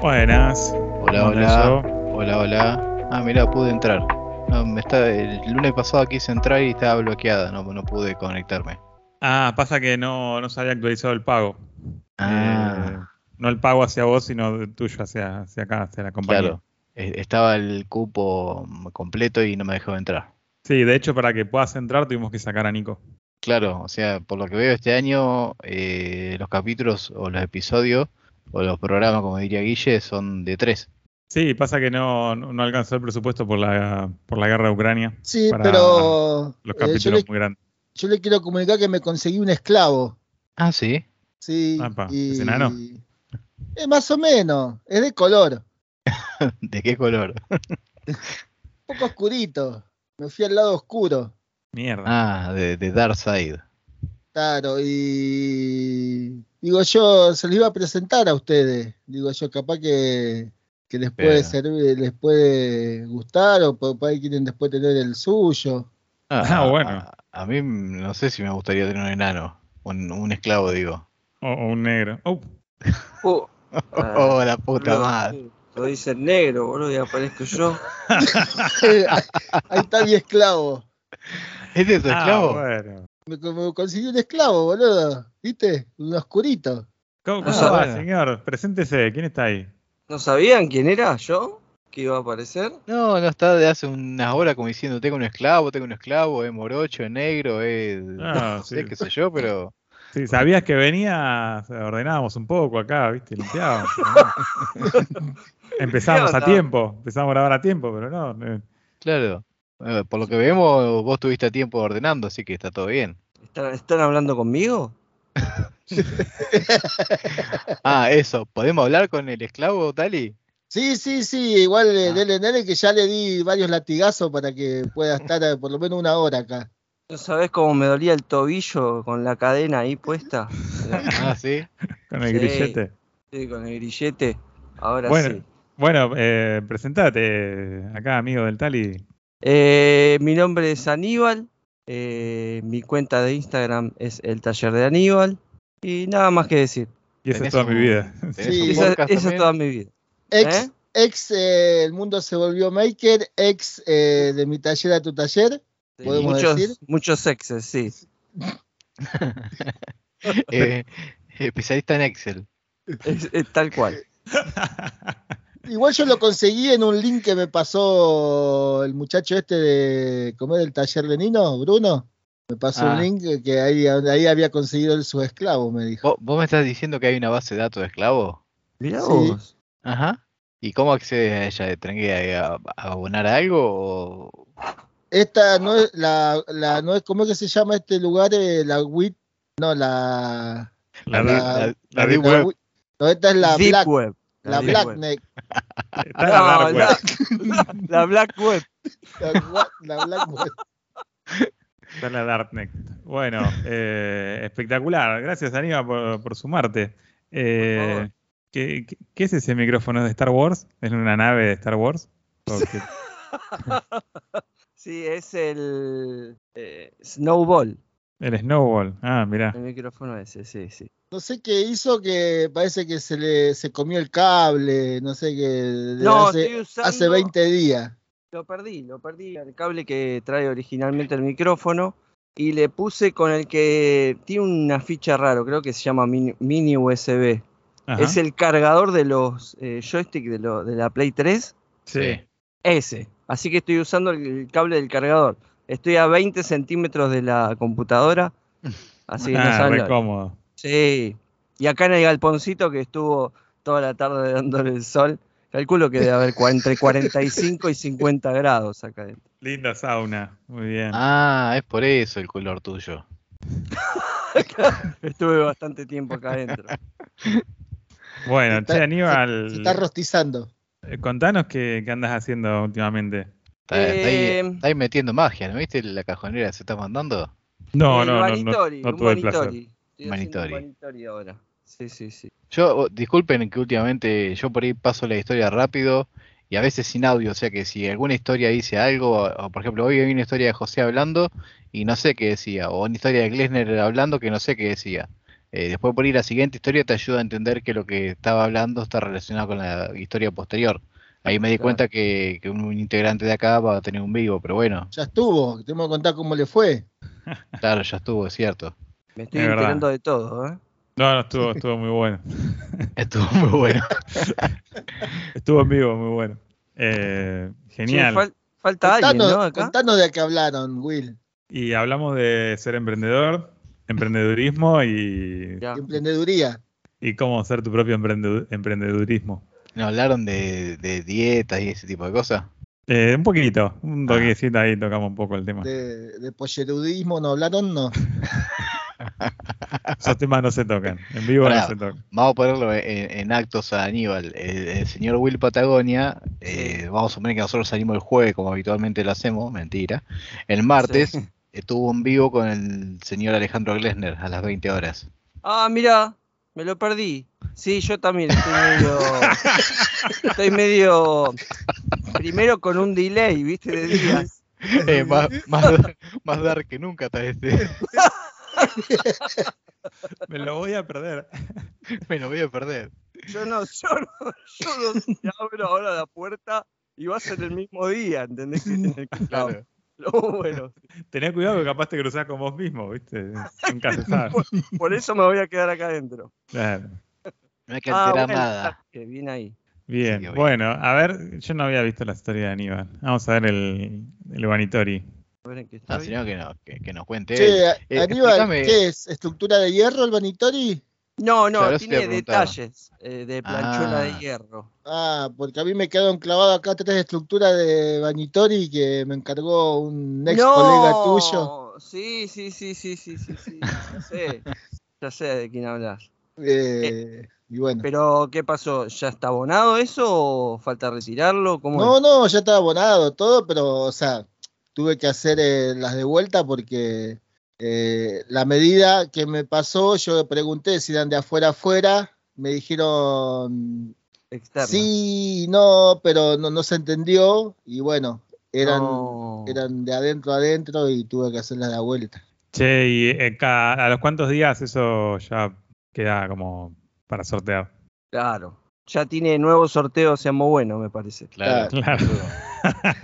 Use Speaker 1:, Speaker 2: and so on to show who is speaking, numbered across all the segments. Speaker 1: Buenas.
Speaker 2: Hola, hola. Hola, hola. Ah, mirá, pude entrar. No, me está, el lunes pasado quise entrar y estaba bloqueada, no, no pude conectarme.
Speaker 1: Ah, pasa que no, no se había actualizado el pago.
Speaker 2: Ah.
Speaker 1: Eh, no el pago hacia vos, sino el tuyo hacia, hacia acá, hacia la compañía.
Speaker 2: Claro, e- estaba el cupo completo y no me dejó entrar.
Speaker 1: Sí, de hecho, para que puedas entrar tuvimos que sacar a Nico.
Speaker 2: Claro, o sea, por lo que veo este año, eh, los capítulos o los episodios o los programas, como diría Guille, son de tres.
Speaker 1: Sí, pasa que no, no no alcanzó el presupuesto por la, por la guerra de Ucrania.
Speaker 3: Sí,
Speaker 1: para
Speaker 3: pero
Speaker 1: Los
Speaker 3: eh, yo,
Speaker 1: capítulos
Speaker 3: le,
Speaker 1: muy grandes.
Speaker 3: yo le quiero comunicar que me conseguí un esclavo.
Speaker 2: Ah, sí.
Speaker 3: Sí.
Speaker 1: Apa,
Speaker 3: y-
Speaker 1: ¿es enano?
Speaker 3: Eh, más o menos, es de color,
Speaker 2: ¿De qué color?
Speaker 3: un poco oscurito. Me fui al lado oscuro,
Speaker 1: Mierda.
Speaker 2: Ah, de, de Dark Side.
Speaker 3: claro, y digo yo, se los iba a presentar a ustedes. Digo yo, capaz que, que les puede
Speaker 2: Pero-
Speaker 3: servir, les puede gustar o por por ahí quieren después tener el suyo.
Speaker 1: Ah,
Speaker 2: a-
Speaker 1: bueno.
Speaker 2: A, a mí mm, no sé si me gustaría tener un enano, un, un esclavo, digo.
Speaker 1: O, o un negro. Oh,
Speaker 4: Oh,
Speaker 1: Ah.
Speaker 2: Oh, la puta
Speaker 4: boludo,
Speaker 2: madre.
Speaker 4: sí, Lo dice el negro, boludo, y aparezco yo.
Speaker 3: ahí está mi esclavo.
Speaker 2: ¿Este es tu
Speaker 1: ah,
Speaker 2: esclavo?
Speaker 1: bueno.
Speaker 3: Me, me conseguí un esclavo, boludo. ¿Viste? Un oscurito.
Speaker 1: ¿Cómo, cómo
Speaker 4: Ah,
Speaker 1: va,
Speaker 2: bueno.
Speaker 1: señor? Preséntese. ¿Quién está ahí?
Speaker 4: ¿No sabían quién era yo? ¿Que iba a aparecer?
Speaker 2: No, no está de hace unas horas como diciendo, tengo un esclavo, tengo un esclavo, es morocho, es negro, es...
Speaker 1: Ah,
Speaker 2: no sé,
Speaker 1: sí.
Speaker 2: qué sé yo, pero...
Speaker 1: Sí, sabías que venía, ordenábamos un poco acá, ¿viste? Limpiábamos. Empezamos a
Speaker 4: Idiota.
Speaker 1: tiempo, empezamos a grabar a tiempo, pero no. no.
Speaker 2: Claro. Eh, por lo que vemos, vos tuviste tiempo ordenando, así que está todo bien.
Speaker 4: ¿Están, están hablando conmigo?
Speaker 2: Ah, eso, ¿podemos hablar con el esclavo, Tali?
Speaker 3: Sí, sí, sí, igual eh,
Speaker 2: Ah.
Speaker 3: dele, dele, que ya le di varios latigazos para que pueda estar eh, por lo menos una hora acá.
Speaker 4: ¿No sabés cómo me dolía el tobillo con la cadena ahí puesta?
Speaker 2: Ah, sí.
Speaker 1: Con el
Speaker 4: Sí.
Speaker 1: grillete.
Speaker 4: Sí, con el grillete. Ahora
Speaker 1: Bueno.
Speaker 4: sí.
Speaker 1: Bueno, eh, presentate acá, amigo del Tali.
Speaker 4: Eh, mi nombre es Aníbal. eh, mi cuenta de Instagram es el taller de Aníbal. Y nada más que decir.
Speaker 1: Y esa es
Speaker 2: Tenés
Speaker 1: toda mi
Speaker 2: un-
Speaker 1: vida.
Speaker 2: ¿Tenés
Speaker 3: Sí,
Speaker 2: un
Speaker 4: Esa,
Speaker 2: podcast
Speaker 4: esa es
Speaker 2: también?
Speaker 4: toda mi vida.
Speaker 3: Ex,
Speaker 4: ¿Eh?
Speaker 3: ex eh, El Mundo se volvió Maker, ex eh, de mi taller a tu taller.
Speaker 4: Sí,
Speaker 3: ¿Podemos decir?
Speaker 4: Muchos, muchos exes, sí.
Speaker 2: Eh, especialista en Excel.
Speaker 4: Es- es tal cual.
Speaker 3: Igual yo lo conseguí en un link que me pasó el muchacho este de comer del taller de Nino, Bruno. Me pasó
Speaker 2: Ah.
Speaker 3: un link que- que ahí, ahí había conseguido él su esclavo, me dijo.
Speaker 2: ¿Vos, vos me estás diciendo que hay una base de datos de esclavos?
Speaker 4: Mirá
Speaker 3: Sí.
Speaker 4: vos.
Speaker 2: Ajá. ¿Y cómo accedes a ella? ¿Tenés que a- a- abonar algo? o-
Speaker 3: Esta no es la, la no es ¿cómo es que se llama este lugar? Eh, la WIT, no, la
Speaker 1: La-
Speaker 2: la- la Deep
Speaker 3: la
Speaker 2: Web.
Speaker 3: Wit- No, esta es la
Speaker 4: Deep
Speaker 3: Black,
Speaker 4: Web.
Speaker 3: la
Speaker 4: Deep
Speaker 3: Black
Speaker 4: Web.
Speaker 3: Neck,
Speaker 1: Está en la
Speaker 4: No,
Speaker 1: dark web.
Speaker 4: la- la Black Web.
Speaker 3: la, gua- la Black Web.
Speaker 1: Está en la Darknet. Bueno, eh, espectacular. Gracias, Aníbal, por, por sumarte. Eh,
Speaker 4: Por favor.
Speaker 1: ¿qué, qué, qué es ese micrófono ¿Es de Star Wars? ¿Es una nave de Star Wars? Porque-
Speaker 4: Sí, es el eh, Snowball.
Speaker 1: el Snowball. Ah, mirá.
Speaker 4: El micrófono ese, sí, sí.
Speaker 3: No sé qué hizo que parece que se le se comió el cable, no sé qué de
Speaker 4: No,
Speaker 3: hace,
Speaker 4: estoy usando.
Speaker 3: hace 20 días.
Speaker 4: Lo perdí, lo perdí. El cable que trae originalmente el micrófono. Y le puse con el que tiene una ficha raro, creo que se llama mini, mini USB.
Speaker 1: Ajá.
Speaker 4: Es el cargador de los eh, joystick de, lo- de la Play 3.
Speaker 1: Sí.
Speaker 4: Ese. Así que estoy usando el, el cable del cargador. Estoy a 20 centímetros de la computadora. Así que no
Speaker 1: ah,
Speaker 4: saben
Speaker 1: re
Speaker 4: lo-
Speaker 1: cómodo.
Speaker 4: Sí. Y acá en el galponcito que estuvo toda la tarde dándole el sol, calculo que debe haber cua- entre 45 y 50 grados acá adentro.
Speaker 1: Linda sauna. Muy bien.
Speaker 2: Ah, es por eso el color tuyo.
Speaker 4: Estuve bastante tiempo acá adentro.
Speaker 1: bueno,
Speaker 3: se está-
Speaker 1: che, Aníbal,
Speaker 3: Se está rostizando.
Speaker 1: eh, contanos qué, qué andás haciendo últimamente.
Speaker 2: Está, está ahí-
Speaker 4: Eh,
Speaker 2: está ahí metiendo magia, ¿no viste la cajonera que se está mandando?
Speaker 1: No,
Speaker 4: El
Speaker 1: no, no, no,
Speaker 4: Vanitori,
Speaker 1: no
Speaker 4: un
Speaker 1: tuve el placer.
Speaker 4: Vanitori. Estoy haciendo un
Speaker 2: Vanitori.
Speaker 4: Vanitori ahora. Sí, sí, sí.
Speaker 2: Yo, oh, disculpen que últimamente yo por ahí paso la historia rápido y a veces sin audio, o sea que si alguna historia dice algo, o, o por ejemplo hoy vi una historia de José hablando y no sé qué decía, o una historia de Glesner hablando que no sé qué decía. Eh, después por ir a la siguiente historia te ayuda a entender que lo que estaba hablando está relacionado con la historia posterior. Ahí me di
Speaker 4: Claro.
Speaker 2: cuenta que, que un integrante de acá va a tener un vivo, pero bueno,
Speaker 3: Ya estuvo, tenemos que contar cómo le fue.
Speaker 2: claro, ya estuvo, es cierto.
Speaker 4: Me estoy
Speaker 1: Es verdad.
Speaker 4: enterando de todo, ¿eh?
Speaker 1: No, no, estuvo, estuvo muy bueno.
Speaker 2: Estuvo muy bueno.
Speaker 1: Estuvo en vivo, muy bueno. Eh,
Speaker 4: Che,
Speaker 1: genial.
Speaker 4: fal- falta alguien,
Speaker 3: Contanos,
Speaker 4: ¿no? Acá.
Speaker 3: contanos de qué hablaron, Will.
Speaker 1: Y hablamos de ser emprendedor, emprendedurismo y,
Speaker 4: Ya.
Speaker 3: de Emprendeduría.
Speaker 1: y cómo ser tu propio emprendedu- emprendedurismo.
Speaker 2: Nos hablaron de, de dietas y ese tipo de cosas.
Speaker 1: Eh, un poquito, un toquecito ahí tocamos un poco el tema.
Speaker 3: De, de pollerudismo no hablaron, no.
Speaker 1: Esos temas no se tocan, en vivo
Speaker 2: Pará.
Speaker 1: no se tocan.
Speaker 2: Vamos a ponerlo en, en actos a Aníbal. El, el señor Will Patagonia, eh, vamos a suponer que nosotros salimos el jueves, como habitualmente lo hacemos, mentira. El martes
Speaker 4: Sí.
Speaker 2: estuvo en vivo con el señor Alejandro Glesner a las 20 horas.
Speaker 4: Ah, mira, me lo perdí. Sí, yo también estoy medio. estoy medio. Primero con un delay, ¿viste? De días.
Speaker 2: Eh, más, más, dar- más dar que nunca está este.
Speaker 1: Me lo voy a perder.
Speaker 2: Me lo voy a perder.
Speaker 4: Yo no, yo no, yo no te abro ahora la puerta y va a ser el mismo día, ¿entendés? Que en el que
Speaker 2: Claro.
Speaker 4: lo- lo bueno.
Speaker 1: Tenés cuidado que capaz te cruzás con vos mismo, ¿viste? Nunca se sabe.
Speaker 4: Por, por eso me voy a quedar acá adentro.
Speaker 1: Claro.
Speaker 2: No hay que alterar
Speaker 4: Ah, bueno,
Speaker 2: nada.
Speaker 4: está bien ahí.
Speaker 1: Bien,
Speaker 2: Sí, obvio.
Speaker 1: bueno, a ver, yo no había visto la historia de Aníbal. Vamos a ver el, el Vanitori.
Speaker 4: A ver en qué estoy.
Speaker 2: No, Ah, sino que, no- que, que nos cuente. él.
Speaker 3: Che,
Speaker 2: eh,
Speaker 3: Aníbal,
Speaker 2: explícame.
Speaker 3: ¿qué es? ¿Estructura de hierro el Vanitori?
Speaker 4: No, no,
Speaker 2: Claro, eso te iba
Speaker 4: tiene
Speaker 2: a preguntar.
Speaker 4: detalles eh, de planchuela
Speaker 2: Ah.
Speaker 4: de hierro.
Speaker 3: Ah, porque a mí me quedaron clavadas acá tres estructuras de Vanitori que me encargó un ex colega tuyo.
Speaker 4: Sí, sí, sí, sí, sí, sí, sí. Ya sé, ya sé de quién hablas.
Speaker 3: Eh, y bueno.
Speaker 4: Pero, ¿qué pasó? ¿Ya está abonado eso o falta retirarlo? ¿Cómo
Speaker 3: No,
Speaker 4: es?
Speaker 3: no, ya estaba abonado todo, pero, o sea, tuve que hacer eh, las de vuelta porque eh, la medida que me pasó, yo pregunté si eran de afuera a afuera, me dijeron
Speaker 4: Externo.
Speaker 3: sí, no, pero no, no se entendió, y bueno, eran,
Speaker 4: No.
Speaker 3: eran de adentro a adentro y tuve que hacer las de vuelta.
Speaker 1: Che, ¿y eh, ca- a los cuántos días eso ya queda como para sortear?
Speaker 4: Claro. Ya tiene nuevo sorteo, sea muy bueno, me parece.
Speaker 2: Claro.
Speaker 1: Claro.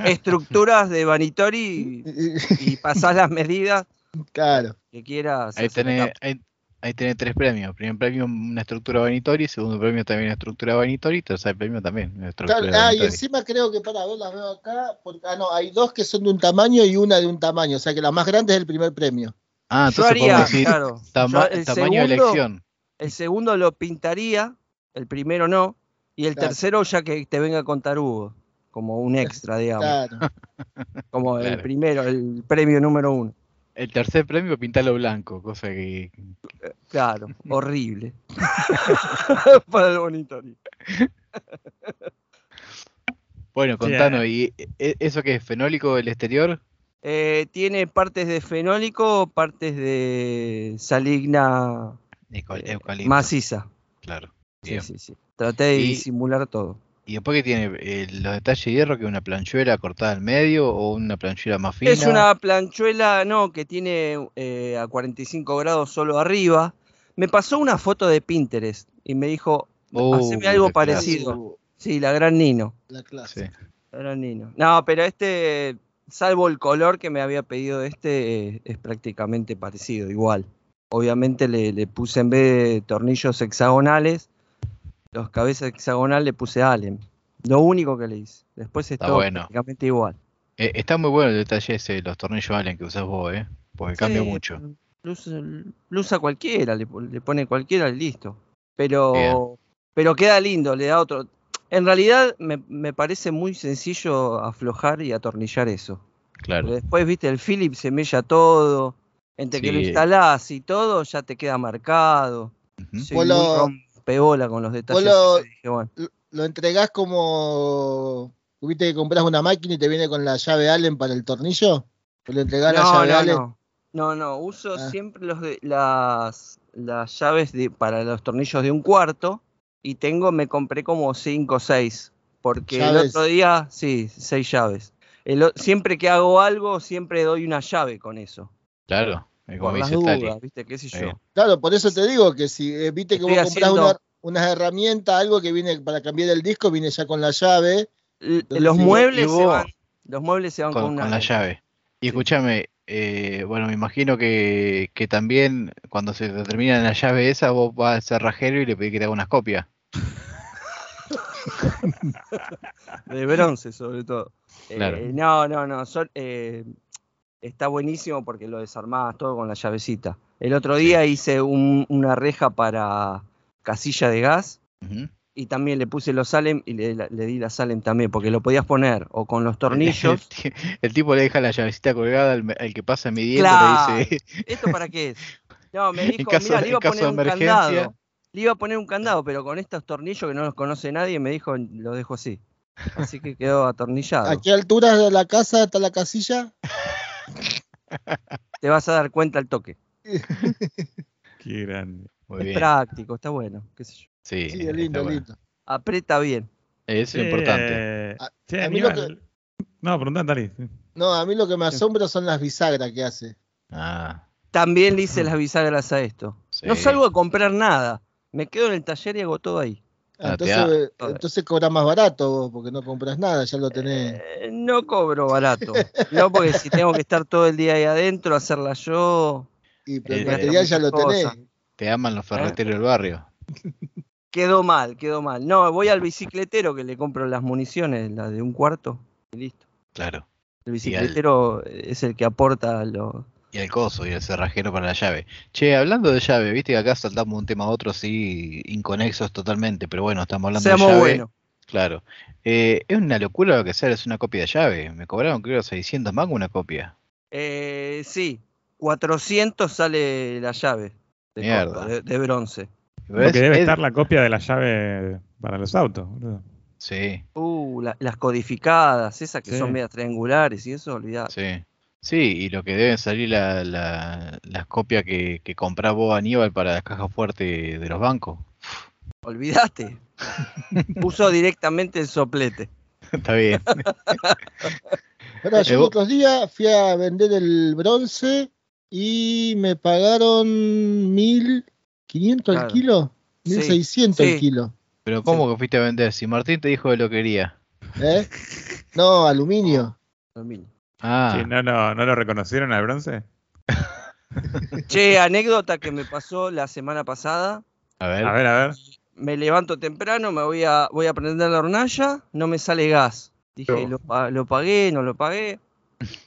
Speaker 4: Estructuras de Vanitori y pasás las medidas
Speaker 3: claro,
Speaker 4: que quieras.
Speaker 2: Ahí
Speaker 4: hacer
Speaker 2: tenés,
Speaker 4: acá.
Speaker 2: ahí, ahí tenés tres premios. Primer premio, una estructura Vanitori. Segundo premio, también una estructura Vanitori. Tercer premio, también una estructura
Speaker 3: claro. Ah, y
Speaker 2: Vanitori.
Speaker 3: encima creo que, para ver, las veo acá, porque, ah, no, hay dos que son de un tamaño y una de un tamaño, o sea que la más grande es el primer premio.
Speaker 2: Ah,
Speaker 4: Yo
Speaker 2: entonces
Speaker 4: haría,
Speaker 2: podemos decir
Speaker 4: claro.
Speaker 2: tama-
Speaker 4: yo el
Speaker 2: tamaño de
Speaker 4: segundo-
Speaker 2: elección.
Speaker 4: El segundo lo pintaría, el primero no, y el
Speaker 3: Claro.
Speaker 4: tercero ya que te venga a contar Hugo, como un extra, digamos,
Speaker 3: Claro.
Speaker 4: como
Speaker 2: Claro.
Speaker 4: el primero, el premio número uno.
Speaker 2: El tercer premio, pintalo blanco. Cosa que.
Speaker 4: Claro, horrible. Para el bonitorio.
Speaker 2: Bueno, contanos. ¿Y e- eso que es fenólico del exterior?
Speaker 4: Eh, tiene partes de fenólico, partes de saligna
Speaker 2: Nicol-
Speaker 4: eh,
Speaker 2: eucalipto,
Speaker 4: maciza.
Speaker 2: Claro.
Speaker 4: Sí,
Speaker 2: Bien.
Speaker 4: sí, sí. Traté de
Speaker 2: Y-
Speaker 4: disimular todo.
Speaker 2: ¿Y después que tiene eh, los detalles de hierro? que una planchuela cortada al medio o una planchuela más fina?
Speaker 4: Es una planchuela, no, que tiene eh, a 45 grados solo arriba. Me pasó una foto de Pinterest y me dijo,
Speaker 2: Oh,
Speaker 4: haceme algo
Speaker 2: la
Speaker 4: parecido. Sí, la gran Nino.
Speaker 3: La clase.
Speaker 2: clase. Sí.
Speaker 4: La gran Nino. No, pero este, salvo el color que me había pedido este, eh, es prácticamente parecido, igual. Obviamente le, le puse en vez de tornillos hexagonales, los cabezas hexagonales le puse Allen. Lo único que le hice. Después es
Speaker 2: Está
Speaker 4: todo
Speaker 2: bueno.
Speaker 4: prácticamente igual.
Speaker 2: Eh, está muy bueno el detalle ese de los tornillos Allen que usás vos, ¿eh? Porque cambia
Speaker 4: Sí,
Speaker 2: mucho.
Speaker 4: Lo usa, lo usa mm, cualquiera, le, po- le pone cualquiera y listo.
Speaker 2: Bien.
Speaker 4: Pero, pero queda lindo, le da otro. En realidad me, me parece muy sencillo aflojar y atornillar eso. Pero
Speaker 2: Claro.
Speaker 4: después, viste, el Philip se mella todo. Entre que lo
Speaker 2: Sí.
Speaker 4: instalás y todo, ya te queda marcado.
Speaker 2: Ujú.
Speaker 4: Soy
Speaker 3: Vos
Speaker 4: muy
Speaker 3: lo-
Speaker 4: rompebola con los detalles.
Speaker 3: lo-
Speaker 4: que dije, bueno,
Speaker 3: Lo entregás como. ¿Viste que compras una máquina y te viene con la llave Allen para el tornillo? ¿O le entregás la
Speaker 4: No,
Speaker 3: llave
Speaker 4: no,
Speaker 3: Allen?
Speaker 4: no. No, no, uso
Speaker 3: Ah.
Speaker 4: siempre los de, las, las llaves de- para los tornillos de un cuarto y tengo, me compré como cinco o seis, porque el
Speaker 3: Llaves.
Speaker 4: otro día, sí, seis llaves. El o- siempre que hago algo, siempre doy una llave con eso.
Speaker 2: Claro. Es como
Speaker 4: Por las
Speaker 2: dice Tali.
Speaker 4: dudas, ¿viste? ¿Qué sé yo?
Speaker 2: Sí.
Speaker 3: Claro, por eso te digo que si eh, viste que
Speaker 4: Estoy
Speaker 3: vos compras
Speaker 4: haciendo-
Speaker 3: una, unas herramientas, algo que viene para cambiar el disco, viene ya con la llave.
Speaker 4: L-
Speaker 3: Entonces,
Speaker 4: los
Speaker 3: sí,
Speaker 4: muebles
Speaker 2: y
Speaker 4: se
Speaker 2: vos-
Speaker 4: van. Los muebles se van con,
Speaker 2: con,
Speaker 4: una.
Speaker 2: con la llave. Y escúchame, eh, bueno, me imagino que, que también cuando se te termina la llave esa, vos vas al cerrajero y le pedís que te haga unas copias.
Speaker 4: De bronce, sobre todo. Eh,
Speaker 2: Claro.
Speaker 4: no, no, no. son, eh, está buenísimo porque lo desarmabas todo con la llavecita. El otro día hice un- una reja para casilla de gas
Speaker 2: Ujú.
Speaker 4: y también le puse los Salem y le, le di la Salem también porque lo podías poner o con los tornillos.
Speaker 2: El, tipo le deja la llavecita colgada al, al que pasa midiendo,
Speaker 4: Claro.
Speaker 2: le dice,
Speaker 4: ¿Esto para qué es? No, me
Speaker 2: En
Speaker 4: dijo,
Speaker 2: caso-
Speaker 4: mira, le
Speaker 2: en
Speaker 4: iba a
Speaker 2: caso
Speaker 4: poner
Speaker 2: de
Speaker 4: un
Speaker 2: emergencia".
Speaker 4: candado. Le iba a poner un candado, pero con estos tornillos que no los conoce nadie, me dijo, lo dejo así. Así que quedó atornillado.
Speaker 3: ¿A qué altura de la casa está la casilla?
Speaker 4: Te vas a dar cuenta al toque.
Speaker 1: Qué grande.
Speaker 2: muy
Speaker 4: es
Speaker 2: bien.
Speaker 4: práctico, está bueno, qué sé yo.
Speaker 2: Sí,
Speaker 3: Sí,
Speaker 2: está
Speaker 3: es lindo,
Speaker 2: bueno.
Speaker 3: lindo.
Speaker 4: Aprieta bien.
Speaker 2: Eso es importante.
Speaker 1: Eh,
Speaker 3: A-
Speaker 1: che,
Speaker 3: a mí lo
Speaker 1: Aníbal. No, preguntá, Tali.
Speaker 3: No, a mí lo que me asombra son las bisagras que hace.
Speaker 2: Ah,
Speaker 4: También le hice las bisagras a esto.
Speaker 2: Sí.
Speaker 4: No salgo a comprar nada. Me quedo en el taller y hago todo ahí.
Speaker 2: Ah, te
Speaker 3: Entonces, eh,
Speaker 4: da-
Speaker 3: entonces cobras más barato vos, porque no compras nada, ya lo tenés.
Speaker 4: Eh, no cobro barato. No, porque si tengo que estar todo el día ahí adentro, hacerla yo.
Speaker 3: Y pero
Speaker 2: eh,
Speaker 3: el material ya lo tenés.
Speaker 4: cosa.
Speaker 2: te aman los ferreteros del barrio.
Speaker 4: Quedó mal, quedó mal. No, voy al bicicletero que le compro las municiones, las de un cuarto, y listo.
Speaker 2: Claro.
Speaker 4: El bicicletero es el que aporta lo.
Speaker 2: Y el coso y el cerrajero para la llave. Che, hablando de llave, viste que acá saltamos un tema a otro así inconexos totalmente, pero bueno, estamos hablando de
Speaker 4: Seamos
Speaker 2: llave.
Speaker 4: buenos.
Speaker 2: Claro. Eh, es una locura lo que sale, es una copia de llave. Me cobraron creo 600 mangos una copia.
Speaker 4: Eh, sí, 400 sale la llave de,
Speaker 2: Mierda.
Speaker 4: copa, de- de bronce.
Speaker 1: Porque debe
Speaker 2: Es-
Speaker 1: estar la copia de la llave para los autos, boludo.
Speaker 2: Sí,
Speaker 4: Uh, la- las codificadas, esas que
Speaker 1: Sí.
Speaker 4: son medias triangulares y eso, olvidar.
Speaker 2: sí. Sí, y lo que deben salir la- la- las copias que, que comprás vos, Aníbal, para las cajas fuertes de los bancos.
Speaker 4: Olvidate. Puso directamente el soplete.
Speaker 2: Está bien.
Speaker 3: Ahora, yo
Speaker 2: Eh,
Speaker 3: en
Speaker 2: vos-
Speaker 3: otros días fui a vender el bronce y me pagaron 1500
Speaker 4: Claro.
Speaker 3: el kilo,
Speaker 4: Sí,
Speaker 3: 1600
Speaker 4: sí.
Speaker 3: el kilo.
Speaker 2: Pero ¿cómo que fuiste a vender? Si Martín te dijo que lo quería.
Speaker 3: ¿eh? No, aluminio.
Speaker 4: Aluminio.
Speaker 2: Ah,
Speaker 1: Che, no, no, ¿No lo reconocieron al bronce?
Speaker 4: Che, anécdota que me pasó la semana pasada.
Speaker 2: a ver.
Speaker 1: A ver, a ver.
Speaker 4: Me levanto temprano, me voy a, voy a prender la hornalla, no me sale gas. Dije,
Speaker 1: No.
Speaker 4: lo, pa- lo pagué, no lo pagué.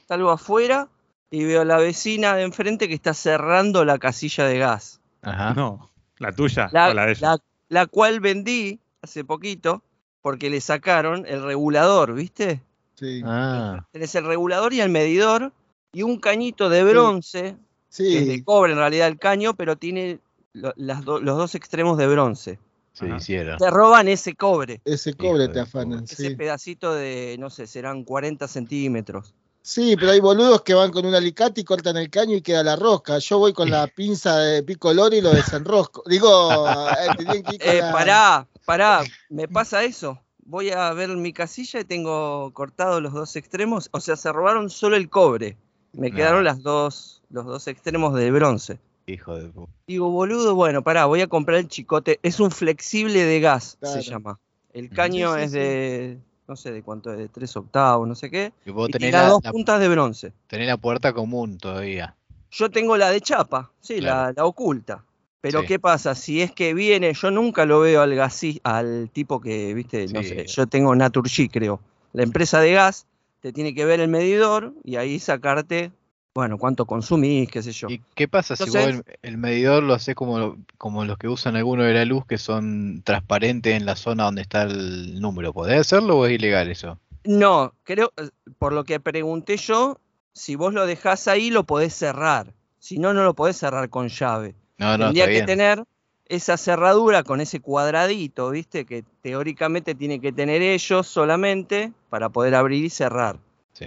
Speaker 4: Salgo afuera y veo a la vecina de enfrente que está cerrando la casilla de gas.
Speaker 2: Ajá.
Speaker 1: No. ¿La tuya
Speaker 4: La,
Speaker 1: o la de Ah, ella?
Speaker 4: la- la cual vendí hace poquito porque le sacaron el regulador, ¿viste?
Speaker 3: Sí,
Speaker 2: Ah,
Speaker 4: Tenés el regulador y el medidor y un cañito de bronce, que es de
Speaker 3: sí.
Speaker 4: cobre en realidad el caño, pero tiene lo- las do- los dos extremos de bronce.
Speaker 2: se
Speaker 1: Ajá.
Speaker 2: hicieron.
Speaker 4: Te roban ese cobre,
Speaker 3: ese cobre
Speaker 2: Hijo
Speaker 3: te
Speaker 2: de
Speaker 3: afanan.
Speaker 4: ese
Speaker 3: Sí.
Speaker 4: pedacito de, no sé, serán 40 centímetros.
Speaker 3: Sí, pero hay boludos que van con un alicate y cortan el caño y queda la rosca. Yo voy con la pinza de picolor y lo desenrosco. Digo, eh, tenían que ir con
Speaker 4: Eh,
Speaker 3: la-
Speaker 4: pará, pará, me pasa eso. Voy a ver mi casilla y tengo cortados los dos extremos, o sea, se robaron solo el cobre. Me
Speaker 2: No.
Speaker 4: quedaron las dos, los dos extremos de bronce.
Speaker 2: Hijo de puta.
Speaker 4: Digo, boludo, bueno, pará, voy a comprar el chicote. Es un flexible de gas,
Speaker 3: Claro.
Speaker 4: se llama. El
Speaker 2: Ujú.
Speaker 4: caño
Speaker 3: Sí, sí,
Speaker 4: es
Speaker 3: sí.
Speaker 4: de, no sé de cuánto es, de tres octavos, no sé qué.
Speaker 2: Y vos
Speaker 4: Y
Speaker 2: tenés
Speaker 4: tira
Speaker 2: la,
Speaker 4: dos
Speaker 2: la-
Speaker 4: puntas de bronce.
Speaker 2: tenés la puerta común todavía.
Speaker 4: Yo tengo la de chapa, sí, la- la,
Speaker 2: Claro.
Speaker 4: oculta. Pero
Speaker 2: Sí.
Speaker 4: ¿qué pasa? Si es que viene, yo nunca lo veo al gasi, al tipo que, viste, no
Speaker 2: Sí.
Speaker 4: sé, yo tengo Naturgy, creo. La empresa de gas te tiene que ver el medidor y ahí sacarte, bueno, cuánto consumís, qué sé yo.
Speaker 2: ¿Y qué pasa si
Speaker 4: Entonces-
Speaker 2: vos el, el medidor lo haces como, como los que usan algunos de la luz que son transparentes en la zona donde está el número? ¿Podés hacerlo o es ilegal eso?
Speaker 4: No, creo, eh, por lo que pregunté yo, si vos lo dejás ahí lo podés cerrar. Si no, no lo podés cerrar con llave.
Speaker 2: Ah, No, no,
Speaker 4: Tendría
Speaker 2: está
Speaker 4: que
Speaker 2: bien.
Speaker 4: tener esa cerradura con ese cuadradito, ¿viste? Que teóricamente tiene que tener ellos solamente para poder abrir y cerrar.
Speaker 2: Sí.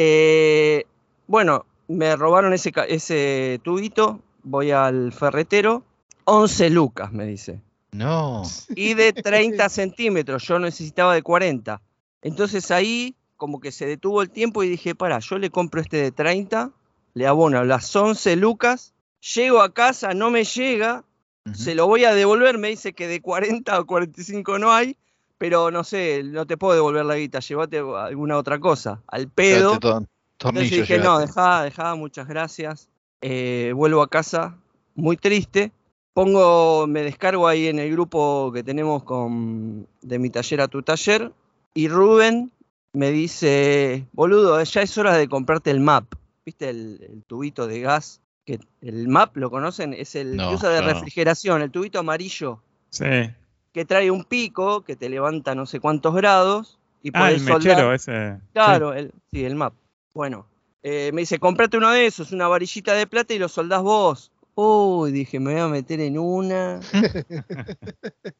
Speaker 4: Eh, bueno, me robaron ese, ca- ese tubito, voy al ferretero, 11 lucas, me dice
Speaker 2: No,
Speaker 4: y de 30 centímetros, yo necesitaba de 40. Entonces ahí como que se detuvo el tiempo y dije, para, yo le compro este de 30, le abono las 11 lucas, llego a casa, no me llega,
Speaker 2: Ujú.
Speaker 4: se lo voy a devolver, me dice que de 40 o 45 no hay, pero no sé, no te puedo devolver la guita, llévate alguna otra cosa, al pedo.
Speaker 2: Llevaste to-
Speaker 4: Entonces
Speaker 2: tornillo
Speaker 4: dije, no,
Speaker 2: llevaste.
Speaker 4: dejá, dejá, muchas gracias. Eh, vuelvo a casa muy triste. Pongo, me descargo ahí en el grupo que tenemos con de mi taller a tu taller. Y Rubén me dice, boludo, ya es hora de comprarte el map. ¿Viste el, el tubito de gas? Que el map, ¿lo conocen? Es el
Speaker 2: No,
Speaker 4: que usa de
Speaker 2: yo no.
Speaker 4: refrigeración, el tubito amarillo,
Speaker 1: Sí.
Speaker 4: que trae un pico que te levanta no sé cuántos grados. Y
Speaker 1: Ah,
Speaker 4: podés
Speaker 1: el
Speaker 4: soldar-
Speaker 1: mechero ese.
Speaker 4: Claro, el, sí, el map. Bueno, eh, me dice, comprate uno de esos, una varillita de plata y lo soldás vos. Uy, dije, me voy a meter en una.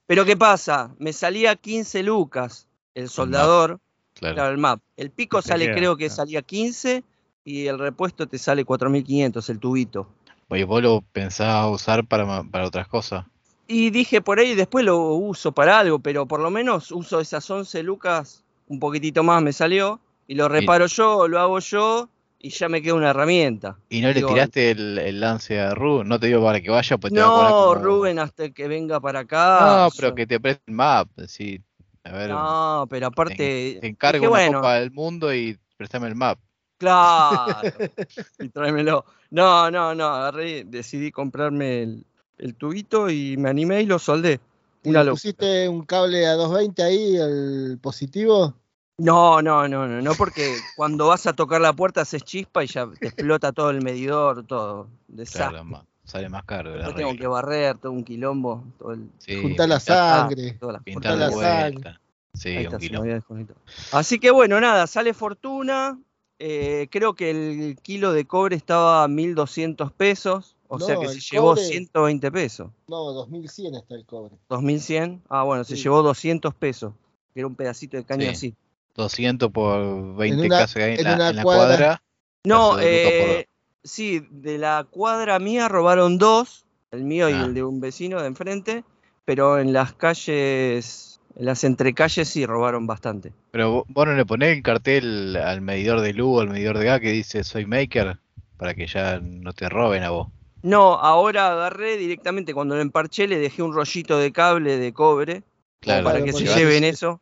Speaker 4: Pero ¿qué pasa? Me salía 15 lucas el soldador,
Speaker 2: Claro.
Speaker 4: claro, el map. El pico
Speaker 1: Te
Speaker 4: sale,
Speaker 1: queda,
Speaker 4: creo que
Speaker 1: claro.
Speaker 4: salía 15 y el repuesto te sale 4.500, el tubito.
Speaker 2: Oye, vos lo pensabas usar para, ma- para otras cosas.
Speaker 4: Y dije, por ahí después lo uso para algo, pero por lo menos uso esas 11 lucas, un poquitito más me salió, y lo reparo yo, lo hago yo, y ya me queda una herramienta.
Speaker 2: ¿Y no le
Speaker 4: Digo,
Speaker 2: tiraste el, el lance a Rubén? No te digo para que vaya, pues te va a cobrar
Speaker 4: No,
Speaker 2: como-
Speaker 4: Rubén, hasta que venga para acá.
Speaker 2: No, pero
Speaker 4: yo-
Speaker 2: que te preste el map. Sí, a ver.
Speaker 4: No, pero aparte.
Speaker 2: Te encargo
Speaker 4: dije,
Speaker 2: una
Speaker 4: bueno,
Speaker 2: copa del mundo y préstame el map.
Speaker 4: Claro. y tráemelo. No, no, no. Agarré, decidí comprarme el, el tubito y me animé y lo soldé.
Speaker 3: ¿Y
Speaker 4: Una
Speaker 3: le
Speaker 4: locura.
Speaker 3: pusiste un cable a 220 ahí, el positivo?
Speaker 4: No, no, no, no, no, porque cuando vas a tocar la puerta haces chispa y ya te explota todo el medidor, todo. Desastre.
Speaker 2: Claro, ma- sale más caro. el
Speaker 4: Después tengo que
Speaker 2: arreglo.
Speaker 3: arreglo.
Speaker 4: barrer todo un quilombo, todo el,
Speaker 2: Sí,
Speaker 3: Juntar la
Speaker 2: pintar-
Speaker 3: sangre.
Speaker 4: todas las
Speaker 2: pintar
Speaker 4: puertas.
Speaker 2: de
Speaker 3: la sangre.
Speaker 2: vuelta. Sí,
Speaker 4: Ahí
Speaker 2: un
Speaker 4: está, se me
Speaker 2: quilombo.
Speaker 4: había desconectado. Así que bueno, nada, sale fortuna. eh, creo que el kilo de cobre estaba a 1.200 pesos, o
Speaker 3: No,
Speaker 4: sea que se
Speaker 3: el
Speaker 4: llevó
Speaker 3: cobre-
Speaker 4: 120 pesos.
Speaker 3: No, 2100 está el cobre.
Speaker 4: 2.100, ah bueno, se
Speaker 3: Sí.
Speaker 4: llevó 200 pesos, que era un pedacito de caña
Speaker 2: Sí.
Speaker 4: así.
Speaker 2: 200 por 20
Speaker 3: una-
Speaker 2: casas que hay en,
Speaker 3: en
Speaker 2: la,
Speaker 3: una
Speaker 2: en la
Speaker 3: cuadra.
Speaker 2: cuadra.
Speaker 4: No,
Speaker 2: Hace de luto por-
Speaker 4: eh, sí, de la cuadra mía robaron dos, el mío y
Speaker 2: Ah.
Speaker 4: el de un vecino de enfrente, pero en las calles, en las entrecalles sí robaron bastante.
Speaker 2: Pero vo- vos no le ponés el cartel al medidor de luz, al medidor de gas que dice soy maker, para que ya no te roben a vos.
Speaker 4: No, ahora agarré directamente cuando lo emparché, le dejé un rollito de cable de cobre
Speaker 2: Claro,
Speaker 4: para que
Speaker 3: porque
Speaker 4: se
Speaker 3: llevate-
Speaker 4: lleven eso.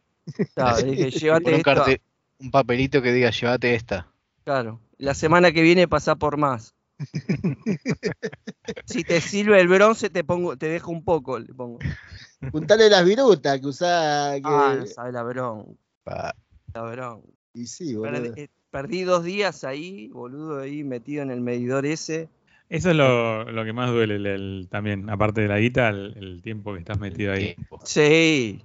Speaker 4: Claro, le dije,
Speaker 2: Pon
Speaker 4: llévate
Speaker 2: un,
Speaker 4: esto.
Speaker 2: cartel- un papelito que diga llévate esta.
Speaker 4: Claro, la semana que viene pasá por más. si te sirve el bronce, te pongo, te dejo un poco, le pongo.
Speaker 3: Juntale las virutas que usaba. Que...
Speaker 4: Ah, no sabe la bronca,
Speaker 2: Pa-
Speaker 4: la bronca.
Speaker 3: y sí, boludo.
Speaker 4: Perdí, eh, perdí dos días ahí, boludo, ahí metido en el medidor ese.
Speaker 1: Eso es lo, lo que más duele el- el- también, aparte de la guita, el, el tiempo que estás metido ahí.
Speaker 2: tiempo.
Speaker 4: Sí,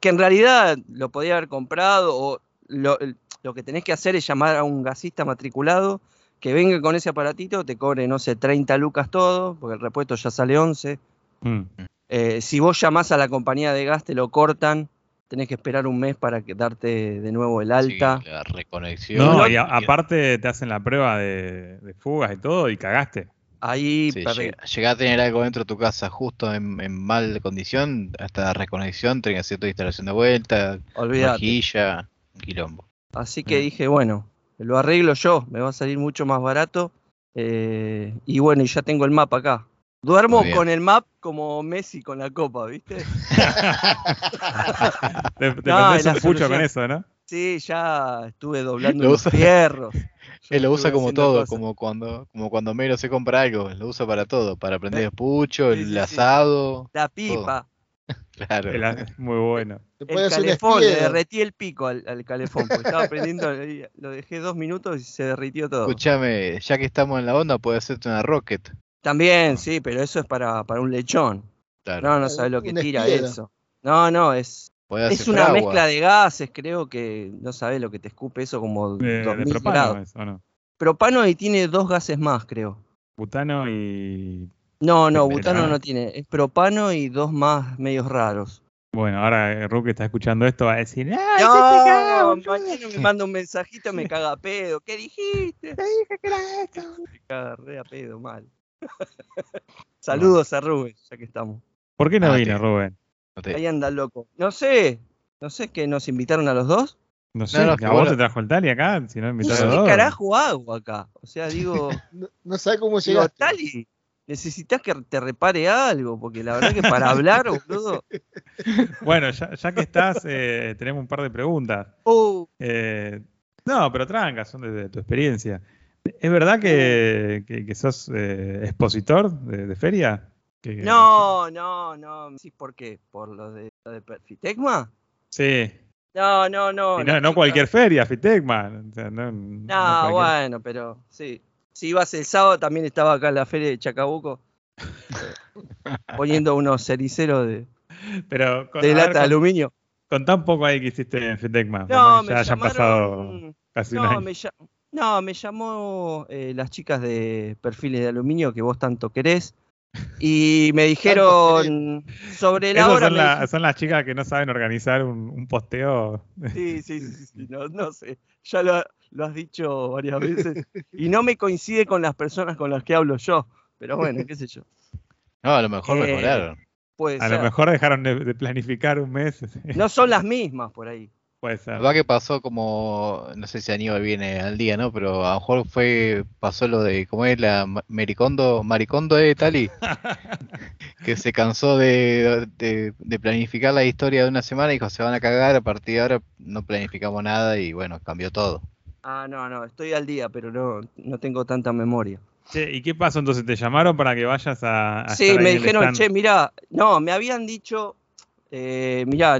Speaker 4: que en realidad lo podía haber comprado o lo, lo que tenés que hacer es llamar a un gasista matriculado que venga con ese aparatito, te cobre, no sé, 30 lucas todo, porque el repuesto ya sale 11.
Speaker 1: Mm.
Speaker 4: Eh, si vos llamás a la compañía de gas, te lo cortan, tenés que esperar un mes para que darte de nuevo el
Speaker 2: Sí,
Speaker 4: alta.
Speaker 2: la reconexión.
Speaker 1: No, y a-
Speaker 2: aparte
Speaker 1: aparte te hacen la prueba de, de fugas y todo y cagaste.
Speaker 4: Ahí
Speaker 2: Sí,
Speaker 4: perdí.
Speaker 2: llega- llegás a tener algo dentro de tu casa justo en, en mal condición, hasta reconexión, tenés que hacer toda instalación de vuelta,
Speaker 4: olvidate.
Speaker 2: maquilla, un quilombo.
Speaker 4: Así que
Speaker 1: Mm.
Speaker 4: dije, bueno, lo arreglo yo, me va a salir mucho más barato. eh, y bueno, y ya tengo el mapa acá. Duermo
Speaker 2: Muy bien.
Speaker 4: con el map como Messi con la copa, ¿viste?
Speaker 1: Te, te
Speaker 4: No,
Speaker 1: prendés
Speaker 4: y la
Speaker 1: un pucho
Speaker 4: solución-
Speaker 1: con eso, ¿no?
Speaker 4: Sí, ya estuve doblando
Speaker 2: Lo
Speaker 4: los
Speaker 2: usa-
Speaker 4: fierros. ya
Speaker 2: Él lo usa
Speaker 4: estuve
Speaker 2: como
Speaker 4: haciendo
Speaker 2: todo,
Speaker 4: cosas.
Speaker 2: como cuando como cuando Mero se compra algo, lo usa para todo, para prender el pucho,
Speaker 4: Eh, Sí,
Speaker 2: el
Speaker 4: sí, sí.
Speaker 2: asado,
Speaker 4: La pipa,
Speaker 2: claro.
Speaker 1: El as- muy bueno.
Speaker 3: Te
Speaker 4: el
Speaker 3: pones un
Speaker 4: calefón, le
Speaker 3: espiedo.
Speaker 4: derretí el pico al, al calefón, porque estaba prendiendo, y lo dejé dos minutos y se derritió todo.
Speaker 2: Escúchame, ya que estamos en la onda, puede hacerte una rocket.
Speaker 4: También, sí, pero eso es para, para un lechón.
Speaker 2: Claro.
Speaker 4: No, no sabes lo que
Speaker 3: Un
Speaker 4: tira
Speaker 3: espiedo.
Speaker 4: eso. No, no, es,
Speaker 2: podés
Speaker 4: Es
Speaker 2: hacer
Speaker 4: una
Speaker 2: fragua.
Speaker 4: mezcla de gases, creo que no sabés lo que te escupe eso, como
Speaker 1: Eh, De,
Speaker 4: 2000
Speaker 1: propano,
Speaker 4: grados.
Speaker 1: es, ¿o no?
Speaker 4: Propano y tiene dos gases más, creo.
Speaker 1: Butano y.
Speaker 4: No, no,
Speaker 1: Pero-
Speaker 4: butano no tiene. Es propano y dos más medios raros.
Speaker 1: Bueno, ahora Rook está escuchando esto, va a decir. ¡Ah,
Speaker 4: no,
Speaker 1: yo te cagaba, boludo!
Speaker 4: mañana me manda un mensajito, me caga a pedo. ¿Qué dijiste?
Speaker 1: Te dije que era esto.
Speaker 4: Me caga re a pedo, mal. Saludos a Rubén, ya que estamos.
Speaker 1: ¿Por qué no
Speaker 2: Ah,
Speaker 1: vino,
Speaker 2: te-
Speaker 1: Rubén?
Speaker 2: No te-
Speaker 4: Ahí anda el loco. No sé, no sé que nos invitaron a los dos.
Speaker 1: No sé,
Speaker 2: no,
Speaker 1: ¿a
Speaker 2: que
Speaker 1: vos
Speaker 2: vos
Speaker 1: te
Speaker 2: lo-
Speaker 1: trajo el Tali acá? Si no,
Speaker 4: No
Speaker 1: invitado
Speaker 4: sé
Speaker 1: a
Speaker 4: qué
Speaker 1: dos.
Speaker 4: carajo hago acá. O sea, digo,
Speaker 3: No, no sabe cómo
Speaker 4: digo
Speaker 3: llegaste.
Speaker 4: Tali, necesitas que te repare algo, porque la verdad que para hablar, boludo.
Speaker 1: Bueno, ya, ya que estás, eh, tenemos un par de preguntas.
Speaker 4: Uh,
Speaker 1: Eh, no, pero tranca, son desde tu experiencia. ¿Es verdad que, que- que sos eh, expositor de, de feria? Que-
Speaker 4: no, no, no. ¿Sí, ¿Por qué? ¿Por lo de, lo de Perfitecma?
Speaker 1: Sí.
Speaker 4: No, no,
Speaker 1: Y
Speaker 4: no.
Speaker 1: No,
Speaker 4: la
Speaker 1: no
Speaker 4: chica-
Speaker 1: cualquier feria, Fitecma. O sea, no, no
Speaker 4: No,
Speaker 1: cualquier-
Speaker 4: bueno, pero sí. Si ibas el sábado, también estaba acá en la feria de Chacabuco. eh, poniendo unos cericeros de,
Speaker 1: Pero con,
Speaker 4: de
Speaker 1: a
Speaker 4: lata
Speaker 1: ver,
Speaker 4: de
Speaker 1: con-
Speaker 4: aluminio.
Speaker 1: con tan poco ahí que hiciste en Fitecma. ya
Speaker 4: No, me
Speaker 1: hayan
Speaker 4: llamaron.
Speaker 1: pasado casi un
Speaker 4: no,
Speaker 1: año.
Speaker 4: me llam- no, me llamó eh, las chicas de perfiles de aluminio que vos tanto querés. Y me dijeron sobre la
Speaker 1: Esas
Speaker 4: hora.
Speaker 1: son,
Speaker 4: me
Speaker 1: la-
Speaker 4: dijeron-
Speaker 1: son las chicas que no saben organizar un, un posteo.
Speaker 4: Sí, sí, sí, sí, sí, no, no sé. Ya lo, lo has dicho varias veces. Y no me coincide con las personas con las que hablo yo. Pero bueno, qué sé yo.
Speaker 2: No, a lo mejor
Speaker 4: Eh,
Speaker 2: mejoraron.
Speaker 4: Puede
Speaker 1: A
Speaker 4: ser.
Speaker 1: lo mejor dejaron de, de planificar un mes.
Speaker 4: No son las mismas por ahí.
Speaker 1: Puede ser.
Speaker 2: Va que pasó como, no sé si Aníbal viene al día, ¿no? Pero a lo mejor fue, pasó lo de, ¿cómo es la Ma- Maricondo, Maricondo de Tali? que se cansó de, de- de planificar la historia de una semana y dijo, se van a cagar, a partir de ahora no planificamos nada y bueno, cambió todo.
Speaker 4: Ah, no, no, estoy al día, pero no, no tengo tanta memoria.
Speaker 1: Che, ¿Y qué pasó entonces? ¿Te llamaron para que vayas a... a
Speaker 4: Sí,
Speaker 1: estar ahí
Speaker 4: me
Speaker 1: en el
Speaker 4: dijeron,
Speaker 1: stand?
Speaker 4: che, mirá, no, me habían dicho, eh, mirá,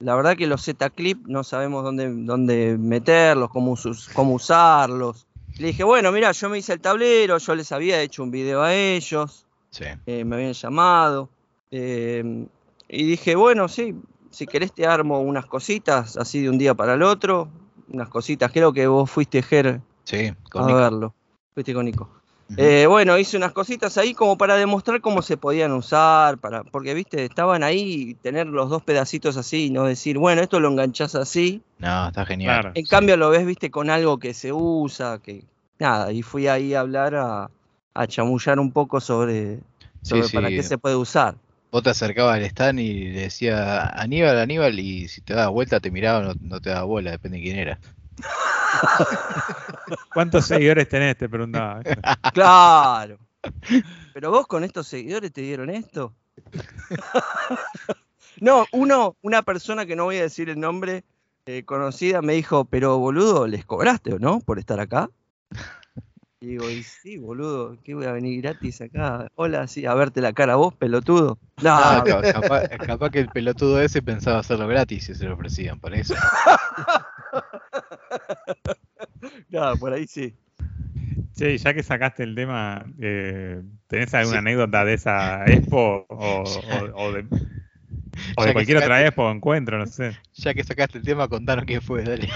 Speaker 4: la verdad que los Z-Clip no sabemos dónde, dónde meterlos, cómo, us- cómo usarlos. Le dije, bueno, mirá, yo me hice el tablero, yo les había hecho un video a ellos,
Speaker 2: Sí.
Speaker 4: eh, me habían llamado. eh, y dije, bueno, sí, si querés te armo unas cositas, así de un día para el otro, unas cositas, creo que vos fuiste, Ger,
Speaker 2: Sí,
Speaker 4: a
Speaker 2: con Nico.
Speaker 4: verlo. Fuiste con Nico.
Speaker 2: Ujú.
Speaker 4: Eh, bueno, hice unas cositas ahí como para demostrar cómo se podían usar, para, porque viste, estaban ahí y tener los dos pedacitos así y no decir, bueno, esto lo enganchás así.
Speaker 2: No, está genial.
Speaker 1: Claro.
Speaker 4: En cambio lo ves, viste, con algo que se usa, que nada, y fui ahí a hablar a, a chamullar un poco sobre,
Speaker 2: Sí,
Speaker 4: sobre
Speaker 2: sí.
Speaker 4: para qué se puede usar.
Speaker 2: Vos te acercabas al stand y le decía Aníbal, Aníbal, y si te daba vuelta te miraba o no, no te daba bola, depende de quién era.
Speaker 1: ¿Cuántos seguidores tenés? Te preguntaba.
Speaker 4: Claro. Pero vos con estos seguidores te dieron esto. No, uno, una persona que no voy a decir el nombre, eh, conocida, me dijo, pero boludo, ¿les cobraste o no por estar acá? Y digo, y sí, boludo, ¿qué voy a venir gratis acá? Hola, sí, a verte la cara a vos, pelotudo. No,
Speaker 2: Ah,
Speaker 4: no,
Speaker 2: ca- capaz, capaz que el pelotudo ese pensaba hacerlo gratis y se lo ofrecían, para eso.
Speaker 4: no, por ahí sí.
Speaker 1: Che, y ya que sacaste el tema, eh, ¿tenés alguna
Speaker 2: Sí.
Speaker 1: anécdota de esa expo o, o- o de, o
Speaker 2: Ya
Speaker 1: de
Speaker 2: que
Speaker 1: cualquier otra
Speaker 2: sacaste-
Speaker 1: expo o encuentro? No sé.
Speaker 2: Ya que sacaste el tema, contanos quién fue, dale.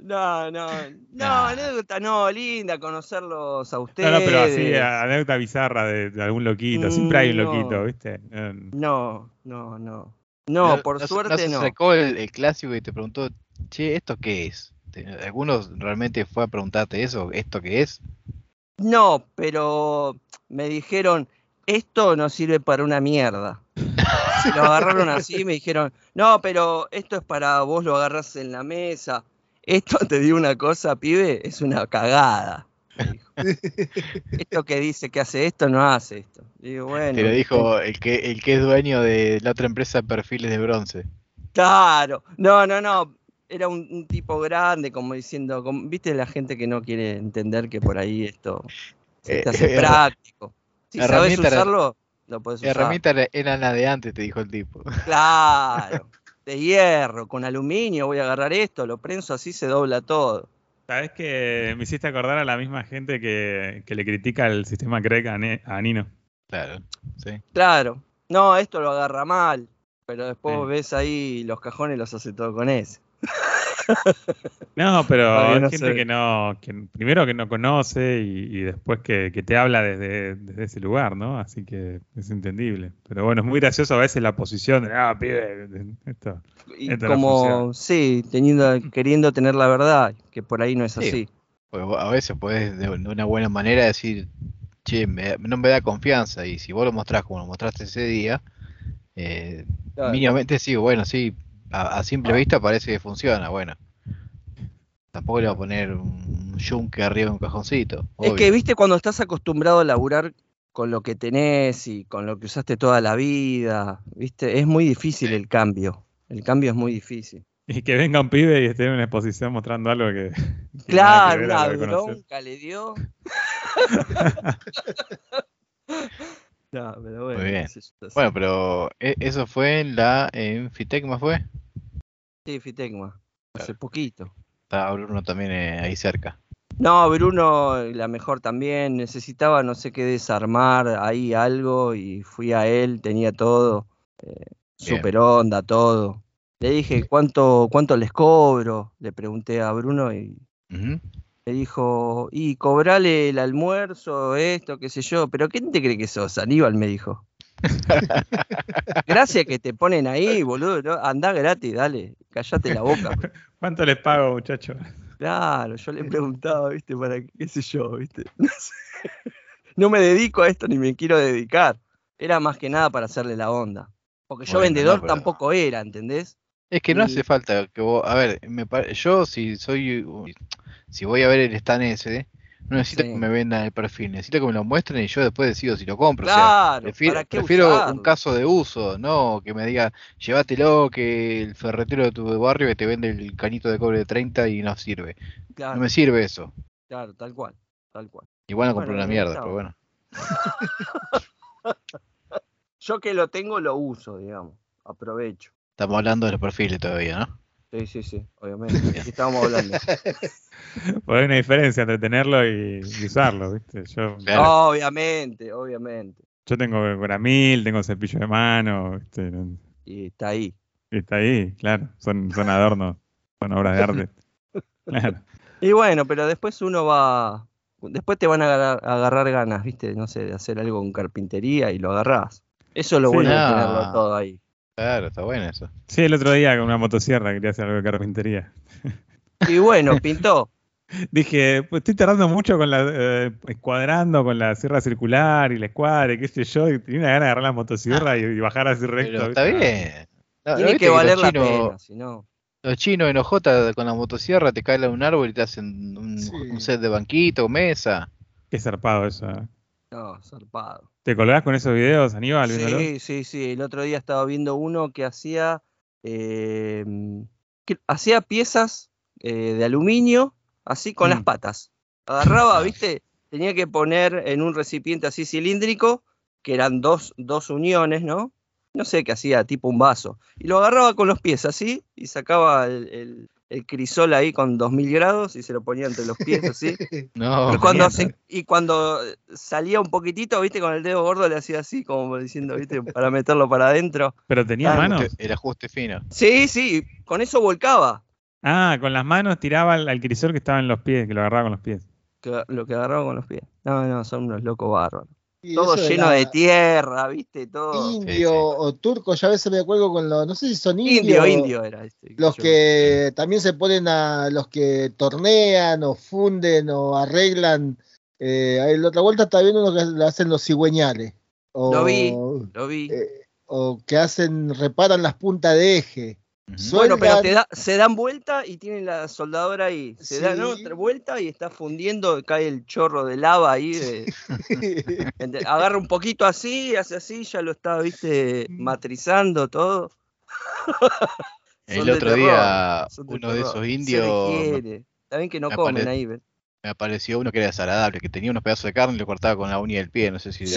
Speaker 4: No, no, no,
Speaker 2: Nah.
Speaker 4: anécdota, no, linda, conocerlos a
Speaker 1: No,
Speaker 4: ustedes.
Speaker 1: no, pero así, a- anécdota bizarra de, de algún loquito. Siempre hay un
Speaker 4: Mm, no.
Speaker 1: loquito, ¿viste? Eh,
Speaker 4: No, no, no. No, por
Speaker 2: se-
Speaker 4: suerte no.
Speaker 2: Se sacó el, el clásico y te preguntó, che, ¿esto qué es? Te- ¿Algunos realmente fue a preguntarte eso? ¿Esto qué es?
Speaker 4: No, pero me dijeron, esto no sirve para una mierda. Se lo agarraron así y me dijeron, no, pero esto es para vos lo agarras en la mesa. Esto te digo una cosa, pibe, es una cagada. me dijo. Esto que dice que hace esto, no hace esto. Digo, bueno,
Speaker 2: te lo dijo el que, el que es dueño de la otra empresa Perfiles de Bronce.
Speaker 4: Claro, no, no, no. Era un, un tipo grande, como diciendo, como- viste la gente que no quiere entender que por ahí esto se te
Speaker 2: Eh,
Speaker 4: hace
Speaker 2: eh,
Speaker 4: práctico. Si sabes
Speaker 2: herramienta-
Speaker 4: usarlo, lo puedes
Speaker 2: La
Speaker 4: usar.
Speaker 2: herramienta era- era la de antes, te dijo el tipo.
Speaker 4: Claro, de hierro, con aluminio, voy a agarrar esto, lo prenso así, se dobla todo.
Speaker 1: Sabés que me hiciste acordar a la misma gente que, que le critica el sistema CREC a, Ne- a Nino.
Speaker 2: Claro, sí.
Speaker 4: Claro, no, esto lo agarra mal, pero después
Speaker 1: Sí.
Speaker 4: ves ahí los cajones, los hace todo con ese.
Speaker 1: No, pero
Speaker 4: Todavía
Speaker 1: hay
Speaker 4: no
Speaker 1: gente
Speaker 4: sé.
Speaker 1: que no, que primero que no conoce y, y después que, que te habla desde, desde ese lugar, ¿no? Así que es entendible. Pero bueno, es muy gracioso a veces la posición de, ah, pibe, esto.
Speaker 4: Y
Speaker 1: Esta es la
Speaker 4: como,
Speaker 1: función.
Speaker 4: sí, teniendo, queriendo tener la verdad, que por ahí no es
Speaker 2: Sí.
Speaker 4: así.
Speaker 2: Porque vos Pues, a veces podés de de una buena manera decir, che, me da- no me da confianza. Y si vos lo mostrás como lo mostraste ese día, eh,
Speaker 4: Claro. Ah.
Speaker 2: mínimamente sí, bueno, sí, a, a simple vista parece que funciona, bueno. Tampoco le va a poner un yunque arriba de un cajoncito.
Speaker 4: Es que, viste, cuando estás acostumbrado a laburar con lo que tenés y con lo que usaste toda la vida, viste, es muy difícil el cambio. El cambio es muy difícil.
Speaker 1: Y que venga un pibe y esté en una exposición mostrando algo que. que nada que
Speaker 4: Claro,
Speaker 1: ver
Speaker 4: una
Speaker 1: a lo que conoces.
Speaker 4: bronca le dio. No, pero bueno,
Speaker 2: Muy bien.
Speaker 4: qué sé yo, así.
Speaker 2: Bueno, pero e- eso fue en la en Fitec más fue.
Speaker 4: Sí, Fitecma. Hace poquito.
Speaker 2: Estaba Bruno también eh, ahí cerca.
Speaker 4: No, Bruno, la mejor también. Necesitaba no sé qué desarmar ahí algo y fui a él, tenía todo. eh,
Speaker 2: Bien.
Speaker 4: super onda, todo. Le dije, ¿cuánto, ¿cuánto les cobro? Le pregunté a Bruno y
Speaker 2: Ujú.
Speaker 4: me dijo, y cobrale el almuerzo, esto, qué sé yo. Pero ¿quién te cree que sos? Aníbal me dijo. Gracias que te ponen ahí, boludo. ¿no? Andá gratis, dale. Callate la boca.
Speaker 1: ¿Cuánto les pago, muchachos?
Speaker 4: Claro, yo le preguntaba, ¿viste? ¿Para qué, qué sé yo, viste? No, sé. No me dedico a esto ni me quiero dedicar. Era más que nada para hacerle la onda. Porque yo
Speaker 2: Bueno, no,
Speaker 4: vendedor
Speaker 2: pero-
Speaker 4: tampoco era, ¿entendés?
Speaker 2: Es que no
Speaker 4: Y-
Speaker 2: hace falta que vos, a ver, me pare- yo si soy un- si voy a ver el stand ese, no necesito
Speaker 4: Sí.
Speaker 2: que me vendan el perfil, necesito que me lo muestren y yo después decido si lo compro. o sea,
Speaker 4: Claro,
Speaker 2: prefiero
Speaker 4: ¿para qué
Speaker 2: prefiero un
Speaker 4: usarlo?
Speaker 2: caso de uso, no que me diga, llévatelo, que el ferretero de tu barrio que te vende el canito de cobre de 30 y no sirve.
Speaker 4: Claro,
Speaker 2: No me sirve eso.
Speaker 4: claro, tal cual, tal cual.
Speaker 2: Igual no
Speaker 4: Bueno,
Speaker 2: compré una
Speaker 4: ahí
Speaker 2: mierda,
Speaker 4: está.
Speaker 2: pero bueno.
Speaker 4: Yo que lo tengo, lo uso, digamos. Aprovecho.
Speaker 2: Estamos hablando de los perfiles todavía, ¿no?
Speaker 4: Sí, sí, sí, obviamente. ¿De qué estábamos hablando?
Speaker 1: Porque hay una diferencia entre tenerlo y, y usarlo, ¿viste? Yo,
Speaker 2: Claro.
Speaker 4: Obviamente, obviamente.
Speaker 1: yo tengo gramil, tengo cepillo de mano, ¿viste? No-
Speaker 4: Y está ahí.
Speaker 1: y está ahí, claro. Son, son adornos, son obras de arte. Claro.
Speaker 4: Y bueno, pero después uno va. Después te van a agarrar, a agarrar ganas, ¿viste? No sé, de hacer algo con carpintería y lo agarrás. Eso es lo
Speaker 1: Sí.
Speaker 4: bueno de
Speaker 2: Ah.
Speaker 4: tenerlo todo ahí.
Speaker 2: Claro, está bueno eso.
Speaker 1: Sí, el otro día con una motosierra quería hacer algo de carpintería.
Speaker 4: Y bueno, pintó.
Speaker 1: Dije, pues estoy tardando mucho con la eh, escuadrando con la sierra circular y la escuadra y qué sé yo. Y tenía una gana de agarrar la motosierra y, y bajar así recto.
Speaker 2: Pero
Speaker 1: ¿viste?
Speaker 2: está bien. No, ¿no
Speaker 4: Tiene
Speaker 2: viste
Speaker 4: que valer la
Speaker 2: los chinos-
Speaker 4: pena, si no.
Speaker 2: Los chinos en OJ con la motosierra te caen a un árbol y te hacen un,
Speaker 3: Sí.
Speaker 2: un set de banquito, mesa.
Speaker 1: Ah, Qué zarpado eso. ¿eh?
Speaker 4: No, zarpado.
Speaker 1: ¿Te colgás con esos videos, Aníbal? viéndolos?
Speaker 4: Sí, sí, sí. El otro día estaba viendo uno que hacía. eh, que hacía piezas eh, de aluminio así con las
Speaker 1: Mm.
Speaker 4: patas. Agarraba, ¿viste? Tenía que poner en un recipiente así cilíndrico, que eran dos, dos uniones, ¿no? No sé qué hacía, tipo un vaso. Y lo agarraba con los pies así y sacaba el, el- el crisol ahí con 2000 grados y se lo ponía entre los pies así.
Speaker 2: No,
Speaker 4: Y cuando,
Speaker 2: Oh, mierda.
Speaker 4: se- y cuando salía un poquitito, viste, con el dedo gordo le hacía así, como diciendo, viste, para meterlo para adentro.
Speaker 1: ¿Pero tenía
Speaker 4: Ah,
Speaker 2: El
Speaker 1: manos?
Speaker 2: ajuste- el ajuste fino.
Speaker 4: Sí, sí, con eso volcaba
Speaker 1: Ah, con las manos tiraba al, al crisol que estaba en los pies, que lo agarraba con los pies.
Speaker 4: que- lo que agarraba con los pies. No, no, son unos locos bárbaros.
Speaker 3: Y
Speaker 4: Todo
Speaker 3: eso
Speaker 4: lleno
Speaker 3: la-
Speaker 4: de tierra, viste, todo.
Speaker 3: Indio
Speaker 2: sí.
Speaker 3: o turco, ya a veces me acuerdo con los, no sé si son indios.
Speaker 4: Indio, indio era este.
Speaker 3: Los
Speaker 4: yo-
Speaker 3: que también se ponen a los que tornean o funden o arreglan. Eh, ahí la otra vuelta está viendo lo que lo hacen los cigüeñales. O,
Speaker 4: Lo vi. Lo vi.
Speaker 3: eh, o que hacen, reparan las puntas de eje.
Speaker 2: Ujú.
Speaker 3: Su-
Speaker 4: bueno, pero
Speaker 3: sueldan-
Speaker 4: te da- se dan vuelta y tienen la soldadora ahí. Se dan
Speaker 3: Sí.
Speaker 4: otra vuelta y está fundiendo, cae el chorro de lava ahí. de- ente- agarra un poquito así, hace así, ya lo está, viste, matrizando todo. Son
Speaker 2: El
Speaker 4: de
Speaker 2: otro
Speaker 4: terror,
Speaker 2: día
Speaker 4: son de
Speaker 2: uno de
Speaker 4: terror.
Speaker 2: esos
Speaker 4: Se
Speaker 2: indios
Speaker 4: requiere. Está bien que no
Speaker 2: me
Speaker 4: comen
Speaker 2: parece-
Speaker 4: ahí, ¿ves?
Speaker 2: me apareció uno que era desagradable, que tenía unos pedazos de carne y lo cortaba con la uña del pie, no sé si le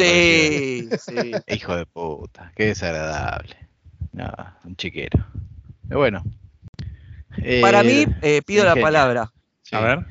Speaker 2: apareció.
Speaker 4: Sí, sí.
Speaker 2: Hijo de puta, qué desagradable. No, un chiquero. Pero bueno.
Speaker 4: Para mí,
Speaker 2: Eh,
Speaker 4: eh, pido
Speaker 2: sí,
Speaker 4: la
Speaker 2: genial.
Speaker 4: palabra.
Speaker 2: sí.
Speaker 1: A ver.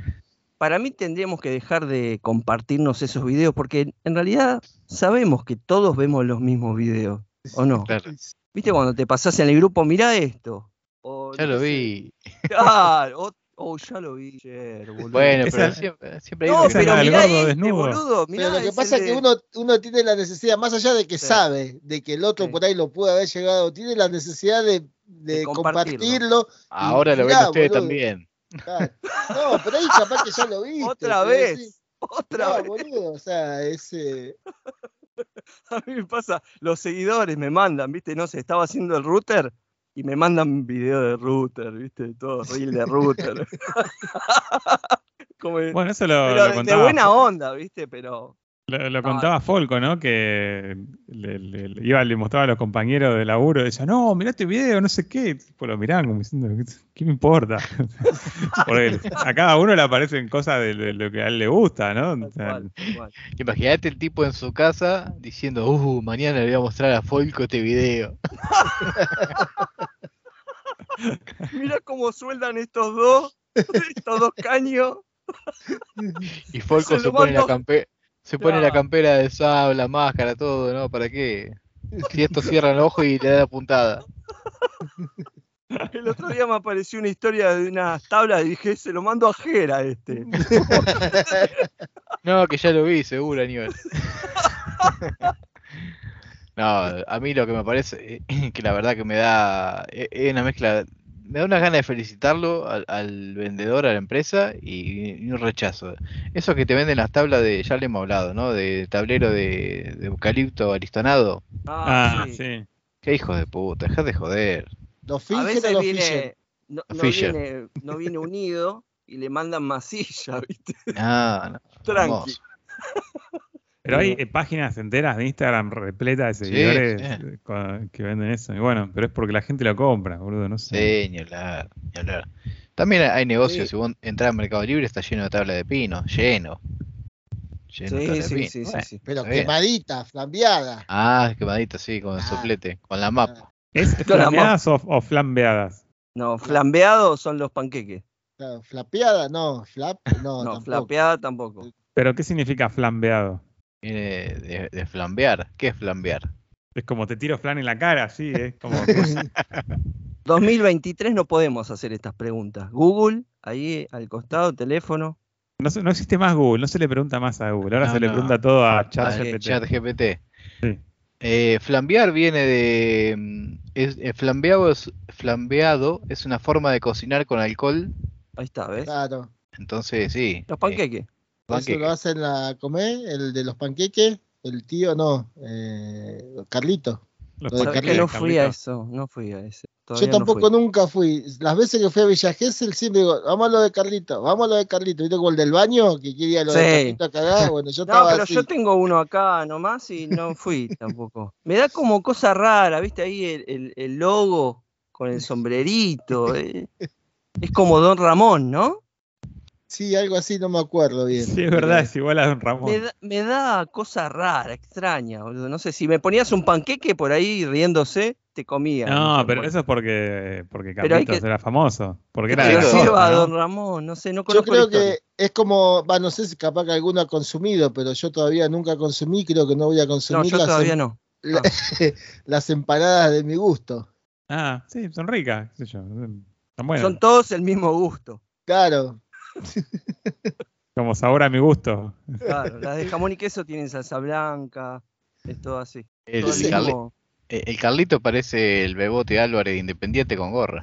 Speaker 4: Para mí tendríamos que dejar de compartirnos esos videos porque en realidad sabemos que todos vemos los mismos videos, ¿o no?
Speaker 2: Claro,
Speaker 4: ¿Viste cuando te pasás en el grupo, mirá esto? O,
Speaker 2: ya
Speaker 4: no
Speaker 2: lo
Speaker 4: sé,
Speaker 2: vi.
Speaker 4: Claro, o, oh, ya lo vi ayer, boludo.
Speaker 2: Bueno,
Speaker 1: Esa-
Speaker 2: pero siempre, siempre hay
Speaker 4: no,
Speaker 2: uno que
Speaker 1: esa es
Speaker 4: pero
Speaker 1: la del
Speaker 4: mirá
Speaker 1: gordo
Speaker 4: este,
Speaker 1: desnudo.
Speaker 4: boludo, mirá,
Speaker 3: Pero lo que
Speaker 4: es
Speaker 3: pasa
Speaker 4: el
Speaker 3: es que
Speaker 4: de-
Speaker 3: uno, uno tiene la necesidad, más allá de que
Speaker 4: Sí.
Speaker 3: sabe, de que el otro
Speaker 4: Sí.
Speaker 3: por ahí lo pudo haber llegado, tiene la necesidad de, de
Speaker 4: De compartirlo.
Speaker 3: compartirlo.
Speaker 2: Ahora lo ven
Speaker 3: Mirá,
Speaker 2: ustedes
Speaker 3: boludo.
Speaker 2: también.
Speaker 3: Claro. No, pero ahí capaz que ya lo viste.
Speaker 4: Otra
Speaker 3: pero
Speaker 4: vez,
Speaker 3: sí.
Speaker 4: otra
Speaker 3: No,
Speaker 4: vez.
Speaker 3: boludo, o sea, ese.
Speaker 4: A mí me pasa, los seguidores me mandan, ¿viste? No sé, estaba haciendo el router y me mandan video de router, ¿viste? Todo reel de router. Como-
Speaker 1: Bueno, eso lo,
Speaker 4: pero
Speaker 1: lo
Speaker 4: de
Speaker 1: contaba.
Speaker 4: buena onda, ¿viste? Pero
Speaker 1: Lo, lo
Speaker 4: Ah.
Speaker 1: contaba Folco, ¿no? Que le, le- le iba, le mostraba a los compañeros de laburo y decía, no, mirá este video, no sé qué. Pues lo miraban como diciendo, "¿Qué- ¿qué me importa? Porque a cada uno le aparecen cosas de, de lo que a él le gusta, ¿no?
Speaker 4: tal
Speaker 1: O sea,
Speaker 4: cual, tal cual.
Speaker 2: Imagínate el tipo en su casa diciendo, uh, mañana le voy a mostrar a Folco este video.
Speaker 4: Mirá cómo sueldan estos dos, estos dos caños.
Speaker 2: Y Folco
Speaker 4: Se
Speaker 2: se
Speaker 4: lo
Speaker 2: pone la
Speaker 4: mando.
Speaker 2: campera. Se pone la
Speaker 4: Claro.
Speaker 2: campera de sable, la máscara, todo, ¿no? ¿Para qué? Si esto cierra el ojo y le da la puntada.
Speaker 4: El otro día me apareció una historia de unas tablas y dije, se lo mando a Jera este.
Speaker 2: No, que ya lo vi, seguro, Aníbal. No, a mí lo que me parece, eh, que la verdad que me da, eh, es una mezcla, me da unas ganas de felicitarlo al, al vendedor, a la empresa, y, y un rechazo. Eso que te venden las tablas de, ya le hemos hablado, ¿no? De tablero de, de eucalipto aristonado.
Speaker 1: Ah, sí.
Speaker 2: Qué hijo de puta, dejá de joder.
Speaker 3: ¿Los
Speaker 4: A
Speaker 3: fingen o
Speaker 4: veces
Speaker 3: los fingen?
Speaker 4: viene, no, no
Speaker 2: Fisher.
Speaker 4: viene, no viene unido y le mandan masilla, ¿viste?
Speaker 2: Ah, no,
Speaker 4: Tranqui.
Speaker 2: hermoso.
Speaker 1: Pero hay eh, páginas enteras de Instagram repletas de
Speaker 2: Sí,
Speaker 1: seguidores
Speaker 2: sí.
Speaker 1: eh, con- que venden eso. Y bueno, pero es porque la gente lo compra, boludo, no sé.
Speaker 2: Sí, ni hablar, ni hablar. También hay negocios,
Speaker 3: Sí.
Speaker 2: si vos entrás al Mercado Libre está lleno de tabla de pino, lleno. Lleno de tabla de
Speaker 4: Sí, sí,
Speaker 2: pino.
Speaker 4: sí, sí,
Speaker 2: Bueno.
Speaker 4: sí.
Speaker 3: Pero
Speaker 2: Está bien.
Speaker 3: quemadita, flambeada.
Speaker 2: Ah, quemadita, sí, con el
Speaker 3: Ah.
Speaker 2: soplete, con la mapa.
Speaker 1: ¿Es flambeadas o, o flambeadas?
Speaker 4: No, flambeado son los panqueques.
Speaker 3: Claro, flapeada, no, flap, no,
Speaker 4: No,
Speaker 3: tampoco.
Speaker 4: flapeada tampoco.
Speaker 1: ¿Pero qué significa flambeado?
Speaker 2: Viene de, de flambear. ¿Qué es flambear?
Speaker 1: Es como te tiro flan en la cara, sí, es como...
Speaker 4: 2023 no podemos hacer estas preguntas. Google, ahí al costado, teléfono.
Speaker 1: No, se- no existe más Google, no se le pregunta más a Google. Ahora
Speaker 2: No,
Speaker 1: se le
Speaker 2: no.
Speaker 1: pregunta todo a
Speaker 2: Al
Speaker 1: ChatGPT.
Speaker 2: Chat GPT.
Speaker 1: Sí.
Speaker 2: Ah, Eh, flambear viene de. mm, Es, eh, flambeado, es, flambeado es una forma de cocinar con alcohol.
Speaker 4: Ahí está, ¿ves?
Speaker 3: Claro.
Speaker 2: Entonces, sí.
Speaker 4: Los
Speaker 2: eh,
Speaker 4: panqueques.
Speaker 3: Eso
Speaker 2: panqueque.
Speaker 3: lo hacen la comer, el de los panqueques, el tío no, eh, Carlito.
Speaker 1: Los
Speaker 3: Lo de
Speaker 4: ¿Sabés
Speaker 1: paquetes,
Speaker 4: que no fui a
Speaker 1: Carlitos.
Speaker 4: eso, no fui a ese.
Speaker 3: Yo
Speaker 4: Todavía no
Speaker 3: tampoco
Speaker 4: fui.
Speaker 3: nunca fui. Las veces que fui a Villa Gesell siempre digo, vamos a lo de Carlito, vamos a lo de Carlito. ¿Viste como el del baño que quería lo
Speaker 4: Sí.
Speaker 3: de Carlito a cagar? Bueno, yo
Speaker 4: No,
Speaker 3: estaba
Speaker 4: pero
Speaker 3: así.
Speaker 4: yo tengo uno acá nomás y no fui tampoco. Me da como cosa rara, ¿viste? Ahí el, el- el logo con el sombrerito. eh. Es como Don Ramón, ¿no?
Speaker 3: Sí, algo así, no me acuerdo bien.
Speaker 1: Sí, es verdad, es igual a Don Ramón.
Speaker 4: Me da, me da cosa rara, extraña, boludo. No sé, si me ponías un panqueque por ahí riéndose, te comía.
Speaker 1: No,
Speaker 4: sé,
Speaker 1: pero
Speaker 4: por-
Speaker 1: eso es porque, porque
Speaker 4: Pero hay
Speaker 1: Carlitos
Speaker 4: que-
Speaker 1: era famoso. Porque
Speaker 2: Pero
Speaker 1: era
Speaker 4: Que
Speaker 1: de
Speaker 4: lo
Speaker 1: la
Speaker 2: sirva
Speaker 1: costa,
Speaker 4: lleva a
Speaker 1: ¿no?
Speaker 4: Don Ramón, no sé, no
Speaker 3: Yo
Speaker 4: conozco la
Speaker 3: creo
Speaker 4: historia.
Speaker 3: que es como, va, no sé si capaz que alguno ha consumido, pero yo todavía nunca consumí, creo que no voy a consumir
Speaker 4: No, yo
Speaker 3: las,
Speaker 4: todavía no.
Speaker 3: la- las empanadas de mi gusto.
Speaker 1: Ah, sí, son ricas, qué sé yo. Están buenas.
Speaker 4: Son todos el mismo gusto.
Speaker 3: Claro,
Speaker 1: Como sabor a mi gusto.
Speaker 4: Claro, las de jamón y queso tienen salsa blanca, es todo así.
Speaker 2: El,
Speaker 4: Todo el
Speaker 3: sí.
Speaker 2: Carli-
Speaker 4: mismo-
Speaker 2: eh, el Carlito parece el bebote Álvarez de Independiente con gorra.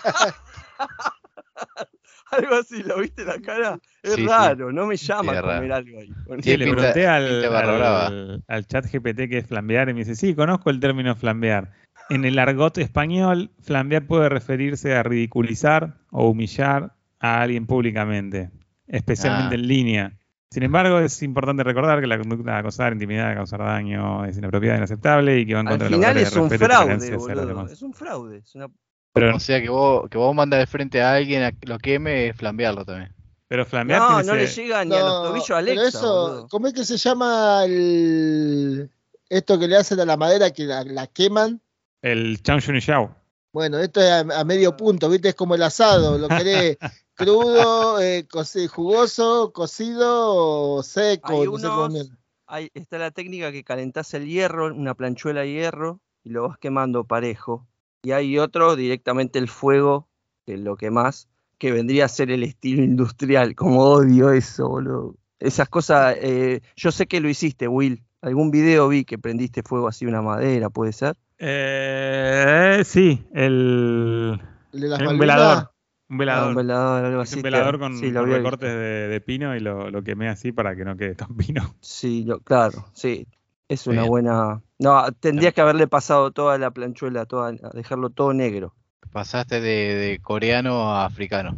Speaker 4: Algo así, ¿lo viste la cara? Es
Speaker 2: Sí, sí.
Speaker 4: raro, no me llama
Speaker 2: Sí, es
Speaker 4: comer
Speaker 2: raro.
Speaker 4: algo ahí. Con-
Speaker 1: Sí,
Speaker 2: Sí,
Speaker 1: le
Speaker 2: pinta-
Speaker 1: pregunté al,
Speaker 2: pinta barra
Speaker 1: al-
Speaker 2: brava.
Speaker 1: al chat GPT que es flambear y me dice, sí, conozco el término flambear. En el argot español, flambear puede referirse a ridiculizar o humillar a alguien públicamente, especialmente
Speaker 2: Ah.
Speaker 1: en línea. Sin embargo, es importante recordar que la conducta de acosar, intimidar, causar daño es inapropiada, inaceptable y que va en
Speaker 4: Al
Speaker 1: contra de la
Speaker 4: final
Speaker 1: verdad
Speaker 4: es un fraude, boludo.
Speaker 1: demás.
Speaker 4: Es un fraude. es una-
Speaker 1: Pero,
Speaker 2: O sea que vos, que vos mandas de frente a alguien a que lo queme es flambearlo también.
Speaker 1: pero flambear
Speaker 4: No,
Speaker 1: tiene
Speaker 4: no le
Speaker 1: ese-
Speaker 4: llega ni a los
Speaker 3: No,
Speaker 4: tobillos a Alexa.
Speaker 3: pero eso,
Speaker 4: boludo.
Speaker 3: ¿cómo es que se llama el, esto que le hacen a la madera que la, la queman?
Speaker 1: el Chang Shun Yao.
Speaker 3: Bueno, esto es a, a
Speaker 4: Ah.
Speaker 3: medio punto, ¿viste? Es como el asado, lo querés crudo, eh, coci- jugoso, cocido o seco,
Speaker 4: Hay
Speaker 3: no sé cómo
Speaker 4: unos-
Speaker 3: mierda.
Speaker 4: Ahí está la técnica que calentás el hierro, una planchuela de hierro, y lo vas quemando parejo. Y hay otro, directamente el fuego, que lo quemás, que vendría a ser el estilo industrial. Como odio eso, boludo. Esas cosas, eh, yo sé que lo hiciste, Will. Algún video vi que prendiste fuego así una madera, puede ser.
Speaker 1: Eh, sí, el...
Speaker 3: El de las
Speaker 1: Era un
Speaker 3: malvinas.
Speaker 1: velador. Un
Speaker 4: Ah,
Speaker 1: velador.
Speaker 4: un velador, algo
Speaker 1: Hice
Speaker 4: así
Speaker 1: un
Speaker 4: que-
Speaker 1: velador con,
Speaker 4: sí, lo
Speaker 1: con
Speaker 4: había
Speaker 1: recortes de, de pino y lo, lo quemé así para que no quede tan pino.
Speaker 4: visto. Sí, lo- claro, sí. Es una
Speaker 2: Bien.
Speaker 4: buena. No, tendrías que haberle pasado toda la planchuela, toda, dejarlo todo negro.
Speaker 2: Pasaste de, de coreano a africano.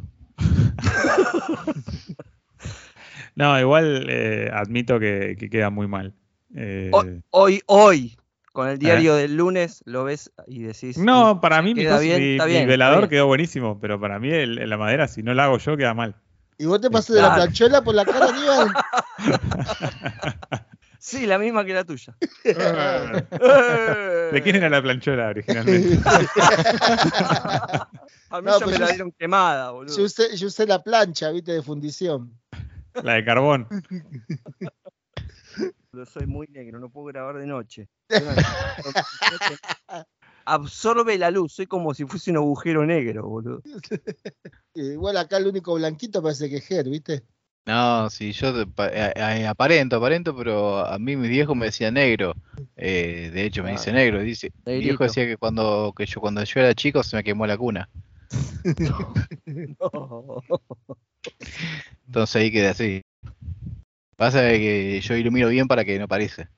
Speaker 1: No, igual eh, admito que, que queda muy mal. Eh,
Speaker 4: Hoy, hoy, hoy, con el diario del lunes, lo ves y decís. "Mm,
Speaker 1: no, para mí mi,
Speaker 4: queda
Speaker 1: mi-
Speaker 4: bien, está
Speaker 1: mi
Speaker 4: bien, está
Speaker 1: velador
Speaker 4: bien.
Speaker 1: quedó buenísimo, pero para mí el- la madera, si no la hago yo, queda mal.
Speaker 3: ¿Y vos te pasaste de la
Speaker 4: Claro.
Speaker 3: planchuela por la cara, Aníbal?
Speaker 4: Sí, la misma que la tuya. Eh,
Speaker 1: ¿De quién era la planchola originalmente?
Speaker 4: A mí
Speaker 3: No,
Speaker 4: ya
Speaker 3: pues
Speaker 4: me
Speaker 3: yo-
Speaker 4: la dieron quemada, boludo.
Speaker 3: Yo usé, yo usé la plancha, viste, de fundición.
Speaker 1: La de carbón.
Speaker 4: Yo soy muy negro, no puedo grabar de noche. Absorbe la luz, soy como si fuese un agujero negro, boludo.
Speaker 3: Eh, Igual acá el único blanquito parece que es Ger, viste.
Speaker 2: No, si yo te- pa- eh, eh, aparento, aparento, pero a mí mi viejo me decía negro. Eh, de hecho, me
Speaker 4: Claro.
Speaker 2: dice negro. Dice, mi
Speaker 4: Negrito.
Speaker 2: viejo decía que cuando que yo cuando yo era chico se me quemó la cuna.
Speaker 4: No.
Speaker 3: Ah,
Speaker 2: Entonces ahí quedé así. Pasa que yo ilumino bien para que no parezca.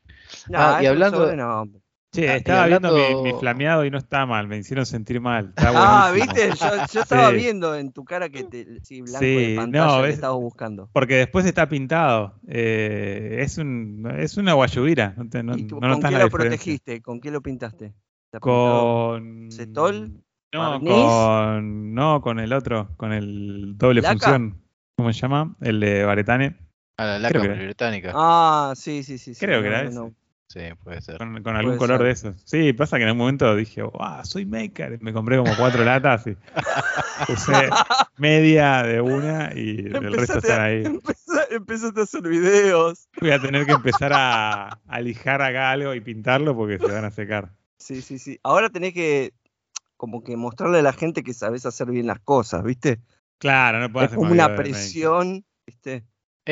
Speaker 2: Ah, y
Speaker 4: eso
Speaker 2: hablando-
Speaker 4: sobre no, hombre.
Speaker 1: Che,
Speaker 2: Ah, y
Speaker 1: estaba viendo
Speaker 2: hablando-
Speaker 1: mi, mi flameado y no está mal, me hicieron sentir mal. Está
Speaker 4: Ah,
Speaker 1: buenísimo.
Speaker 4: viste, yo, yo estaba
Speaker 1: Sí.
Speaker 4: viendo en tu cara que te sí, blanco
Speaker 1: Sí,
Speaker 4: de pantalla
Speaker 1: no,
Speaker 4: que
Speaker 1: es-
Speaker 4: estabas buscando.
Speaker 1: Porque después está pintado. Eh, es, un, es una guayubira. No, te- no,
Speaker 4: ¿Y tú,
Speaker 1: no
Speaker 4: con
Speaker 1: notas
Speaker 4: qué
Speaker 1: la
Speaker 4: lo
Speaker 1: diferencia.
Speaker 4: protegiste? ¿Con qué lo pintaste? ¿Te ha pintado?
Speaker 1: Con.
Speaker 4: ¿Cetol?
Speaker 1: No,
Speaker 4: ¿Barniz?
Speaker 1: con. No, con el otro. Con el doble
Speaker 4: ¿Laca?
Speaker 1: función. ¿Cómo se llama? El de Baretane.
Speaker 2: A la
Speaker 1: Creo
Speaker 2: lacra
Speaker 1: que-
Speaker 2: británica.
Speaker 4: Ah, sí, sí, sí. sí,
Speaker 1: Creo que era ese.
Speaker 2: Sí, puede ser.
Speaker 1: Con, con algún
Speaker 4: Puede
Speaker 1: color
Speaker 4: ser.
Speaker 1: de esos. Sí, pasa que en un momento dije, ¡ah, soy maker! Me compré como cuatro latas y puse media de una y el resto
Speaker 4: Empezaste
Speaker 1: están
Speaker 4: a-
Speaker 1: ahí.
Speaker 4: empeza- Empezaste a hacer videos.
Speaker 1: Voy a tener que empezar a, a lijar acá algo y pintarlo porque se van a secar.
Speaker 4: Sí, sí, sí. Ahora tenés que como que mostrarle a la gente que sabes hacer bien las cosas, ¿viste?
Speaker 1: Claro, no puedo
Speaker 4: Es
Speaker 1: hacer
Speaker 4: como
Speaker 1: más
Speaker 4: una
Speaker 1: video de making.
Speaker 4: presión, ¿viste?
Speaker 2: Es,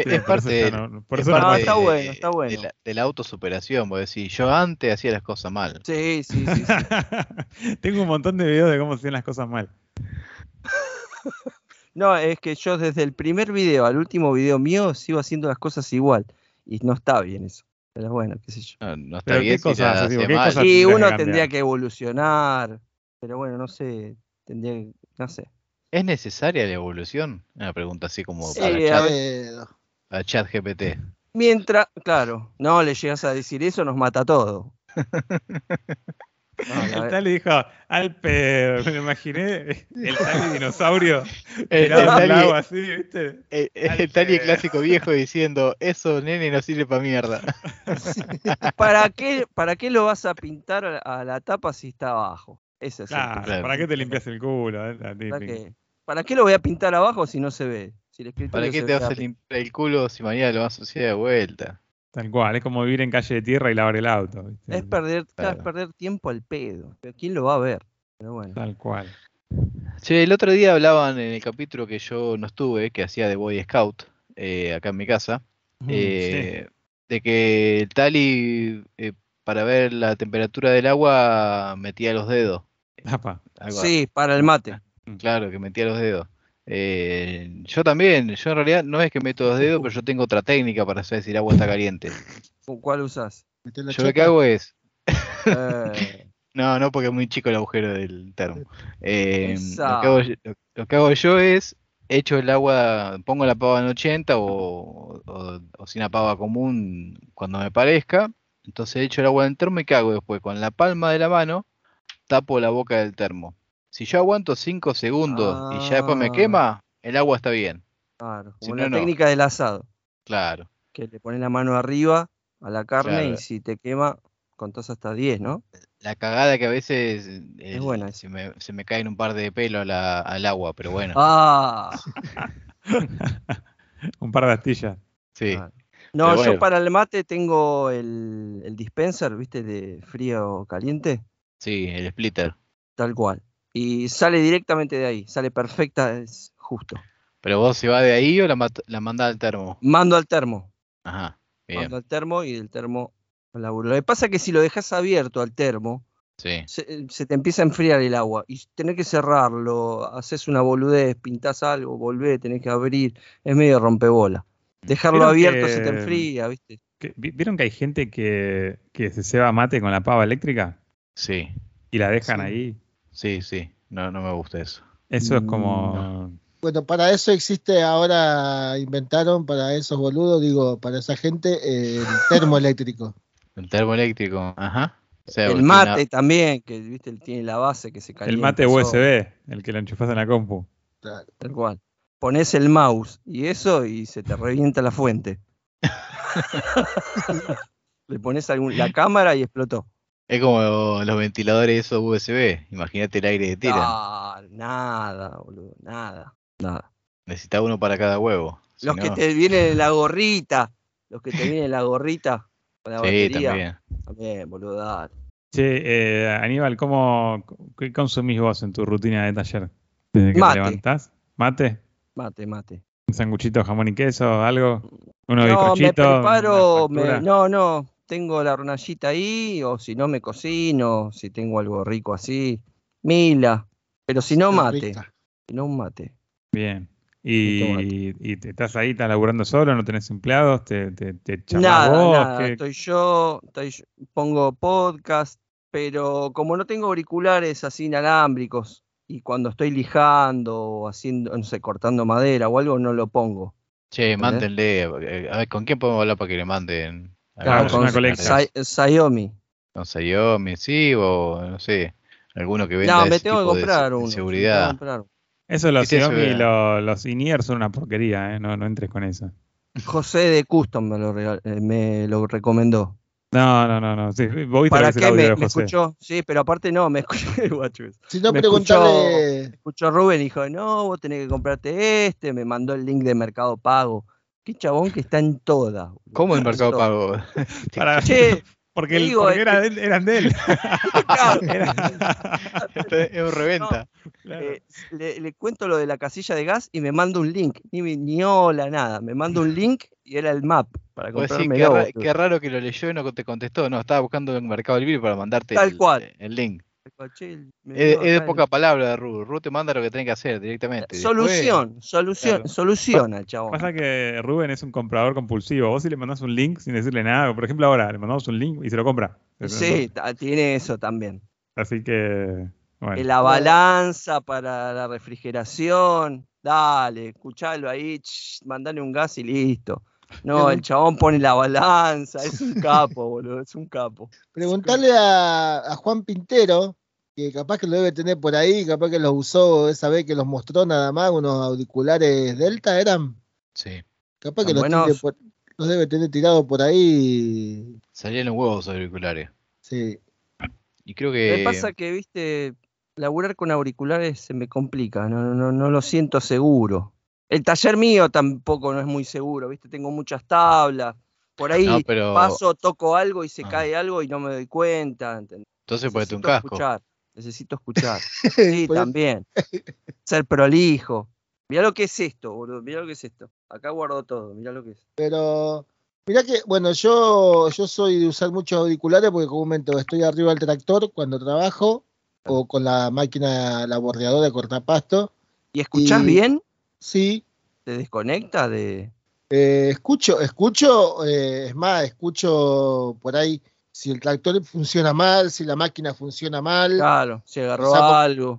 Speaker 1: Sí,
Speaker 2: Eh, es
Speaker 1: por
Speaker 2: parte
Speaker 1: eso
Speaker 2: de,
Speaker 1: yo no- por
Speaker 2: es
Speaker 1: eso no
Speaker 4: parte
Speaker 1: puedo
Speaker 4: de- está
Speaker 1: hacer.
Speaker 4: bueno, está
Speaker 2: de
Speaker 4: bueno.
Speaker 2: la, de la autosuperación, vos decís, yo antes hacía las cosas mal.
Speaker 4: Sí, sí, sí. sí.
Speaker 1: Tengo un montón de videos de cómo se hacen las cosas mal.
Speaker 4: No, es que yo desde el primer video al último video mío sigo haciendo las cosas igual. Y no está bien eso. Pero bueno, qué sé yo.
Speaker 2: No, no está
Speaker 1: Pero ¿qué
Speaker 2: bien si
Speaker 1: cosas
Speaker 2: la
Speaker 1: haces, digo,
Speaker 2: hace
Speaker 1: qué
Speaker 2: mal.
Speaker 1: cosas-
Speaker 4: Y
Speaker 1: tendrías que
Speaker 4: uno
Speaker 1: cambiar.
Speaker 4: tendría que evolucionar. Pero bueno, no sé. Tendría que, no sé.
Speaker 2: ¿Es necesaria la evolución? Una pregunta así como
Speaker 4: Sí,
Speaker 2: para,
Speaker 4: a
Speaker 2: chat,
Speaker 4: ver.
Speaker 3: Pero-
Speaker 2: para ChatGPT.
Speaker 4: Mientras, claro, no le llegas a decir eso, nos mata todo. No, la
Speaker 1: El
Speaker 4: ve-
Speaker 1: Tali dijo, al pedo, me lo imaginé, el Tali dinosaurio,
Speaker 2: El,
Speaker 1: tirado en
Speaker 2: Tali-
Speaker 1: el lago así, ¿viste?
Speaker 2: el- el
Speaker 1: Al
Speaker 2: Tali
Speaker 1: pedo.
Speaker 2: clásico viejo diciendo, eso nene no sirve para mierda.
Speaker 4: ¿Para qué, ¿Para qué lo vas a pintar a la- a la tapa si está abajo? Ese es el
Speaker 1: Claro,
Speaker 2: claro.
Speaker 1: ¿para qué te limpias el culo? eh? La
Speaker 4: tema, ¿verdad
Speaker 1: típica.
Speaker 4: que- ¿Para qué lo voy a pintar abajo si no se ve? Si el
Speaker 2: ¿Para
Speaker 4: escritorio
Speaker 2: qué
Speaker 4: se
Speaker 2: te
Speaker 4: ve
Speaker 2: vas a
Speaker 4: rápido.
Speaker 2: limpiar el culo si mañana lo vas a asociar de vuelta?
Speaker 1: Tal cual, es como vivir en calle de tierra y lavar el auto. ¿viste?
Speaker 4: Es perder, claro, es
Speaker 2: Claro.
Speaker 4: perder tiempo al pedo. Pero ¿Quién lo va a ver? Pero bueno.
Speaker 1: Tal cual.
Speaker 2: Che, el otro día hablaban en el capítulo que yo no estuve, que hacía de Boy Scout, eh, acá en mi casa,
Speaker 4: Mm,
Speaker 2: eh, de que el Tali, eh, para ver la temperatura del agua, metía los dedos.
Speaker 1: Sí. Apa.
Speaker 2: algo
Speaker 4: Sí, para el mate.
Speaker 2: Claro, que metía los dedos. Eh, yo también, yo en realidad no es que meto los dedos, pero yo tengo otra técnica para saber si el agua está caliente.
Speaker 4: ¿Con ¿Cuál usás?
Speaker 3: meté la
Speaker 2: Yo lo que
Speaker 3: chota.
Speaker 2: hago es,
Speaker 4: Eh,
Speaker 2: no, no, porque es muy chico el agujero del termo. Eh, lo,
Speaker 4: Esa.
Speaker 2: que hago, yo- lo- lo que hago yo es, echo el agua, pongo la pava en 80 o, o, o si una pava común cuando me parezca. Entonces echo el agua en el termo y ¿qué hago después? Con la palma de la mano tapo la boca del termo. Si yo aguanto 5 segundos y ya después me
Speaker 4: Ah.
Speaker 2: quema, el agua está bien.
Speaker 4: claro,
Speaker 2: Si
Speaker 4: como
Speaker 2: no,
Speaker 4: la
Speaker 2: no.
Speaker 4: técnica del asado,
Speaker 2: Claro,
Speaker 4: que le pones la mano arriba a la carne
Speaker 2: Claro.
Speaker 4: y si te quema, contás hasta 10, ¿no?
Speaker 2: la cagada que a veces el-
Speaker 4: buena esa.
Speaker 2: se, me, se me caen un par de pelos a la- al agua, pero bueno,
Speaker 4: Ah,
Speaker 1: Un par de astillas.
Speaker 2: sí.
Speaker 4: claro. No,
Speaker 2: Pero
Speaker 4: yo
Speaker 2: bueno.
Speaker 4: para el mate tengo el, el dispenser, ¿viste? De frío o caliente,
Speaker 2: sí, el splitter.
Speaker 4: tal cual. Y sale directamente de ahí, sale perfecta, es justo.
Speaker 2: Pero vos se va de ahí o la, mat- la mandás al termo.
Speaker 4: Mando al termo,
Speaker 2: Ajá, bien,
Speaker 4: mando al termo y del termo al laburo. Lo que pasa es que si lo dejas abierto al termo,
Speaker 2: sí.
Speaker 4: se, eh, se te empieza a enfriar el agua y tenés que cerrarlo, haces una boludez, pintás algo, volvés, tenés que abrir, es medio rompebola. Dejarlo
Speaker 1: Creo
Speaker 4: abierto
Speaker 1: que-
Speaker 4: se te enfría, ¿viste?
Speaker 1: que- vi- ¿Vieron que hay gente que, que se ceba mate con la pava eléctrica
Speaker 2: Sí,
Speaker 1: y la dejan
Speaker 3: Sí.
Speaker 1: ahí?
Speaker 2: sí, sí. No, no me gusta eso.
Speaker 1: Eso es
Speaker 4: Mm,
Speaker 1: como.
Speaker 3: Bueno, para eso existe ahora, inventaron para esos boludos, digo, para esa gente, eh, el termoeléctrico.
Speaker 2: El termoeléctrico, ajá. O sea,
Speaker 4: El
Speaker 2: tiene
Speaker 4: mate
Speaker 2: una-
Speaker 4: también, que viste, él tiene la base que se calienta.
Speaker 1: el mate
Speaker 4: eso,
Speaker 1: USB, el que lo enchufas en la compu.
Speaker 3: Claro.
Speaker 4: Tal cual. Pones el mouse y eso y se te revienta la fuente. Le pones algún, la cámara y explotó.
Speaker 2: Es como los ventiladores esos USB. Imagínate el aire que tiran.
Speaker 4: Ah, nada, boludo, nada. Nada.
Speaker 2: Necesita uno para cada huevo. Si
Speaker 4: Los que
Speaker 2: no-
Speaker 4: te vienen en la gorrita, los que te vienen en la gorrita con la
Speaker 2: Sí,
Speaker 4: batería. También,
Speaker 2: también.
Speaker 4: boludo, dale.
Speaker 1: Che, eh, Aníbal, ¿cómo qué consumís vos en tu rutina de taller? Desde que
Speaker 4: Mate.
Speaker 1: te levantás. ¿Mate?
Speaker 4: Mate, mate.
Speaker 1: ¿Un sanguchito, jamón y queso, algo? ¿Unos
Speaker 4: No, me
Speaker 1: bizcochitos?
Speaker 4: preparo,
Speaker 1: una
Speaker 4: me-
Speaker 1: factura?
Speaker 4: no, no, tengo la ronallita ahí, o si no me cocino, si tengo algo rico así, mila, pero si no mate,
Speaker 3: Rica.
Speaker 4: si no un mate.
Speaker 1: Bien.
Speaker 4: Mucho
Speaker 1: Y, y te- estás ahí, estás laburando solo, no tenés empleados, te, te, te charlas
Speaker 4: nada,
Speaker 1: vos,
Speaker 4: nada,
Speaker 1: ¿qué-
Speaker 4: estoy yo, estoy yo, pongo podcast, pero como no tengo auriculares así inalámbricos, y cuando estoy lijando o haciendo, no sé, cortando madera o algo, no lo pongo.
Speaker 2: Che, mándenle. eh, A ver, ¿con quién podemos hablar para que le manden?
Speaker 1: Claro,
Speaker 2: Hagamos
Speaker 1: con una colecta.
Speaker 2: colecta.
Speaker 4: Sai- Xiaomi.
Speaker 2: No sé, yo, mi sí, o no sé, alguno que venda
Speaker 4: No, me
Speaker 2: ese
Speaker 4: tengo que
Speaker 2: tipo de se-
Speaker 4: comprar
Speaker 2: de
Speaker 4: uno. me tengo que
Speaker 2: seguridad.
Speaker 4: comprar uno.
Speaker 1: Eso los
Speaker 2: ¿Viste eso
Speaker 1: Xiaomi,
Speaker 2: de-
Speaker 1: lo- los in-ear son una porquería, ¿eh? no, no entres con eso.
Speaker 4: José de Custom me lo, regal- eh, me lo recomendó.
Speaker 1: No, no, no, no. Sí, vos viste lo que
Speaker 4: ¿Para
Speaker 1: es el
Speaker 4: qué
Speaker 1: audio
Speaker 4: me,
Speaker 1: de
Speaker 4: me
Speaker 1: José.
Speaker 4: escuchó? Sí, pero aparte no, me escuchó el guacho ese.
Speaker 3: Si no,
Speaker 4: Me
Speaker 3: preguntarle,
Speaker 4: Escuchó Rubén y dijo, no, vos tenés que comprarte este, me mandó el link de Mercado Pago. Qué chabón que está en todas. boludo,
Speaker 2: ¿Cómo el
Speaker 4: está en
Speaker 2: mercado
Speaker 4: todas.
Speaker 2: pago?
Speaker 1: Para-
Speaker 4: Che,
Speaker 1: porque
Speaker 4: te
Speaker 1: el-
Speaker 4: digo,
Speaker 1: porque
Speaker 4: eh,
Speaker 1: era de él- eran de él.
Speaker 4: claro,
Speaker 1: Era-
Speaker 2: es un reventa.
Speaker 1: claro.
Speaker 4: eh, le, le cuento lo de la casilla de gas y me manda un link. Ni, me- ni hola, nada. Me manda un link y era el map para
Speaker 2: Vos decís,
Speaker 4: comprarme
Speaker 2: qué, ra- qué raro que lo leyó y no te contestó. No, estaba buscando en Mercado Libre para mandarte
Speaker 4: Tal
Speaker 2: el,
Speaker 4: cual.
Speaker 2: el link. Es, es de poca palabra, Ru. Ru te manda lo que tenés que hacer directamente.
Speaker 4: Solución, solución,
Speaker 1: Claro.
Speaker 4: soluciona el chabón.
Speaker 1: Pasa que Rubén es un comprador compulsivo. Vos si le mandás un link sin decirle nada, por ejemplo ahora, le mandamos un link y se lo compra.
Speaker 4: Sí, ta- tiene eso también.
Speaker 1: Así que, bueno.
Speaker 4: La balanza para la refrigeración. Dale, escuchalo ahí, ch, mandale un gas y listo. No, el chabón pone la balanza, es un capo, boludo, es un capo.
Speaker 3: preguntarle a, a Juan Pintero, que capaz que lo debe tener por ahí, capaz que los usó esa vez que los mostró nada más, unos auriculares Delta eran.
Speaker 2: Sí.
Speaker 3: Capaz que
Speaker 4: ¿Están
Speaker 3: los,
Speaker 4: buenos?
Speaker 3: tiene por- los debe tener tirado por ahí.
Speaker 2: Salieron huevos auriculares.
Speaker 3: Sí.
Speaker 2: Y creo
Speaker 4: Me
Speaker 2: que.
Speaker 4: pasa que, viste, laburar con auriculares se me complica, no, no, no, no lo siento seguro. El taller mío tampoco no es muy seguro, viste, tengo muchas tablas. Por ahí
Speaker 2: No, pero-
Speaker 4: paso, toco algo y se
Speaker 2: Ah.
Speaker 4: cae algo y no me doy cuenta, ¿entendés?
Speaker 2: Entonces ponete un
Speaker 4: Necesito
Speaker 2: casco.
Speaker 4: escuchar, necesito escuchar. Sí,
Speaker 3: Por-
Speaker 4: también. Ser prolijo. Mirá lo que es esto, boludo. Mirá lo que es esto. Acá guardo todo, mirá lo que es.
Speaker 3: Pero mirá que, bueno, yo, yo soy de usar muchos auriculares porque comúnmente o estoy arriba del tractor cuando trabajo o con la máquina, la bordeadora de cortapasto.
Speaker 4: ¿Y escuchás
Speaker 3: Y-
Speaker 4: bien?
Speaker 3: Sí,
Speaker 4: ¿Te desconecta de.?
Speaker 3: eh, escucho, escucho, eh, es más, escucho por ahí si el tractor funciona mal, si la máquina funciona mal.
Speaker 4: Claro, se agarró
Speaker 3: O sea, por-
Speaker 4: algo.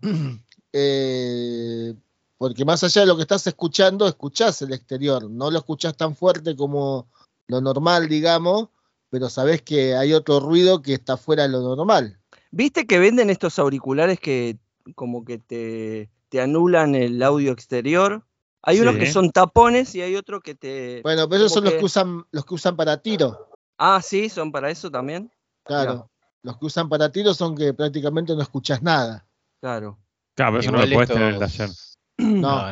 Speaker 3: eh, porque más allá de lo que estás escuchando, escuchás el exterior, no lo escuchás tan fuerte como lo normal, digamos, pero sabés que hay otro ruido que está fuera de lo normal.
Speaker 4: ¿Viste que venden estos auriculares que como que te, te anulan el audio exterior? Hay unos
Speaker 1: Sí.
Speaker 4: que son tapones y hay otros que te.
Speaker 3: Bueno, pero esos
Speaker 4: Como
Speaker 3: son los
Speaker 4: que-
Speaker 3: que usan, los que usan para tiro,
Speaker 4: Ah, sí, son para eso también.
Speaker 3: claro.
Speaker 4: Mirá.
Speaker 3: Los que usan para tiro son que prácticamente no escuchás nada.
Speaker 4: Claro.
Speaker 1: Claro, pero eso no lo
Speaker 2: Igual
Speaker 1: podés tener en el taller.
Speaker 2: estos-
Speaker 3: No,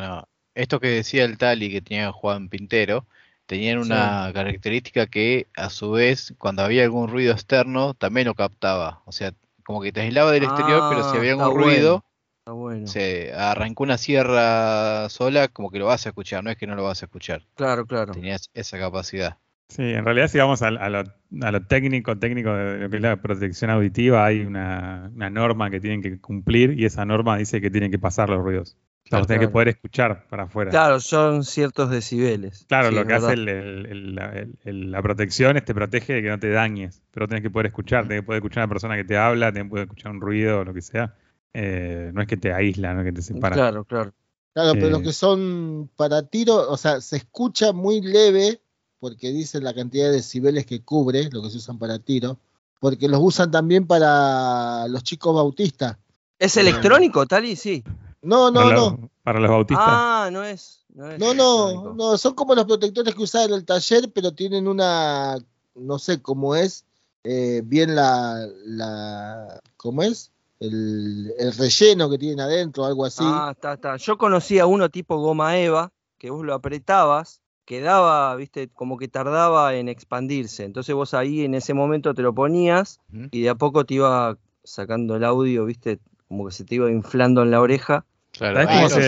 Speaker 2: No, no. Esto que decía el Tali que tenía Juan Pintero, tenían
Speaker 4: Sí.
Speaker 2: una característica que a su vez, cuando había algún ruido externo, también lo captaba. O sea, como que te aislaba del exterior, pero si
Speaker 4: Ah,
Speaker 2: había
Speaker 4: está
Speaker 2: algún
Speaker 4: bueno.
Speaker 2: ruido,
Speaker 4: Está bueno.
Speaker 2: se arrancó una sierra sola, como que lo vas a escuchar, no es que no lo vas a escuchar.
Speaker 4: Claro, claro.
Speaker 2: Tenías esa capacidad.
Speaker 1: Sí, en realidad si vamos a, a lo, a lo técnico, técnico de lo que es la protección auditiva, hay una, una norma que tienen que cumplir y esa norma dice que tienen que pasar los ruidos. Claro, tenés
Speaker 4: claro.
Speaker 1: que poder escuchar para afuera.
Speaker 4: Claro, son ciertos decibeles.
Speaker 1: Claro,
Speaker 4: Sí,
Speaker 1: lo
Speaker 4: es
Speaker 1: que hace
Speaker 4: verdad.
Speaker 1: el- el- el- la, el- el- la protección es te protege de que no te dañes, pero tenés que poder escuchar, tenés que poder escuchar a la persona que te habla, tenés que poder escuchar un ruido o lo que sea. Eh, no es que te aísla, no es que te separa.
Speaker 4: Claro, claro.
Speaker 3: Claro, pero
Speaker 1: Eh.
Speaker 3: los que son para tiro, o sea, se escucha muy leve, porque dicen la cantidad de decibeles que cubre, lo que se usan para tiro, porque los usan también para los chicos bautistas.
Speaker 4: ¿Es electrónico, Tali? Sí.
Speaker 3: No, no,
Speaker 1: para,
Speaker 3: no,
Speaker 1: Los, para los bautistas.
Speaker 4: Ah, no es. No, es
Speaker 3: no, no,
Speaker 4: electrónico.
Speaker 3: no, son como los protectores que usan en el taller, pero tienen una, no sé cómo es, eh, bien la, la, ¿cómo es? El, el relleno que tienen adentro, algo así.
Speaker 4: Ah, está, está. Yo conocía uno tipo goma Eva, que vos lo apretabas, quedaba, viste, como que tardaba en expandirse. Entonces vos ahí en ese momento te lo ponías
Speaker 2: Ujú.
Speaker 4: y de a poco te iba sacando el audio, viste, como que se te iba inflando en la oreja.
Speaker 2: Claro,
Speaker 1: ¿Sabés
Speaker 3: Ah,
Speaker 1: cómo
Speaker 3: eso-
Speaker 1: se,